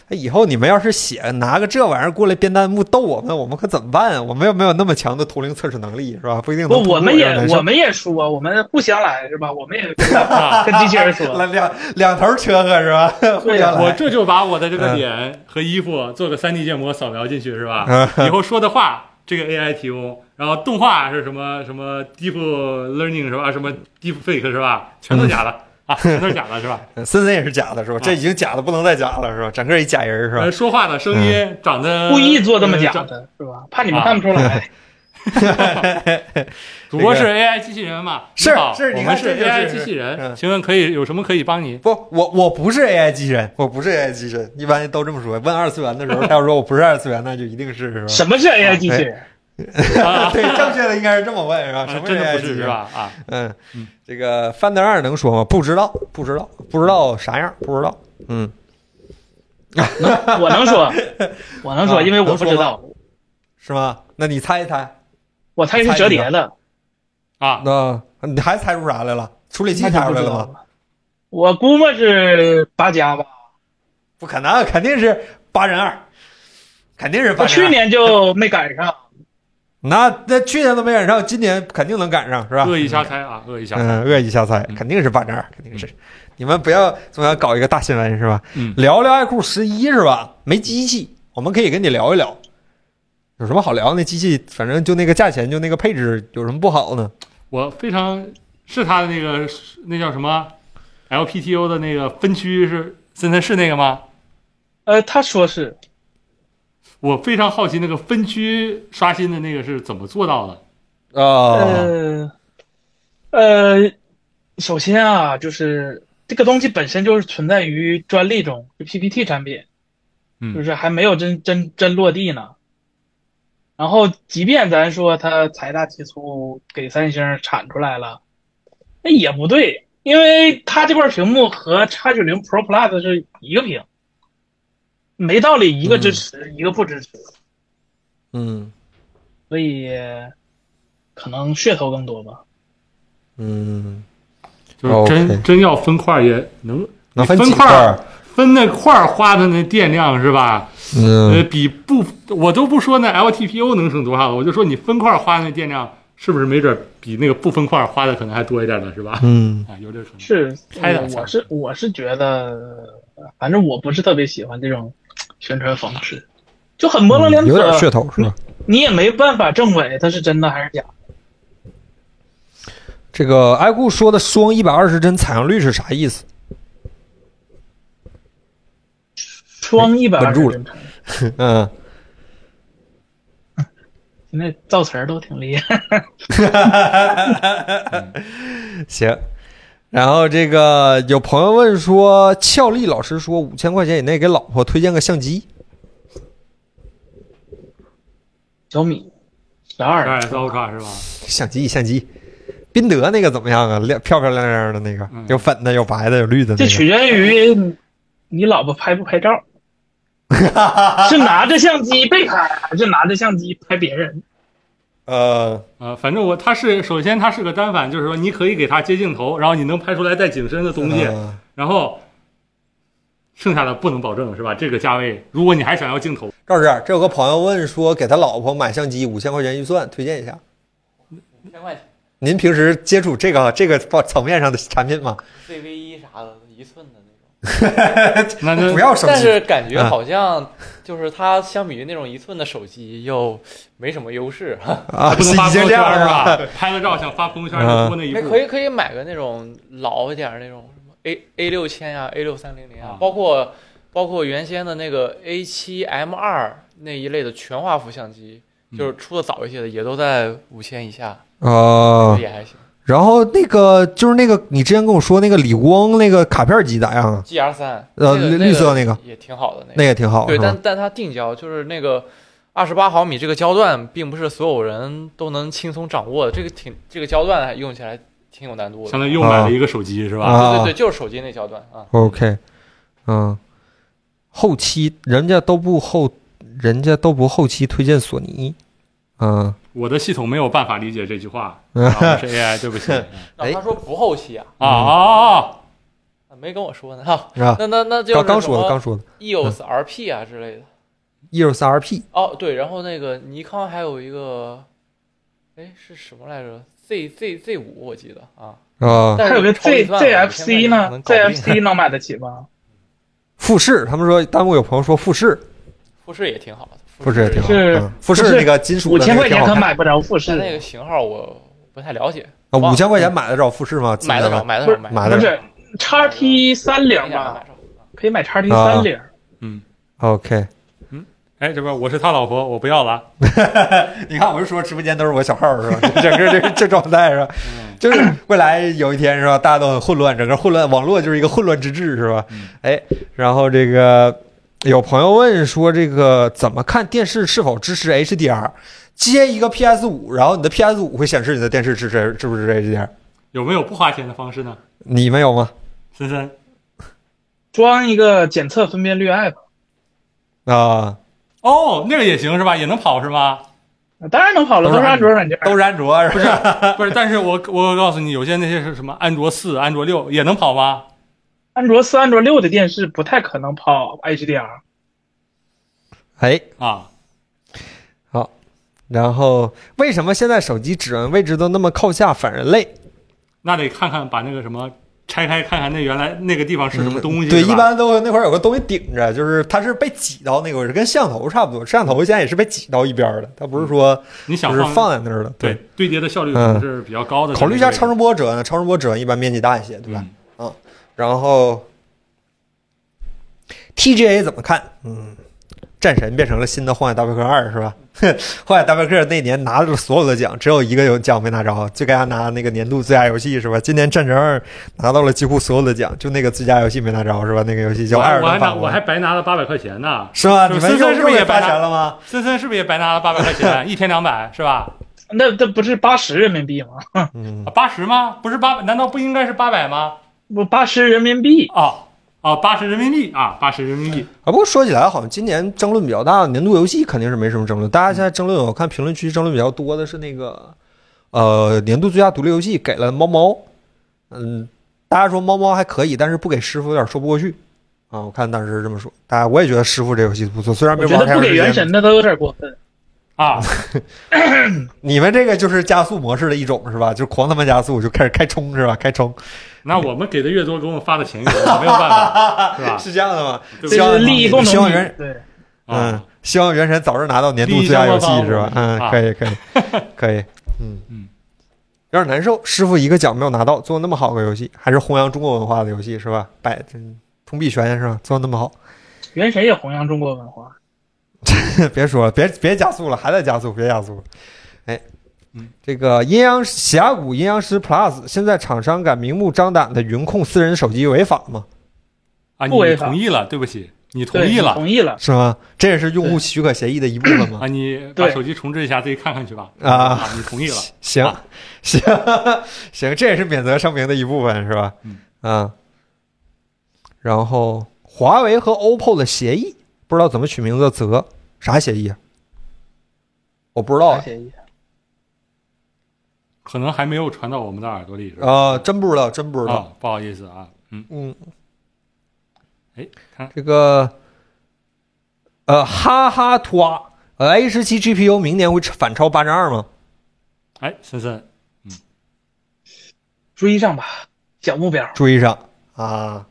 A: 哎，以后你们要是写拿个这玩意儿过来编弹幕逗我们，我们可怎么办啊？我们又没有那么强的图灵测试能力，是吧？不一定能
C: 不，
A: 通过
C: 我们
A: 这样
C: 也
A: 的事儿
C: 我们也说，我们互相来是吧？我
A: *laughs*
C: 们也啊跟 *laughs* 机器人说，
A: 两 *laughs* 两两头车和是吧？ *laughs* 互
C: 对呀
A: 相
B: 我
A: *laughs* 来。嗯
B: 这就把我的这个脸和衣服做个 3D 建模扫描进去是吧
A: 嗯？
B: 以后说的话。这个 AI 提供，然后动画是什么什么 Deep Learning 是吧？什么 Deep Fake 是吧？全都假的、啊，全都是假的是吧？
A: 森嗯 *laughs* 森也是假的是吧？这已经假的不能再假了是吧？整个一假人是吧嗯
B: 呃，？说话的声音长得
C: 故意做这么假
B: 呃长
C: 的是吧？怕你们看不
A: *laughs*
C: 出来。
A: 嗯
B: 主播是 AI 机器人嘛？
A: 是
B: 你好
A: 是
B: 我
A: 你
B: 们
A: 看
B: 是
A: 这就是
B: AI 机器人，
A: 嗯
B: 请问可以有什么可以帮你？
A: 不，我我不是 AI 机器人，我不是 AI 机器人，一般都这么说。问二次元的时候，他要说我不是二次元，那就一定是是
C: 什啊么是 AI 机器人？
A: 吧？ *laughs* 对，正确的应该是这么问是啊
C: 啊
A: 吧？什么
B: 啊真的
A: AI
B: 不
A: 机
B: 是
A: 器
B: 是
A: 人？
B: 吧？啊，
A: 嗯，这个范德二能说吗？不知道，不知道，不知道啥样，不知道。嗯，
C: 我
A: *laughs*
C: 能说，我能说，
A: 啊
C: 因为我不知道，
A: 是吗？那你猜一猜，
C: 我猜是折叠的，
B: 啊，
A: 那你还猜出啥来了？处理器
C: 那就
A: 猜出
C: 不
A: 来
C: 知
A: 了
C: 道
A: 吗？
C: 了。我估摸是八加吧。
A: 不可能，肯定是八人二，肯定是八人二。
C: 我哦去年就没赶上，
A: 那那去年都没赶上，今年肯定能赶上，是吧？
B: 恶意瞎猜啊，恶意瞎猜。
A: 嗯，恶意瞎猜，肯定是八点二，肯定是。你们不要总要搞一个大新闻是吧？
B: 嗯
A: 聊聊爱酷十一是吧？没机器，我们可以跟你聊一聊，有什么好聊？那机器反正就那个价钱，就那个配置，有什么不好呢？
B: 我非常是他的那个那叫什么 LPTO 的那个分区是森森是那个吗？
C: 呃，他说是
B: 我非常好奇那个分区刷新的那个是怎么做到的？
A: 哦，
C: 呃，呃，首先啊，就是这个东西本身就是存在于专利中，就 PPT 产品，
B: 嗯
C: 就是还没有真真真落地呢。然后，即便咱说它财大气粗，给三星产出来了，那也不对，因为它这块屏幕和 x 九零 Pro Plus 是一个屏，没道理一个支持，一个不支持。
A: 嗯
C: 所以可能噱头更多吧。
A: 嗯，
B: 就是真
A: 哦 OK
B: 真要分块也能
A: 能分
B: 分
A: 几
B: 块
A: 儿
B: 儿？分那块儿花的那电量是吧？呃，
A: 嗯，
B: 比不我都不说那 LTPO 能省多少了，我就说你分块儿花的那电量是不是没准比那个不分块儿花的可能还多一点呢？是吧？
A: 嗯
B: 啊，有这个可能。
C: 是，嗯
B: 开两
C: 我
B: 下
C: 我是我是觉得，反正我不是特别喜欢这种宣传方式，就很模棱两
A: 嗯有点
C: 可
A: 噱，头是吧？
C: 你也没办法证伪它是真的还是假。
A: 这个爱酷说的双一百二十帧采样率是啥意思？
C: 双一百
A: 哎稳
C: 二
A: 住
C: 十
A: 了
C: 帧，
A: 嗯，
C: 现在造词儿都挺厉害。
A: *laughs* 行。然后这个有朋友问说，俏丽老师说五千块钱以内给老婆推荐个相机，
C: 小米十
B: 十二
C: 二，
B: S Ultra 是吧？
A: 相机相机，宾得那个怎么样啊？亮漂漂亮亮的那个
B: 嗯，
A: 有粉的，有白的，有绿的
C: 这
A: 那个。
C: 取决于你老婆拍不拍照，
A: *laughs*
C: 是拿着相机被拍，还是拿着相机拍别人？
A: 呃，
B: 呃，反正我它是首先它是个单反，就是说你可以给它接镜头，然后你能拍出来带景深的东西，
A: 呃
B: 然后剩下的不能保证是吧？这个价位，如果你还想要镜头，
A: 赵志，这有个朋友问说，给他老婆买相机五千块钱预算，推荐一下。
D: 五千块钱
A: 您平时接触这个这个层面上的产品吗？
D: ，CV 一啥的，一寸的那种。
B: 那那
A: 不要手
D: 但
A: 机，
D: 是感觉
A: 嗯
D: 好像就是它相比于那种一寸的手机又没什么优势， *laughs*
A: 啊，
B: 不能发
A: 已
B: 朋
A: 经
B: 友
A: 这
B: 圈
A: 样
B: 是
A: 了
B: 吧？拍个照想发朋友圈就多那一
D: 那
B: 步，
D: 可以可以买个那种老一点儿那种什么 A A 六千呀、A 六三零零
B: 啊
D: 啊，包括包括原先的那个 A 七 M 二那一类的全画幅相机，
A: 嗯
D: 就是出的早一些的，也都在五千以下，
A: 哦，
D: 也还行。
A: 然后那个就是那个你之前跟我说那个理光那个卡片机咋样啊？
D: G R 三，
A: 呃
D: 那个
A: 绿绿色那
D: 那
A: 个
D: 也挺好的那
A: 那。个挺好，
D: 对，
A: 是吧
D: 但但它定焦就是那个二十八毫米这个焦段，并不是所有人都能轻松掌握的。这个挺这个焦段还用起来挺有难度的。
B: 相当于又买了一个手机是吧？
A: 啊
D: 对对对，就是手机那焦段啊。
A: OK，嗯，后期人家都不后，人家都不后期推荐索尼，嗯，
B: 我的系统没有办法理解这句话，啊我是 AI，对
A: *laughs*
B: 不起啊
D: 那
A: 哎
D: 他说不后期啊，
B: 啊啊！
D: 啊没跟我说呢哈。
A: 啊，
D: 那那那就是 E
A: 刚刚说的，刚嗯说的 E
D: EOS RP 啊之类的。
A: ，EOS RP
D: 哦，对，然后那个尼康还有一个，哎是什么来着？Z Z Z 五我记得啊。
A: 啊，
D: 但
C: 还
D: 是
C: 有个
D: 超
C: Z
D: 预算了
C: ZFC
D: 5000块钱
C: 呢
D: 能搞定 *laughs*
C: ，ZFC 能买得起吗？
A: 富士，他们说弹幕有朋友说富士，
D: 富士也挺好的，
A: 富士也挺好。
C: 是
A: 嗯富
C: 不
A: 士
C: 是
A: 那个金属
C: 五
A: 的
C: 千
A: 那个
C: 块
A: 挺
C: 钱
A: 好
C: 可
A: 看。
C: 买不着富士
D: 但，那个型号我不太了解，
A: 啊，
D: 忘了
A: 五千块钱买得着富士吗？
D: 买得着，
A: 金
D: 买得
C: 不
D: 着，
C: 是
D: 买
A: 买
D: 得
A: 得
C: 不
A: 着。
C: 是叉 T 三零
D: 着，想
C: 吧
D: 买？着。
C: 可以买叉 T
A: 啊
C: 三零。
A: OK，
B: 哎，这边我是他老婆，我不要了。
A: *laughs* 你看，我就说直播间都是我小号是吧？ *laughs* 整个这这状态是吧？就是未来有一天是吧，大家都很混乱，整个混乱网络就是一个混乱之治是吧？哎，然后这个有朋友问说，这个怎么看电视是否支持 HDR？接一个 PS 五，然后你的 PS 五会显示你的电视支持支不支持 HDR？
B: 有没有不花钱的方式呢？
A: 你们有吗？
B: 森森，
C: 装一个检测分辨率 app，
A: 啊，
B: 哦，那个也行是吧？也能跑
A: *laughs*
B: 是吗？
C: 当然能跑了，
A: 都
C: 都
A: 是
C: 是安卓软件。
A: 啊都是安卓是吧？
B: 不是，但是我我告诉你，有些那些是什么安卓四、安卓六也能跑吗？
C: 安卓四、安卓六的电视不太可能跑 HDR。
A: *laughs* 哎，
B: 啊，
A: 然后为什么现在手机指纹位置都那么靠下，反人类？
B: 那得看看把那个什么拆开，看看那原来那个地方是什么东西。
A: 嗯对，
B: 是吧
A: 一般都那块儿有个东西顶着，就是它是被挤到那个位置，跟摄像头差不多。摄像头现在也是被挤到一边儿的，它不是说
B: 你想
A: 就是
B: 嗯放
A: 放在那儿的。
B: 对，堆叠的效率可
A: 嗯
B: 能是比较高的。
A: 考虑一下
B: 这
A: 超
B: 个嗯
A: 声波指纹，超声波指纹一般面积大一些，对
B: 位
A: 吧？
B: 置
A: 嗯然后 TGA 怎么看？嗯，战神变成了新的《荒野大镖客二》是吧？哼，《荒野大镖客》那年拿了所有的奖，只有一个有奖没拿着，最该拿那个年度最佳游戏是吧？今年战神二拿到了几乎所有的奖，就那个最佳游戏没拿着是吧？那个游戏
B: 嗯，
A: 叫《
B: 我
A: 艾
B: 还
A: 尔登法
B: 我还拿我
A: 环
B: 还》。白拿了八百块钱呢。
A: 是吗？
B: 是
A: 你
B: 不是
A: 们
B: 森
A: 又
B: 森是不是
A: 又
B: 也
A: 发
B: 白拿
A: 钱了吗？
B: 森森是不是也白拿了八百块
A: *laughs*
B: 钱？一天两百是吧？
C: 那这不是八十人民币吗？
A: 嗯，
B: 啊八十吗？不是八，难道不应该是八百吗？
C: 不，八十人民币。
B: 哦哦，八十人民币啊，八十人民币。
A: 啊，不过说起来，好像今年争论比较大，年度游戏肯定是没什么争论。大家现在争论，我看评论区争论比较多的是那个，呃，年度最佳独立游戏给了猫猫，嗯，大家说猫猫还可以，但是不给师傅有点说不过去啊。我看当时是这么说，大家我也觉得师傅这游戏不错，虽然没
C: 我觉
A: 玩
C: 得
A: 太
C: 不
A: 长
C: 给
A: 时
C: 原
A: 间。
C: 神的都有点过分。
B: 啊，
A: 你们这个就是加速模式的一种是吧？就狂他妈加速，就开始开冲是吧？开冲
B: 那我们给的越多，给我们发的钱越多，没有办法，是吧？
A: *laughs* 是这样的吗？
B: 对不
C: 这
B: 对
A: 希望
C: 是利益共
A: 希
C: 同
A: 望
C: 体
A: 原。
C: 对，
A: 嗯
B: 啊，，
A: 希望原神早日拿到年度最佳游戏是吧？嗯，可以，可以，
B: *laughs*
A: 可以，嗯
B: 嗯，
A: 有点难受，师傅一个奖没有拿到，做那么好个游戏，还是弘扬中国文化的游戏是吧？百嗯通臂拳是吧？做那么好， *laughs*
C: 原神也弘扬中国文化。
A: 别说了，别别加速了，还在加速，别加速了。哎
B: 嗯，
A: 这个阴阳峡谷阴阳师 Plus 现在厂商敢明目张胆的云控私人手机违法吗？
B: 啊，
C: 不违
B: 你
C: 法
B: 同意了，对不起，你同
C: 对
B: 意了
C: 同意了。
A: 是吗？这也是用户许可协议的一部分吗
B: 啊，？你把
C: 对
B: 手机重置一下，自己看看去吧。
A: 啊，
B: 你同意了，
A: 行
B: 啊
A: *laughs* 行行，这也是免责声明的一部分，是吧？
B: 嗯
A: 啊，然后华为和 OPPO 的协议不知道怎么取名字，啧，啥协议啊？我不知道啊、
C: 协议。
B: 可能还没有传到我们的耳朵里，是吧？
A: 啊真不知道，真不知道。
B: 啊，不好意思啊，嗯，
A: 嗯，
B: 哎，看
A: 这个呃，哈哈图啊，呃，A 十七 GPU 明年会反超八战二吗？
B: 哎，森森，
C: 追上吧，小目标。
A: 追上啊？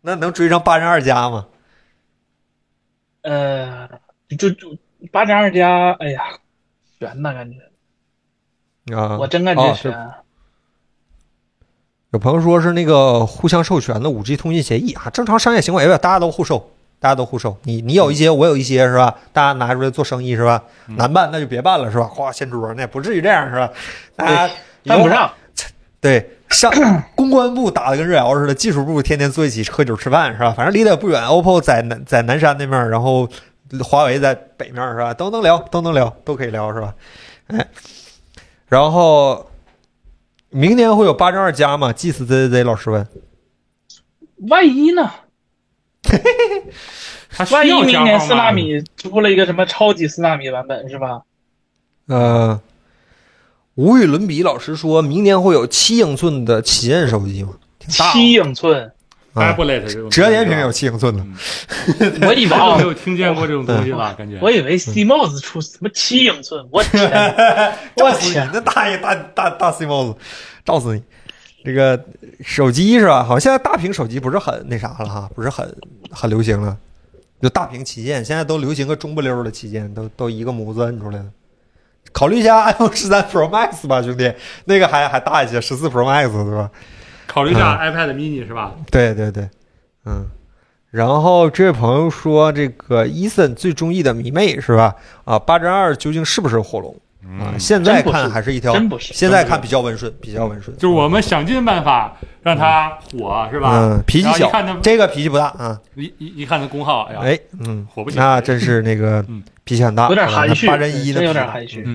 A: 那能追上八战二加吗？
C: 呃，就就八加二加，哎呀，悬呐，感觉
A: 啊，
C: 我真感
A: 哦
C: 觉
A: 是
C: 悬。
A: 有朋友说是那个互相授权的五 G 通信协议啊，正常商业行为吧，大家都互授，大家都互授。你你有一些，我有一些，是吧？大家拿出来做生意，是吧？
B: 嗯
A: 难办那就别办了，是吧？哗，掀桌，那也不至于这样，是吧？大家
C: 犯不
A: 以后
C: 上，
A: 对， *clears throat* 上公关部打的跟热窑似的，技术部天天坐一起喝酒吃饭是吧？反正离得也不远，OPPO 在南在南山那面儿，然后华为在北面儿是吧？都能聊，都能聊，都可以聊是吧？哎，然后明年会有八正二加吗？G 四 Z Z Z 老师问，
C: 万一呢？
B: 他需
C: 万一
B: 要
C: 明
B: 加
C: 年
B: 号
C: 四纳
B: 吗？
C: 米出了一个什么超级四纳米版本是 *laughs* 吧？
A: 呃，无与伦比老师说明年会有七英寸的旗舰手机吗？挺大
C: 七英寸，
A: 啊，啊
B: Tablet 这种
A: 折叠屏有
B: 有，
A: 七英寸的，
C: *laughs* *laughs* 我以为
B: 我
C: 啊
B: 没，有听见过这种东西吧？感觉
C: 我以为 CMOS 出什么七英寸，我天， *laughs* 我
A: 照死
C: 天
A: 你！，那大爷大大大 CMOS，照死你！这个手机是吧？好像现在大屏手机不是很那啥了哈，不是很很流行了。就大屏旗舰，现在都流行个中不溜儿的旗舰，都都一个模子摁出来了。考虑一下 iPhone 十三 Pro Max 吧，兄弟，那个还还大一些，十四 Pro Max 对吧？
B: 考虑一下 iPad mini 是吧？
A: 对对对，嗯。然后这位朋友说，这个伊森最中意的迷妹是吧？啊，八针二究竟是不是火龙啊？
E: 嗯，
A: 现在
C: 真不是
A: 看还是一条，
C: 真不是
A: 现在看比较温顺，比较温顺。
B: 就是我们想尽办法让它火是吧？
A: 嗯，脾气
B: 然后
A: 小
B: 一看它，
A: 这个脾气不大啊。
B: 一一一看它功耗，哎呀，
A: 哎，嗯，
B: 火不起来
A: 那真是那个
B: 嗯
A: 脾气很大，啊
C: 有点含蓄，
A: 八针一呢，
C: 真有点含蓄。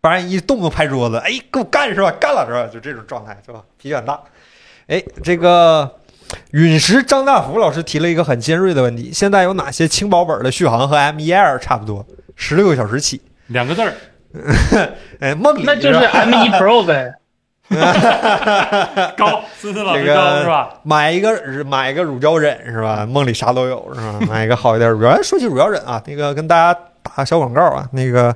A: 八人一动不动拍桌子，哎，给我干是吧？干了是吧？就这种状态是吧？脾气很大。哎，这个陨石张大福老师提了一个很尖锐的问题：现在有哪些轻薄本的续航和 M 1 L 差不多，十六个小时起？
B: 两个
A: *laughs*
B: 字儿，
A: 哎，梦里
C: 那就是 M 1 *laughs* Pro 呗，
B: 高，思思老师
A: 这个
B: 高是吧？
A: 买一个买一个乳胶枕是吧？梦里啥都有
B: *laughs*
A: 是吧？买一个好一点乳胶。哎，说起乳胶枕啊，那个跟大家打个小广告啊，那个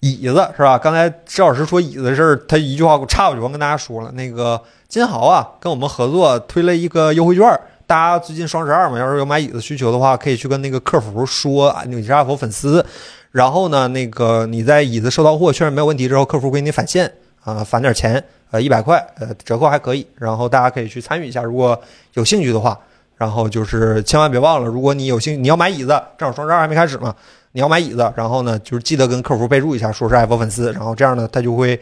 A: 椅子是吧？刚才赵老师说椅子的事儿，他一句话给我插过去，忘跟大家说了。那个金豪啊，跟我们合作推了一个优惠券儿。大家最近双十二嘛，要是有买椅子需求的话，可以去跟那个客服说啊，纽吉拉佛粉丝。然后呢，那个你在椅子收到货确认没有问题之后，客服给你返现啊，返点钱，呃，一百块，呃，折扣还可以。然后大家可以去参与一下，如果有兴趣的话。然后就是千万别忘了，如果你有兴你要买椅子，正好双十二还没开始嘛，你要买椅子，然后呢，就是记得跟客服备注一下，说是爱佛粉丝，然后这样呢，他就会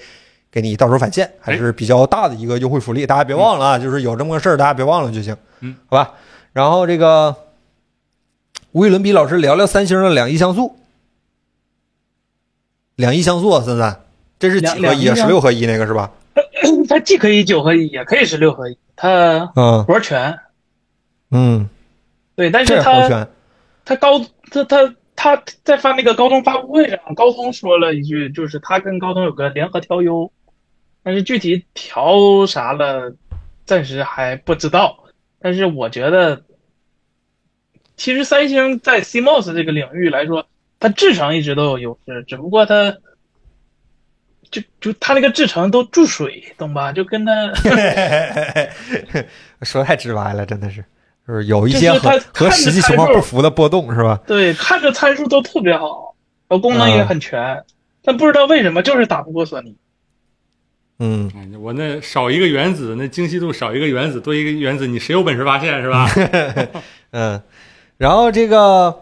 A: 给你到时候返现，还是比较大的一个优惠福利，大家别忘了啊，就是有这么个事儿，大家别忘了就行，
B: 嗯，
A: 好吧。然后这个无与伦比老师聊聊三星的两亿像素，两亿像素啊，森森，这是几合一啊？
C: 两两亿
A: 十
C: 像
A: 六合一那个是吧？
C: 它既可以九合一，也可以是六合一，它
A: 嗯
C: 活全。
A: 嗯，
C: 对，但
A: 这
C: 是
A: 是活
C: 它
A: 圈，
C: 他高他他他在发那个高通发布会上，高通说了一句，就是他跟高通有个联合调优，但是具体调啥了，暂时还不知道。但是我觉得，其实三星在 CMOS 这个领域来说，它制程一直都有优势，只不过它。就就它那个制程都注水，懂吧？就跟它
A: *laughs* 说太直白了，真的是，就是有一些
C: 就是
A: 和
C: 它
A: 和实际情况不符的波动是吧？
C: *laughs* 对看着参数都特别好，然后功能也很全，但不知道为什么就是打不过索尼。
A: 嗯，
B: 哎我那少一个原子，那精细度少一个原子，多一个原子，你谁有本事发现
A: *laughs*
B: 是吧？
A: 嗯，然后这个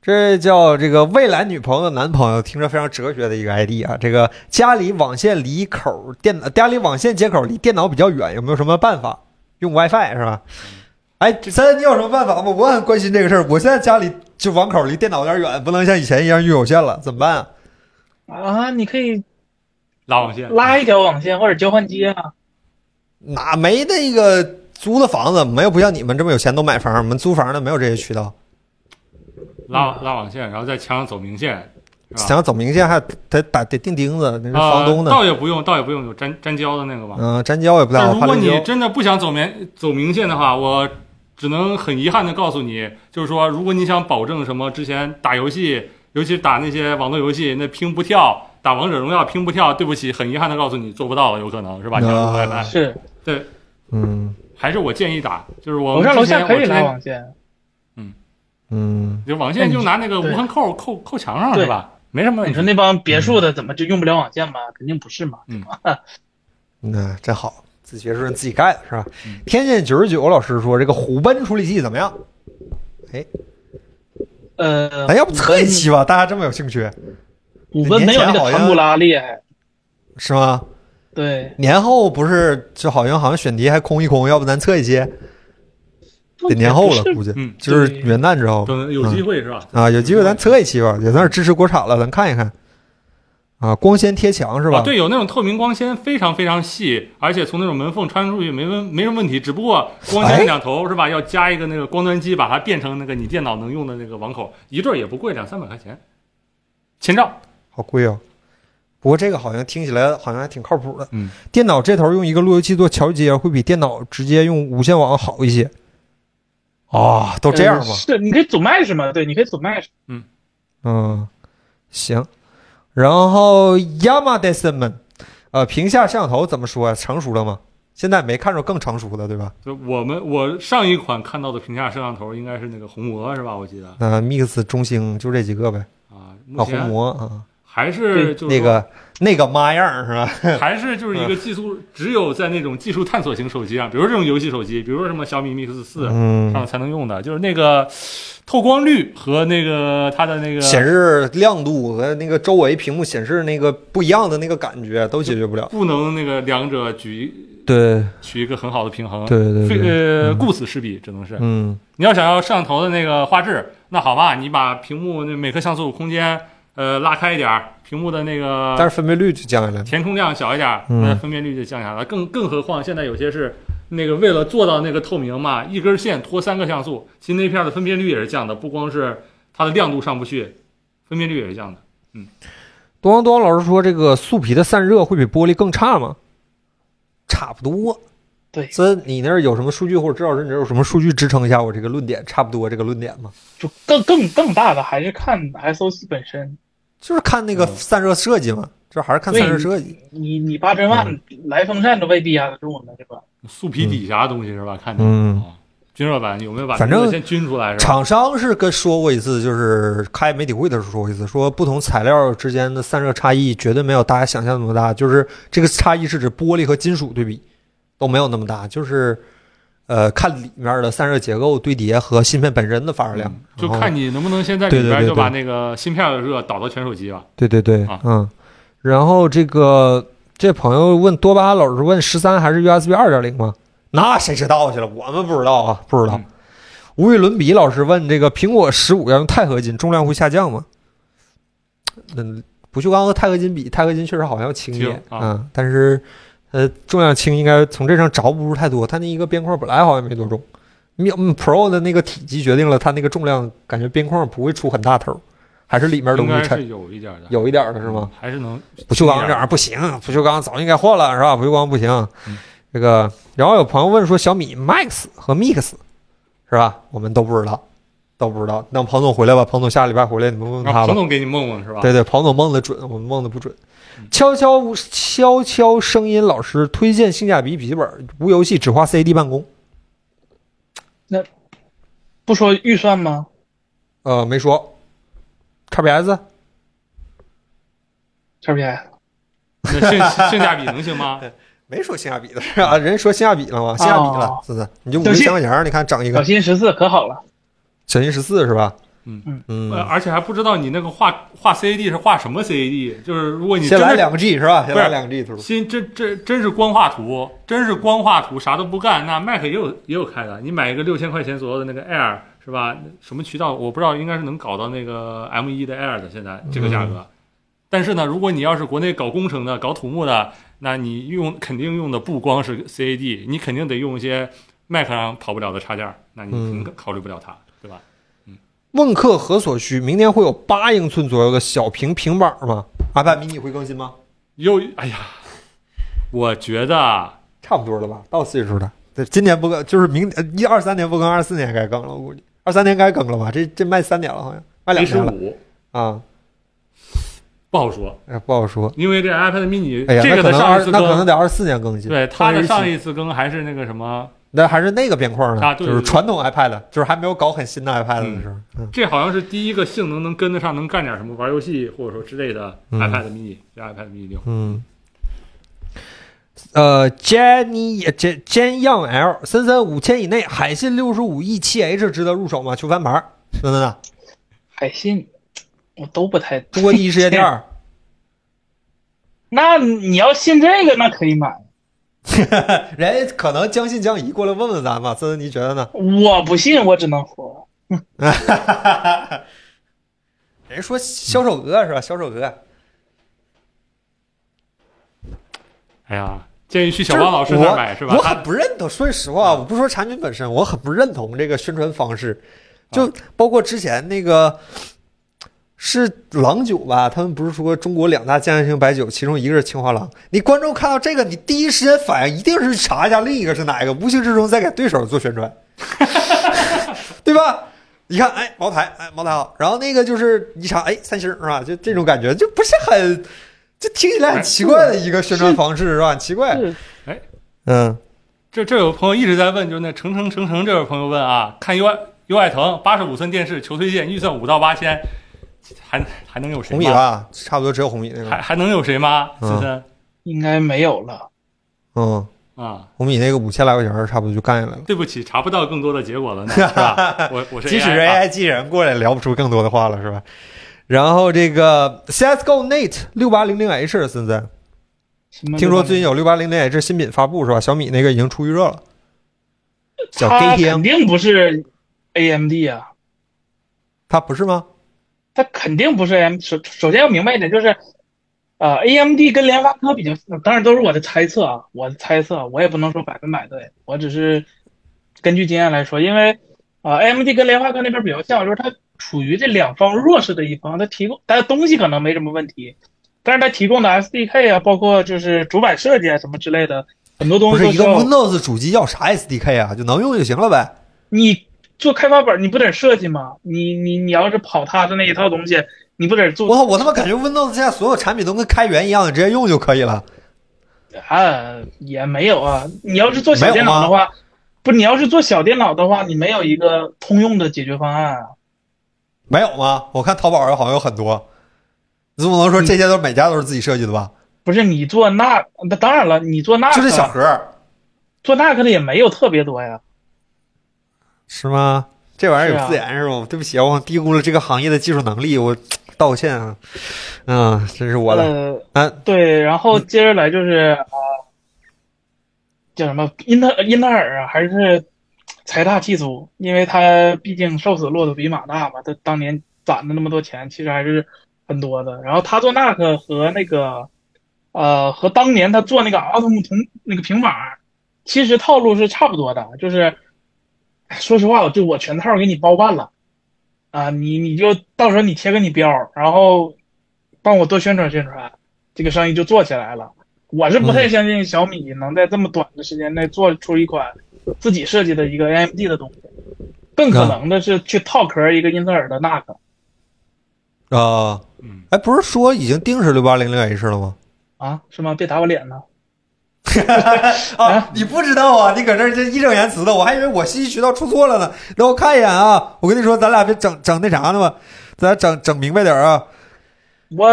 A: 这叫这个未来女朋友的男朋友，听着非常哲学的一个 ID 啊。这个家里网线离口电脑，家里网线接口离电脑比较远，有没有什么办法？用 WiFi 是吧？哎，三，你有什么办法吗？我很关心这个事儿。我现在家里就网口离电脑有点远，不能像以前一样用有线了，怎么办啊？
C: 啊，你可以
B: 拉网线，
C: 拉一条网线或者交换机啊。
A: 哪没那个租的房子？没有不像你们这么有钱都买房，我们租房的没有这些渠道。
B: 拉拉网线，然后在墙上走明线，是吧
A: 想要走明线还得打得钉钉子，那是
B: 啊
A: 房东的。
B: 倒也不用，倒也不用有粘粘胶的那个吧。
A: 嗯，粘胶也不太
B: 但
A: 好。
B: 如
A: 怕
B: 果
A: 凝胶
B: 你真的不想走明走明线的话，我只能很遗憾的告诉你，就是说，如果你想保证什么之前打游戏，尤其是打那些网络游戏，那拼不跳，打王者荣耀拼不跳，对不起，很遗憾的告诉你，做不到了，有可能是吧？
A: 啊
B: 加入 WiFi，
C: 是，
A: 嗯
B: 还是我建议打，就是我
C: 楼
B: 们
C: 上楼
B: 之前
C: 下
B: 我
C: 可以
B: 之
C: 拉
B: 前
C: 网线。
A: 嗯，
B: 就网线就拿那个无
C: 对
B: 痕扣扣扣墙上
C: 对
B: 是吧？没什么问
C: 你
B: 题
C: 说。那帮别墅的怎么就用不了网线吗？肯定不是嘛。
A: 那真好，自学是自己盖的是吧？
B: 嗯
A: 天剑九十九老师说这个虎贲处理器怎么样？
C: 呃，
A: 哎咱要不测一期吧？大家这么有兴趣
C: 五分没有那个唐古拉厉害。
A: 是吗？
C: 对，
A: 年后不是就好像好像选题还空一空，要不咱测一期？得年后了
C: 不是
A: 估计，
B: 嗯
A: 就是
C: 对
A: 元旦之后
B: 等有机会是吧？
A: 啊，有机会咱测一期吧，也算是支持国产了，咱看一看。啊，光纤贴墙是吧？
B: 啊，对，有那种透明光纤，非常非常细，而且从那种门缝穿出去没问没什么问题。只不过光纤
A: 哎
B: 那两头、是吧，要加一个那个光端机，把它变成那个你电脑能用的那个网口，一对儿也不贵，两三百块钱。千兆，
A: 好贵哦。不过这个好像听起来好像还挺靠谱的。
B: 嗯，
A: 电脑这头用一个路由器做桥接，会比电脑直接用无线网好一些。啊、都这样
C: 呃
A: 吗？
C: 是，你可以组 mesh 嘛？对，你可以组 mesh。
A: 嗯，行。然后 Yama Desmond，呃，屏下摄像头怎么说呀、成熟了吗？现在没看着更成熟的，对吧？
B: 就我们我上一款看到的评价摄像头应该是那个红魔是吧？我记得
A: 那 Mix、中兴就这几个呗。
B: 啊，
A: 啊，
B: 目
A: 红
B: 前
A: 魔啊，
B: 还是就是
A: 那嗯
B: 说
A: 个那个妈样儿是吧？
B: 还是就是一个技术，只有在那种技术探索型手机啊上，比如说这种游戏手机，比如说什么小米 Mix 四
A: 嗯
B: 上，啊才能用的，就是那个透光率和那个它的那个
A: 显示亮度和那个周围屏幕显示那个不一样的那个感觉都解决不了。
B: 不能那个两者举
A: 对
B: 取一个很好的平衡。
A: 对对
B: 非
A: 对，
B: 呃，
A: 嗯
B: 顾此失彼，只能是
A: 嗯，
B: 你要想要摄像头的那个画质，那好吧，你把屏幕那每颗像素空间呃拉开一点儿，屏幕的那个
A: 但是分辨率就降下来了。
B: 填充量小一点儿，
A: 嗯
B: 那分辨率就降下来了。更更何况现在有些是那个为了做到那个透明嘛，一根线拖三个像素，其实那片儿的分辨率也是降的，不光是它的亮度上不去，分辨率也是降的。
A: 东方东方老师说，这个素皮的散热会比玻璃更差吗？差不多。
C: 对
A: 这你那儿有什么数据，或者至少是你这儿有什么数据支撑一下我这个论点？差不多这个论点吗？
C: 就更更更大的还是看 SOC 本身。
A: 就是看那个
B: 嗯
A: 散热设计嘛，就还是看散热设计。
C: 你你八
A: 嗯
C: 千万来风扇都未必压得住呢，对吧？
B: 素皮底下的东西是吧？看见
A: 嗯
B: 啊，均热板有没有把
A: 反正
B: 这个先均出来是吧？
A: 厂商是跟说过一次，就是开媒体会的时候说过一次，说不同材料之间的散热差异绝对没有大家想象那么大，就是这个差异是指玻璃和金属对比都没有那么大，就是呃看里面的散热结构堆叠和芯片本身的发热量，
B: 嗯就
A: 然后
B: 看你能不能先在
A: 对
B: 里边
A: 对对
B: 就把那个芯片的热导到全手机吧。
A: 对对对，
B: 啊
A: 嗯，然后这个这朋友问多巴胺老师问十三还是 USB 二点零吗？那谁知道去了？我们不知道啊，不知道。
B: 嗯
A: 无与伦比老师问这个苹果十五要用钛合金，重量会下降吗？嗯，不锈钢和钛合金比，钛合金确实好像要轻一点
B: 轻啊
A: 嗯，但是呃重量轻应该从这上着不出太多，它那一个边框本来好像没多重。Mi- 嗯 Pro 的那个体积决定了它那个重量，感觉边框不会出很大头儿，还是里面东
B: 应该
A: 西沉
B: 是有一点的，嗯
A: 有一点儿的是吗？？
B: 还是能
A: 不锈钢这玩意儿不行，不锈钢早应该换了是吧？不锈钢不行
B: 嗯，
A: 这个。然后有朋友问说小米 Max 和 Mix 是吧？我们都不知道，都不知道。等彭总回来吧，彭总下礼拜回来你们问问
B: 让
A: 他吧
B: 啊彭。总给你梦梦是吧？
A: 对对，彭总蒙的准，我们蒙的不准。悄悄悄悄声音老师推荐性价比笔记本，无游戏只花 CAD 办公。
C: 不说预算吗？
A: 呃，没说。XPS
C: 这边
B: 那性性价比能
A: *laughs*
B: 行吗？
A: 没说性价比的事啊，人说性价比了吗？性价比了，是不是？你就五
C: 小
A: 十
C: 心
A: 三块钱儿，你看整一
C: 小
A: 个
C: 新十四可好了，
A: 小心十四是吧？
B: 嗯
C: 嗯
A: 嗯
B: 呃，，而且还不知道你那个画画 CAD 是画什么 CAD，就是如果你
A: 先
B: 真
A: 来
B: 的
A: 两个 G 是吧？先
B: 不
A: 来
B: 是
A: 两个 G 图。
B: 新真真真是光画图，真是光画图，啥都不干，那 Mac 也有也有开的，你买一个六千块钱左右的那个 Air 是吧？什么渠道我不知道，应该是能搞到那个 M E 1的 Air 的，现在
A: 嗯
B: 这个价格。但是呢，如果你要是国内搞工程的、搞土木的，那你用肯定用的不光是 CAD，你肯定得用一些 Mac 上跑不了的插件儿，那你肯定考虑不了
A: 嗯
B: 它，对吧？
A: 梦客何所需？明年会有八英寸左右的小屏平板吗？iPad mini 会更新吗？
B: 又哎呀，我觉得啊。
A: 差不多了吧，到岁数了。对，今年不更，就是明呃一二三年不更，二四年该更了，我估计二三年该更了吧？这这卖三年了，好像卖两
B: A 十
A: 年了
B: 五
A: 啊、
B: 不好说，
A: 哎不好说。
B: 因为这 iPad mini
A: 哎呀，
B: 这个
A: 那可
B: 的
A: 能
B: 上一
A: 二
B: 次
A: 那可能
B: 更，
A: 得二四年更新。
B: 对它的上
A: 一
B: 一次更还是那个什么，
A: 那还是那个边框呢，
B: 啊对
A: 就是
B: 对
A: 传统 iPad，就是还没有搞很新的 iPad 的时候。嗯
B: 这好像是第一个性能能跟得上，能干点什么玩游戏或者说之类的
A: 嗯
B: iPad mini，这 iPad mini 六。
A: 嗯，呃，Jenny Jen Jen Young L 森森五千以内，海信六十五 E 七 H 值得入手吗？求翻牌儿，等等等，
C: 海信我都不太。
A: 中国第一世界第二，
C: 那你要信这个，那可以买。
A: 人家可能将信将疑过来问问咱嘛，森森你觉得呢？
C: 我不信，我只能说，
A: 人家说销售额是吧？销售额，
B: 哎呀，建议去小汪老师
A: 就是
B: 那
A: 我
B: 儿买是吧
A: 我？
B: 他
A: 很不认同，说实话，我不说产品本身，我很不认同这个宣传方式，
B: 啊
A: 就包括之前那个。是郎酒吧？他们不是说中国两大酱香型白酒，其中一个是青花郎。你观众看到这个，你第一时间反应一定是查一下另一个是哪一个，无形之中在给对手做宣
B: *laughs*
A: 传，对吧？一看，哎，茅台，哎，茅台好。然后那个就是一查，哎，三星是吧？就这种感觉，就不是很，就听起来很奇怪的一个宣传方式是吧？很奇怪。
C: 是
B: 哎，
A: 嗯，
B: 这这有朋友一直在问，就是那成成成成这位朋友问啊，看优爱优爱腾八十五寸电视，求推荐，预算五到八千，还还能有谁
A: 红米
B: 吗？
A: 吧，差不多只有红米那
B: 还
A: 个。
B: 还能有谁吗？
A: 嗯
B: 森森
C: 应该没有了。
A: 嗯，
B: 啊，
A: 红米那个五千来块钱儿差不多就干下来了。
B: 对不起，查不到更多的结果了呢，是吧？我我
A: *laughs*
B: 是
A: 即使
B: AI 啊
A: AI 机器人过来，聊不出更多的话了，是吧？然后这个 CSGO Nate 六八零零 H 森森，
C: 什么
A: 听说最近有六八零零 H 新品发布是吧？小米那个已经出预热了，叫
C: 它
A: g a t
C: 肯定不是 AMD 啊，
A: 它不是吗？
C: 它肯定不是 AM。首首先要明白一点，就是呃，AMD 跟联发科比较，呃当然都是我的猜测啊，我的猜测，我也不能说百分百对，我只是根据经验来说，因为啊、a m d 跟联发科那边比较像，就是它处于这两方弱势的一方，它提供它的东西可能没什么问题，但是它提供的 SDK 啊，包括就是主板设计啊什么之类的，很多东
A: 不
C: 西
A: 是
C: 都
A: 一个
C: 需要
A: Windows 主机要啥 SDK 啊？就能用就行了呗。
C: 你做开发本，你不得设计吗？你你你要是跑他的那一套东西，你不得
A: 我
C: 做
A: 操，我他妈感觉 Windows 现在所有产品都跟开源一样，你直接用就可以了。
C: 啊？也没有啊。你要是做小电脑的话，不，你要是做小电脑的话，你没有一个通用的解决方案啊。
A: 没有吗？我看淘宝上好像有很多，你总不能说这些都是每家都是自己设计的吧？
C: 不是你做那，那当然了，你做那
A: 就这小盒儿
C: 做那个的也没有特别多呀。
A: 是吗？这玩意儿
C: 是
A: 有
C: 啊
A: 自研是吗？对不起啊，我低估了这个行业的技术能力，我道歉啊。嗯，真是我的。
C: 呃，
A: 嗯，
C: 对，然后接着来就是啊、叫什么？英特英特尔啊，还是财大气粗，因为他毕竟瘦死骆驼比马大嘛，他当年攒的那么多钱，其实还是很多的。然后他做那个和那个，呃，和当年他做那个阿童木同那个平板儿，其实套路是差不多的，就是哎说实话，我就我全套给你包办了。啊，你你就到时候你贴个你标儿，然后帮我多宣传宣传，这个生意就做起来了。我是不太相信小米能在这么短的时间内做出一款自己设计的一个 AMD 的东西，更可能的是去套壳一个英特尔的那个。
A: 啊，
B: 嗯，
A: 哎，不是说已经定是六八零零 H 了吗？
C: 啊，是吗？别打我脸呐！哎
A: 啊，你不知道啊？你搁这儿这义正言辞的，我还以为我信息渠道出错了呢。那我看一眼啊，我跟你说，咱俩别整整那啥呢嘛，咱整整明白点儿啊。
C: 我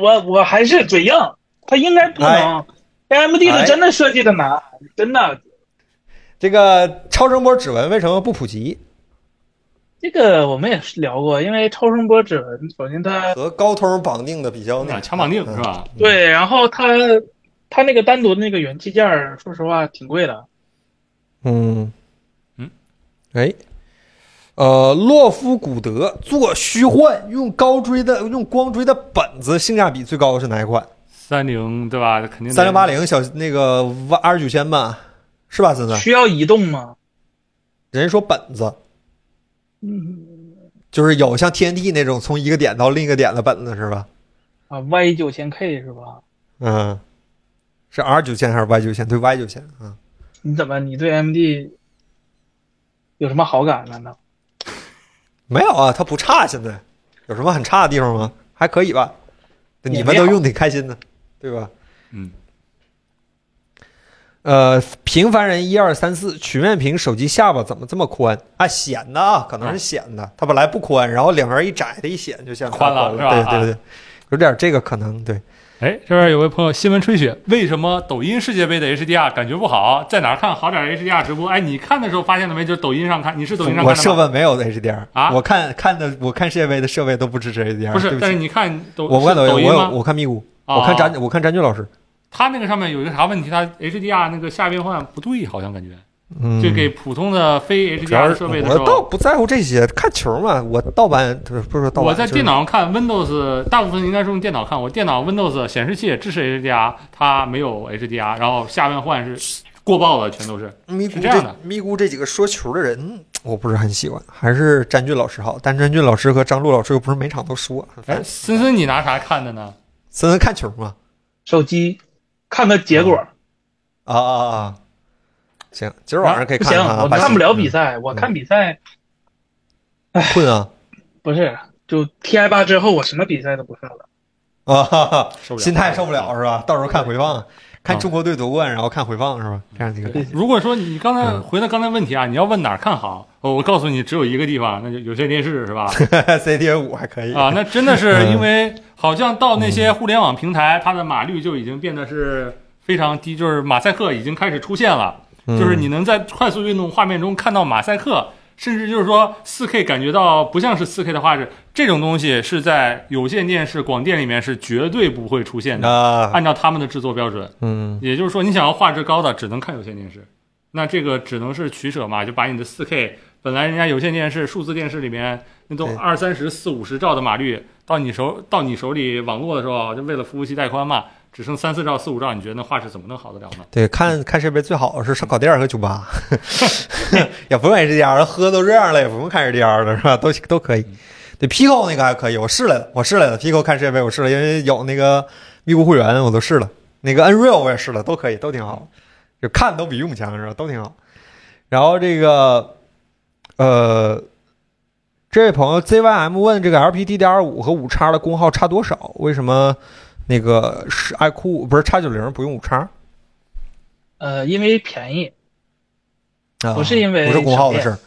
C: 我我还是嘴硬，它应该不能。AMD
A: 哎
C: 的真的设计的难，真的。
A: 这个超声波指纹为什么不普及？
C: 这个我们也是聊过，因为超声波指纹，首先它
A: 和高通绑定的比较那
B: 啊强绑定
A: 嗯
B: 是吧？
C: 对，然后它它那个单独的那个元器件儿，说实话挺贵的。
A: 嗯，
B: 嗯，
A: 哎，呃，洛夫古德做虚幻，用高追的用光追的本子，性价比最高的是哪一款？
B: 三菱对吧？肯定得
A: 三零八零小那个 R 九千吧，是吧，森森？
C: 需要移动吗？
A: 人家说本子
C: 嗯
A: 就是有像天地那种从一个点到另一个点的本子是吧？
C: 啊，Y 九千 K 是吧？
A: 嗯，是 R 九千还是 Y 九千？对，Y 九千啊。
C: 你怎么你对 MD 有什么好感？难道
A: 没有啊，它不差，现在有什么很差的地方吗？还可以吧，你们都用挺开心的，对吧？
B: 嗯，
A: 呃，平凡人一二三四曲面屏手机下巴怎么这么宽啊？显的啊，可能是显的，它本来不宽，然后两边一窄，它一显就像
B: 宽了
A: 了，
B: 是吧啊
A: 对对对，有点这个可能，对。
B: 哎，这边有位朋友新闻吹雪，为什么抖音世界杯的 HDR 感觉不好？在哪儿看好点儿 HDR 直播？哎，你看的时候发现了没？就是抖音上看，你是抖音上
A: 我
B: 看的
A: 设
B: 吗？
A: 备没有的 HDR，、
B: 啊
A: 我看看的我看世界杯的设备都不支持 HDR，
B: 不
A: 对
B: 是，
A: 不
B: 但是
A: 起，
B: 你看抖，
A: 我不看
B: 是
A: 抖音，
B: 音
A: 我有
B: 吗？
A: 我看咪咕，
B: 啊
A: 我看詹我看詹俊老师，
B: 它那个上面有一个啥问题？它 HDR 那个下变换不对，好像感觉
A: 嗯，
B: 就给普通的非
A: 主要
B: HDR
A: 是
B: 设备的
A: 我
B: 时
A: 倒
B: 候，
A: 不在乎这些，看球嘛。我盗版不是不是说盗版，
B: 我在
A: 就是
B: 电脑上看 Windows，大部分应该是用电脑看，我电脑 Windows 显示器也支持 HDR，它没有 HDR，然后下变换是过爆的，全都是。
A: 咪咕
B: 是这样的
A: 咪咕这几个说球的人，我不是很喜欢，还是詹俊老师好。但詹俊老师和张璐老师又不是每场都说，很
B: 哎
A: 烦，。
B: 森森，你拿啥看的呢？
A: 森森看球嘛，
C: 手机看个结果？
A: 啊啊啊！行，今儿晚上可以
C: 不
A: 看
C: 行，
A: 啊
C: 我
A: 把
C: 看不了比
A: 嗯
C: 赛，我看比赛
A: 困啊啊
C: *laughs* 不是就 TI 八之后，我什么比赛都不看了。
A: 啊，哈哈
B: 受不了啊
A: 心态受不了是吧？到时候看回放，啊看中国队夺冠，然后看回放是吧？这样的一个感觉。
B: 如果说你刚才
A: 嗯
B: 回到刚才问题啊，你要问哪儿看好，哦我告诉你只有一个地方，那就有线电视是吧？
A: *laughs* CTA 五还可以
B: 啊，那真的是
A: 嗯
B: 因为好像到那些互联网平台，它的码率就已经变得是非常低，就是马赛克已经开始出现了，
A: 嗯
B: 就是你能在快速运动画面中看到马赛克，甚至就是说 4K 感觉到不像是 4K 的画质，这种东西是在有线电视、广电里面是绝对不会出现的。
A: 啊，
B: 按照他们的制作标准，
A: 嗯
B: 也就是说，你想要画质高的，只能看有线电视。那这个只能是取舍嘛，就把你的 4K，本来人家有线电视、数字电视里面那都
A: 对
B: 二三十、四五十兆的码率，到你手到你手里网络的时候，就为了服务器带宽嘛，只剩三四兆、四五兆，你觉得那画质怎么能好得了呢？
A: 对，看看谁杯最好是烧烤店和酒吧， *laughs* 也不用 HDR，喝都这样了，也不用看 HDR 了是吧？都都可以。对 Pico 那个还可以，我试了，我试了 Pico 看世界杯，我试了，因为有那个咪咕会员，我都试了，那个 Unreal 我也试了，都可以，都挺好，就看都比用强是吧？都挺好。然后这个，呃，这位朋友 ZYM 问这个 LPDDR 五和五叉的功耗差多少？为什么那个是爱酷不是叉九零不用五叉？
C: 呃，因为便宜，
A: 啊
C: 不是因为
A: 不是功耗的事儿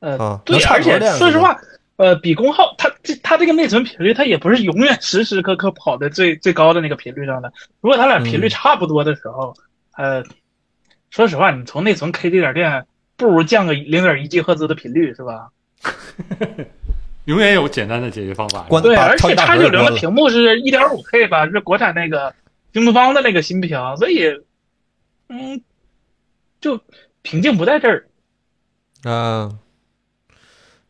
C: 呃，
A: 啊，
C: 对
A: 能，差
C: 而
A: 不多
C: 且
A: 量
C: 说实
A: 是吧，
C: 话，呃，比功耗，它这它这个内存频率，它也不是永远时时刻刻跑在最最高的那个频率上的。如果它俩频率
A: 嗯
C: 差不多的时候，呃，说实话，你从内存 K 这点电，不如降个零点一 G 赫兹的频率是吧？
B: 永远有简单的解决方法。
A: 关
C: 对，啊
A: 把
C: 而
A: 超
C: 且
A: 级大
C: 叉
A: 盒
C: 九
A: 也关
C: 零
A: 了
C: 的屏幕是一点五 K 吧，是国产那个京东方的那个新屏，所以，嗯，就瓶颈不在这儿。
A: 嗯。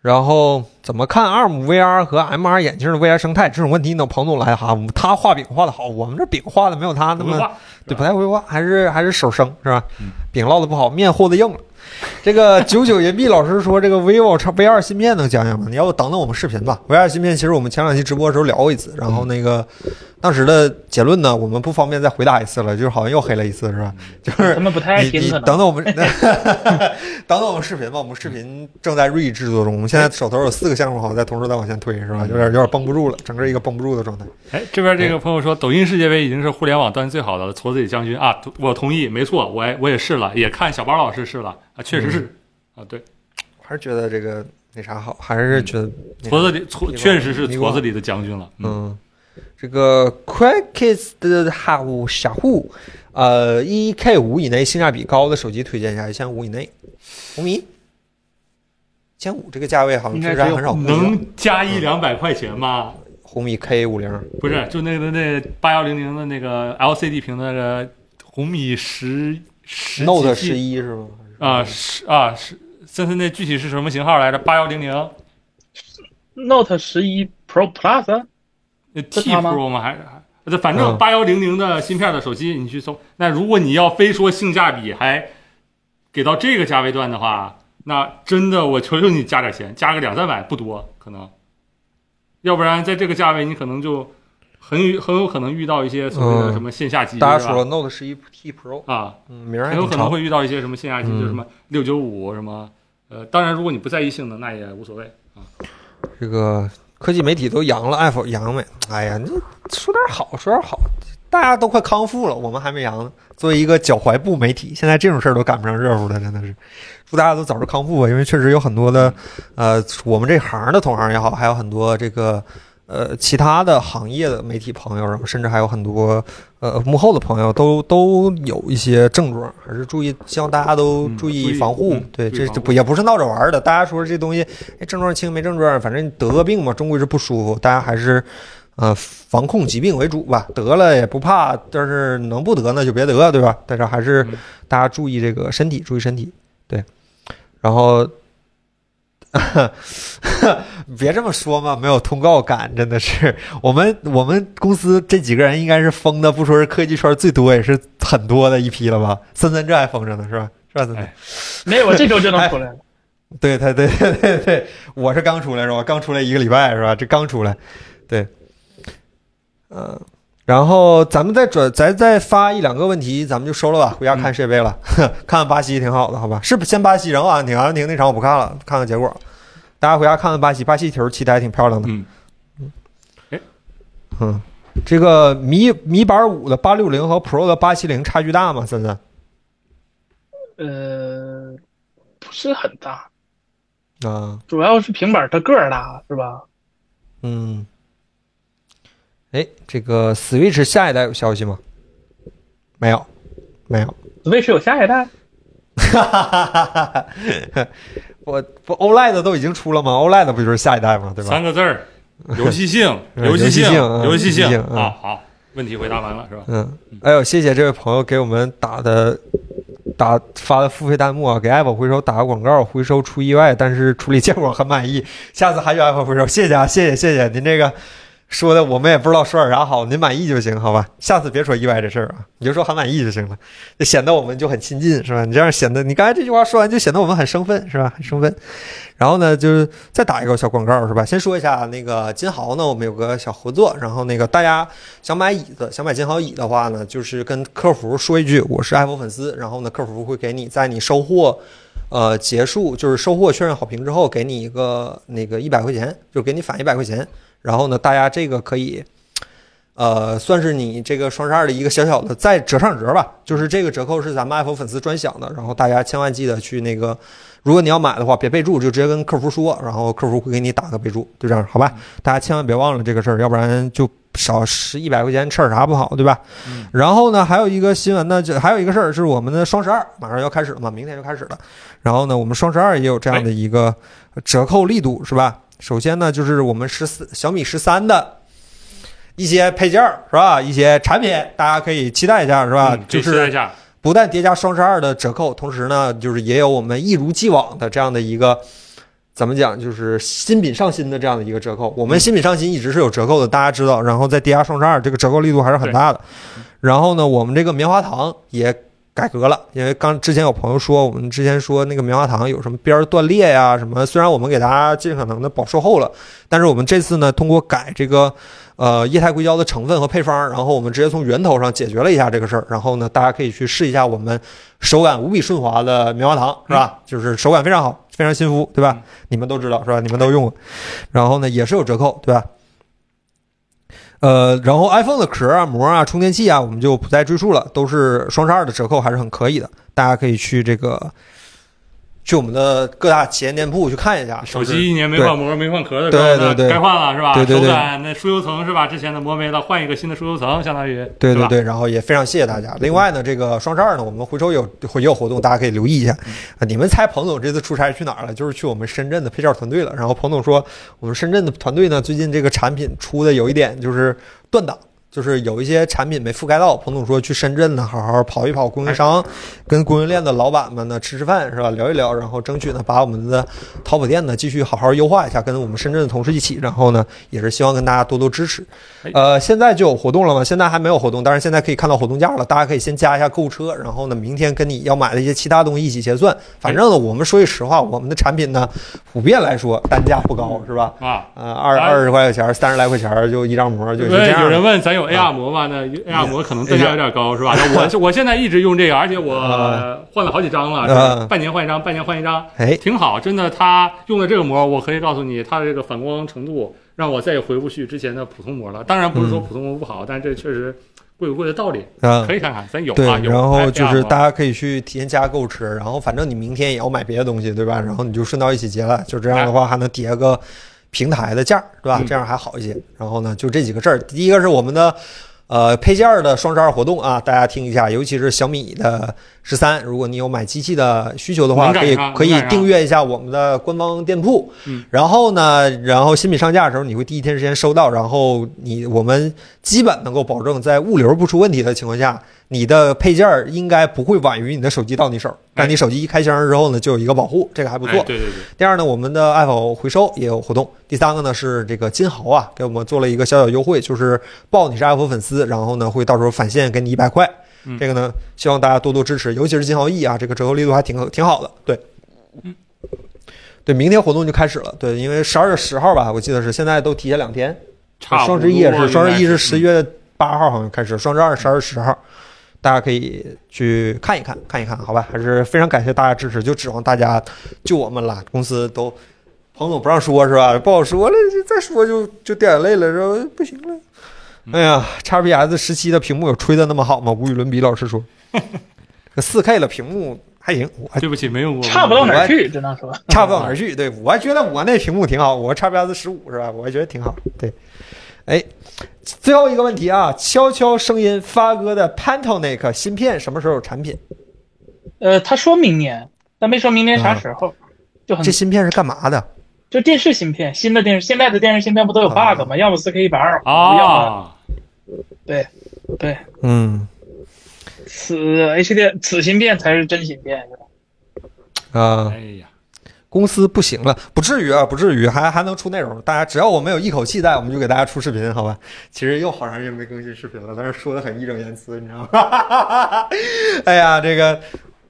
A: 然后怎么看 ARM VR 和 MR 眼镜的未来生态这种问题呢？彭总来哈，我们他画饼画的好，我们这饼画的没有他那
B: 不会
A: 么
B: 画
A: 对，
B: 是吧
A: 不太会画，还是还是手生是吧？
C: 嗯
A: 饼烙的不好，面和的硬了。这个九九银币老师说，这个 vivo X V 二芯片能讲讲吗？你要不等等我们视频吧。V 二芯片其实我们前两期直播的时候聊过一次，然后
C: 嗯
A: 那个当时的结论呢，我们不方便再回答一次了，就是好像又黑了一次是吧？就是
C: 他们不太爱
A: 你
C: 听
A: 你
C: 可
A: 等
C: 能。
A: 等我们， *laughs* 等等我们视频吧，我们视频正在锐意制作中，我们现在手头有四个项目，好像在同时在往前推，是吧？有点有点绷不住了，整个一个绷不住的状态。
B: 哎，这边这个朋友说，抖音世界杯已经是互联网端最好的了，矬子里将军啊，我同意，没错，我也我也试了，也看小包老师试了啊，确实
A: 嗯
B: 是、啊，对，
A: 我还是觉得这个那啥好，还是觉得
C: 嗯
A: 那啥
B: 矬子里矬
A: 你
B: 确实是
A: 你给我
B: 矬子里的将军了，嗯，
A: 嗯，这个 Quickest 的哈乌傻户，呃，一 K 五以内性价比高的手机推荐一下，一千五以内，红米，一千五这个价位好像
C: 应
A: 平
C: 该
A: 时还
C: 只有
A: 很少嗯会有。
B: 能加一两百块钱吗？
A: 红米 K 五零，
B: 不是，就那个那八幺零零的那个 LCD 屏的那个红米十十
A: Note
B: 几 G
A: 十一是吗？
B: 啊十啊十，森森那具体是什么型号来着？八幺零零
C: Note 十一 Pro Plus 啊
B: T
C: 它吗
B: Pro 吗？还是还？反正
A: 嗯
B: 八幺零零的芯片的手机，你去搜。那如果你要非说性价比还给到这个价位段的话，那真的我求求你加点钱，加个两三百不多可能，要不然在这个价位你可能就很有很有可能遇到一些所谓
A: 嗯
B: 的什么线下机，
A: 大家
B: 是吧
A: 说 Note 十一 T Pro，
B: 啊，
A: 嗯，名儿还
B: 很有
A: 挺
B: 可能
A: 长。
B: 会遇到一些什么线下机，
A: 嗯
B: 就是什么六九五什么，呃，当然如果你不在意性能，那也无所谓。
A: 这个科技媒体都扬了，Apple 扬没？哎呀，你说点好，说点好，大家都快康复了，我们还没扬呢。作为一个脚踝部媒体，现在这种事儿都赶不上热乎了，真的是。祝大家都早日康复吧，因为确实有很多的，呃，我们这行的同行也好，还有很多这个。呃，其他的行业的媒体朋友，然后甚至还有很多呃幕后的朋友，都都有一些症状，还是注意，希望大家都
B: 嗯
A: 注
B: 注
A: 意
B: 意
A: 防护。
B: 嗯
A: 对，
B: 注
A: 这
B: 意防
A: 这
B: 护
A: 不也不是闹着玩儿的，大家说这东西哎，症状轻没症状，反正得个病嘛，终归是不舒服，大家还是呃防控疾病为主吧。得了也不怕，但是能不得呢就别得，对吧？但是还是
B: 嗯
A: 大家注意这个身体，注意身体，对。然后 *laughs* 别这么说嘛，没有通告感，真的是我们我们公司这几个人应该是封的，不说是科技圈最多，也是很多的一批了吧？森森这还封着呢，是吧？是吧，森森？
B: 哎
C: 没有，我啊这周就
A: 哎
C: 能出来了。
A: *laughs* 对，他对对对对，我是刚出来是吧？刚出来一个礼拜是吧？这刚出来，对，嗯、然后咱们再转，咱再发一两个问题，咱们就收了吧，回家看世界杯了， *laughs* 看看巴西挺好的，好吧？是不先巴西，然后阿根廷，阿根廷那场我不看了，看看结果，大家回家看看巴西，巴西球踢的还挺漂亮的，
B: 嗯，
A: 嗯，这个米米板五的八六零和 Pro 的八七零差距大吗？森森
C: 呃，不是很大，
A: 啊，
C: 主要是平板它个儿大，是吧？
A: 嗯，哎，这个 Switch 下一代有消息吗？没有，没有。
C: Switch 有下一代，
A: 哈哈哈哈哈！ *laughs* 我不 OLED 都已经出了吗？OLED 不就是下一代吗？对吧
B: 三？个字儿，游
A: *laughs*
B: 戏性，
A: 嗯
B: 游戏
A: 游戏性嗯
B: 游戏
A: 游戏
B: 性
A: 性嗯
B: 啊！好，问题回答完了是吧？
A: 嗯，哎呦，谢谢这位朋友给我们打的打发的付费弹幕啊，给 Apple 回收打个广告，回收出意外，但是处理结果很满意，下次还有 Apple 回收，谢谢啊，谢谢谢谢，您这个说的我们也不知道说点啥好，您满意就行，好吧？下次别说意外这事儿啊，你就说还满意就行了，就显得我们就很亲近，是吧？你这样显得你刚才这句话说完就显得我们很生分，是吧？很生分。然后呢，就是再打一个小广告，是吧？先说一下那个金豪呢，我们有个小合作，然后那个大家。想买椅子，想买金豪椅的话呢，就是跟客服说一句我是 Apple 粉丝，然后呢，客服会给你在你收货，呃，结束就是收货确认好评之后，给你一个那个一百块钱，就给你返一百块钱。然后呢，大家这个可以，呃，算是你这个双十二的一个小小的再折上折吧。就是这个折扣是咱们 Apple 粉丝专享的，然后大家千万记得去那个。如果你要买的话，别备注，就直接跟客服说，然后客服会给你打个备注，就这样，好
B: 嗯
A: 吧？大家千万别忘了这个事儿，要不然就少十一百块钱吃点啥不好，对吧？
B: 嗯
A: 然后呢，还有一个新闻呢，就还有一个事儿是我们的双十二马上要开始了嘛，明天就开始了。然后呢，我们双十二也有这样的一个折扣力度，是吧？首先呢，就是我们十四小米十三的一些配件儿，是吧？一些产品，大家可以期待一下，是吧？
B: 嗯可
A: 啊就
B: 以期待
A: 是
B: 一下，
A: 不但叠加双十二的折扣，同时呢，就是也有我们一如既往的这样的一个怎么讲，就是新品上新的这样的一个折扣。我们新品上新一直是有折扣的，大家知道。然后再叠加双十二，这个折扣力度还是很大的。然后呢，我们这个棉花糖也改革了，因为刚之前有朋友说，我们之前说那个棉花糖有什么边儿断裂呀、什么，虽然我们给大家尽可能的保售后了，但是我们这次呢，通过改这个。呃，液态硅胶的成分和配方，然后我们直接从源头上解决了一下这个事儿。然后呢，大家可以去试一下我们手感无比顺滑的棉花糖，是吧？就是手感非常好，非常亲肤，对吧？你们都知道是吧？你们都用过。然后呢，也是有折扣，对吧？呃，然后 iPhone 的壳啊、膜啊、充电器啊，我们就不再赘述了，都是双十二的折扣还是很可以的，大家可以去这个去我们的各大旗舰店铺去看一下。
B: 手
A: 就是
B: 机一年没换膜没换壳的时
A: 对
B: 候呢，
A: 对对
B: 该换了是吧？
A: 对对对
B: 手感那疏油层是吧？之前的磨没了，换一个新的疏油层，相当于
A: 对对
B: 是吧？嗯
A: 对，然后也非常谢谢大家。另外呢，这个双十二呢，我们回收有会有活动，大家可以留意一下。
B: 嗯
A: 啊，你们猜彭总这次出差去哪儿了？就是去我们深圳的配件团队了。然后彭总说，我们深圳的团队呢，最近这个产品出的有一点就是断档。就是有一些产品没覆盖到，彭总说去深圳呢，好好跑一跑供应商，
B: 哎
A: 跟供应链的老板们呢吃吃饭是吧，聊一聊，然后争取呢把我们的淘宝店呢继续好好优化一下，跟我们深圳的同事一起，然后呢也是希望跟大家多多支持。呃，现在就有活动了吗？现在还没有活动，但是现在可以看到活动价了，大家可以先加一下购物车，然后呢，明天跟你要买的一些其他东西一起结算。反正呢，我们说句实话，我们的产品呢，普遍来说单价不高，是吧？
B: 啊。
A: 呃，二
B: 哎
A: 二十块钱，三十来块钱就一张膜，就
B: 对，
A: 是这样啊
B: 哎有人
A: 了。
B: 问咱有 AR 膜吗？那 AR 膜可能单价有点高，是吧？
A: 哎呀 *laughs*
B: 那我我现在一直用这个，而且我
A: 啊
B: 换了好几张了，
A: 啊
B: 是吧半年换一张，半年换一张，
A: 哎，
B: 挺好，真的。它用的这个膜，我可以告诉你，它的这个反光程度让我再也回不去之前的普通膜了。当然不是说
A: 嗯
B: 普通膜不好，但这确实贵有贵的道理，
A: 嗯
B: 可，以看看，咱有
A: 对
B: 啊，，有。
A: 然后就是大
B: 大
A: 家可以去提前加购物车，然后反正你明天也要买别的东西，对吧？然后你就顺道一起结了，就这样的话还能叠个平台的价，对吧？
B: 哎嗯
A: 这样还好一些。然后呢，就这几个事儿，第一个是我们的。呃，配件儿的双十二活动啊，大家听一下，尤其是小米的十三，如果你有买机器的需求的话，
B: 能赶
A: 可以
B: 上
A: 可以
B: 能赶上
A: 订阅一下我们的官方店铺。
B: 啊嗯，
A: 然后呢，然后新品上架的时候，你会第一天时间收到，然后你我们基本能够保证在物流不出问题的情况下，你的配件儿应该不会晚于你的手机到你手。但你手机一开箱之后呢，就有一个保护，这个还不错。
B: 哎对对对，
A: 第二呢，我们的 Apple 回收也有活动。第三个呢是这个金豪啊，给我们做了一个小小优惠，就是报你是 Apple 粉丝，然后呢会到时候返现给你一百块。
B: 嗯
A: 这个呢，希望大家多多支持，尤其是金豪 E 啊，这个折扣力度还挺挺好的。对，
B: 嗯
A: 对，明天活动就开始了。对，因为十二月十号吧，我记得是，现在都提前两天。
B: 差不多
A: 双十一也
B: 应该
A: 是，
B: 是
A: 双十一是十一月八号好像开始，双十二十二月十号，大家可以去看一看，看一看，好吧？还是非常感谢大家支持，就指望大家救我们了，公司都。彭总不让说是吧？不好说了，这再说就就掉眼泪了，说不行了。
B: 嗯
A: 哎呀，x P S 十七的屏幕有吹的那么好吗？无与伦比，老
B: *laughs*
A: 实说，四 K 了屏幕还行，我还
B: 对不起，没用过，
C: 差不到哪儿去，只能说。
A: 差不到哪儿去。对我还觉得我那屏幕挺好，我 x P S 十五是吧？我还觉得挺好。对，哎，最后一个问题啊，悄悄声音发哥的 Pantonic 芯片什么时候有产品？
C: 呃，他说明年，但没说明年啥时候，就很
A: 嗯这芯片是干嘛的？
C: 就电视芯片，新的电视，现在的电视芯片不都
A: 嗯
C: 有 bug 吗？要么四 K 一百二，要么
B: 啊，
C: 对对，
A: 嗯
C: 此 HD 此芯片才是真芯片，是吧
A: 啊
B: 哎，呀，
A: 公司不行了，不至于啊，不至于，还还能出内容。大家只要我们有一口气在，我们就给大家出视频，好吧？其实又好长时间没更新视频了，但是说的很义正言辞，你知道吗？ *laughs* 哎呀，这个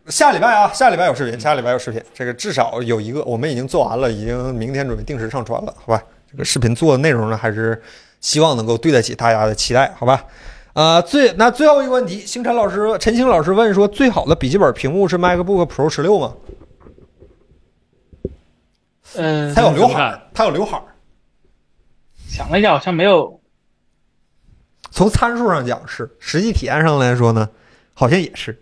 A: 下礼拜啊，下礼拜有视频，下礼拜有视频，这个至少有一个，我们已经做完了，已经明天准备定时上传了，好吧？这个视频做的内容呢，还是希望能够对得起大家的期待，好吧？呃，最那最后一个问题，星辰老师、陈星老师问说，最好的笔记本屏幕是 MacBook Pro 十六吗？
C: 嗯、
A: 它有刘海
B: 怎么
A: 儿
B: 看，
A: 它有刘海儿。
C: 想了一下，好像没有，
A: 从参数上讲是，实际体验上来说呢，好像也是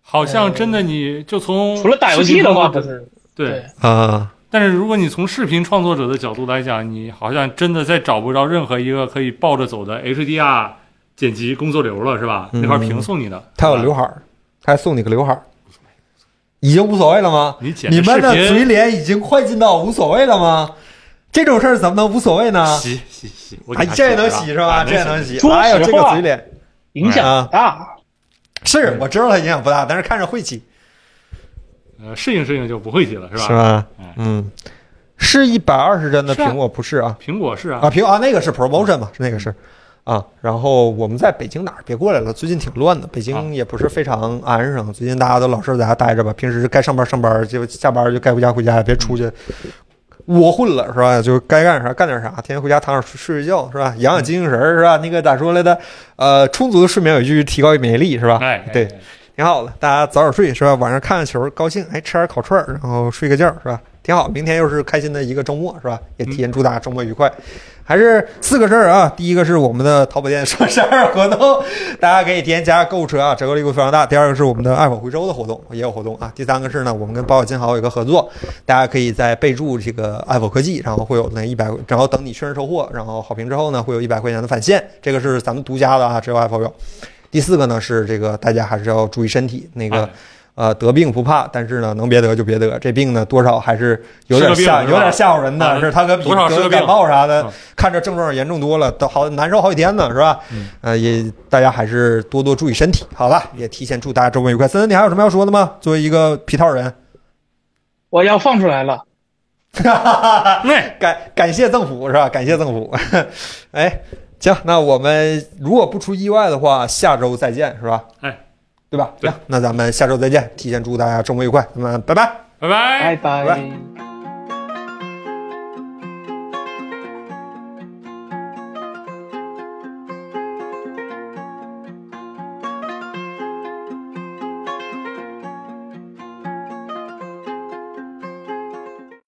B: 好像真的你就从
C: 除了打游戏的话，不是
B: 对，
A: 啊、
B: 但是如果你从视频创作者的角度来讲，你好像真的再找不着任何一个可以抱着走的 HDR 剪辑工作流了，是吧？
A: 嗯
B: 那块屏送你的，
A: 它有
B: 是吧
A: 刘海儿，它还送你个刘海儿，已经无所谓了吗？
B: 你剪
A: 你们的
B: 视
A: 嘴
B: 频，
A: 脸已经快进到无所谓了吗？这种事儿怎么能无所谓呢？
B: 啊洗洗洗，我给
A: 哎，
B: 它
A: 这也
B: 剪
A: 能
B: 了
A: 洗是吧？
B: 啊
A: 这也能洗
C: 说实。话
A: 哎呦，这个嘴脸
C: 影响
A: 嗯
C: 很大。
A: 是我知道它影响不大，但是看着晦气
B: 呃，适应适应就不会洗了，是吧？
A: 吧
B: 哎
A: 嗯，是一百二十帧的
B: 是啊
A: 苹果不是啊？
B: 苹果是啊，
A: 啊，苹啊那个是 promotion 嘛，是那个是啊。然后我们在北京哪儿别过来了，最近挺乱的，北
B: 啊
A: 京也不是非常安生。最近大家都老实在家待着吧，平时该上班上班，就下班就该回家回家，别出去窝混了是吧？就该干啥干点啥，天天回家躺着睡睡觉是吧？养养精神儿是吧？那个咋说来的？呃，充足的睡眠有助于提高免疫力是吧？
B: 哎，哎
A: 对，，挺好的，大家早点睡是吧？晚上看看球，高兴，哎，吃点烤串儿，然后睡个觉是吧？挺好，明天又是开心的一个周末是吧？也
B: 嗯
A: 提前祝大家周末愉快。还是四个事儿啊，第一个是我们的淘宝店双十二活动，大家可以提前加购物车啊，折扣力度非常大。第二个是我们的爱否回收的活动也有活动啊。第三个是呢，我们跟宝岛金豪有一个合作，大家可以在备注这个爱否科技，然后会有那一百，然后等你确认收货，然后好评之后呢，会有一百块钱的返现，这个是咱们独家的啊，只有爱否有。第四个呢是这个大家还是要注意身体，那个、
B: 哎
A: 呃得病不怕，但是呢能别得就别得，这病呢多少还是有点
B: 是个病
A: 吓
B: 是吧
A: 有点吓唬人的，
B: 啊
A: 是它可比
B: 多少是个
A: 得
B: 病
A: 感冒啥的，
B: 嗯
A: 看着症状严重多了，都好难受好几天呢，是吧？
B: 嗯
A: 呃也大家还是多多注意身体，好吧？也提前祝大家周末愉快。森森，你还有什么要说的吗？作为一个皮套人， *laughs*
C: 我要放出来了，
B: 那
A: 感感谢政府是吧？感谢政府。 *laughs* 哎，行，那我们如果不出意外的话，下周再见是吧？
B: 哎，
A: 对吧？
B: 对
A: 行，那咱们下周再见，提前祝大家周末愉快，咱们拜拜。
B: 拜拜。
C: 拜拜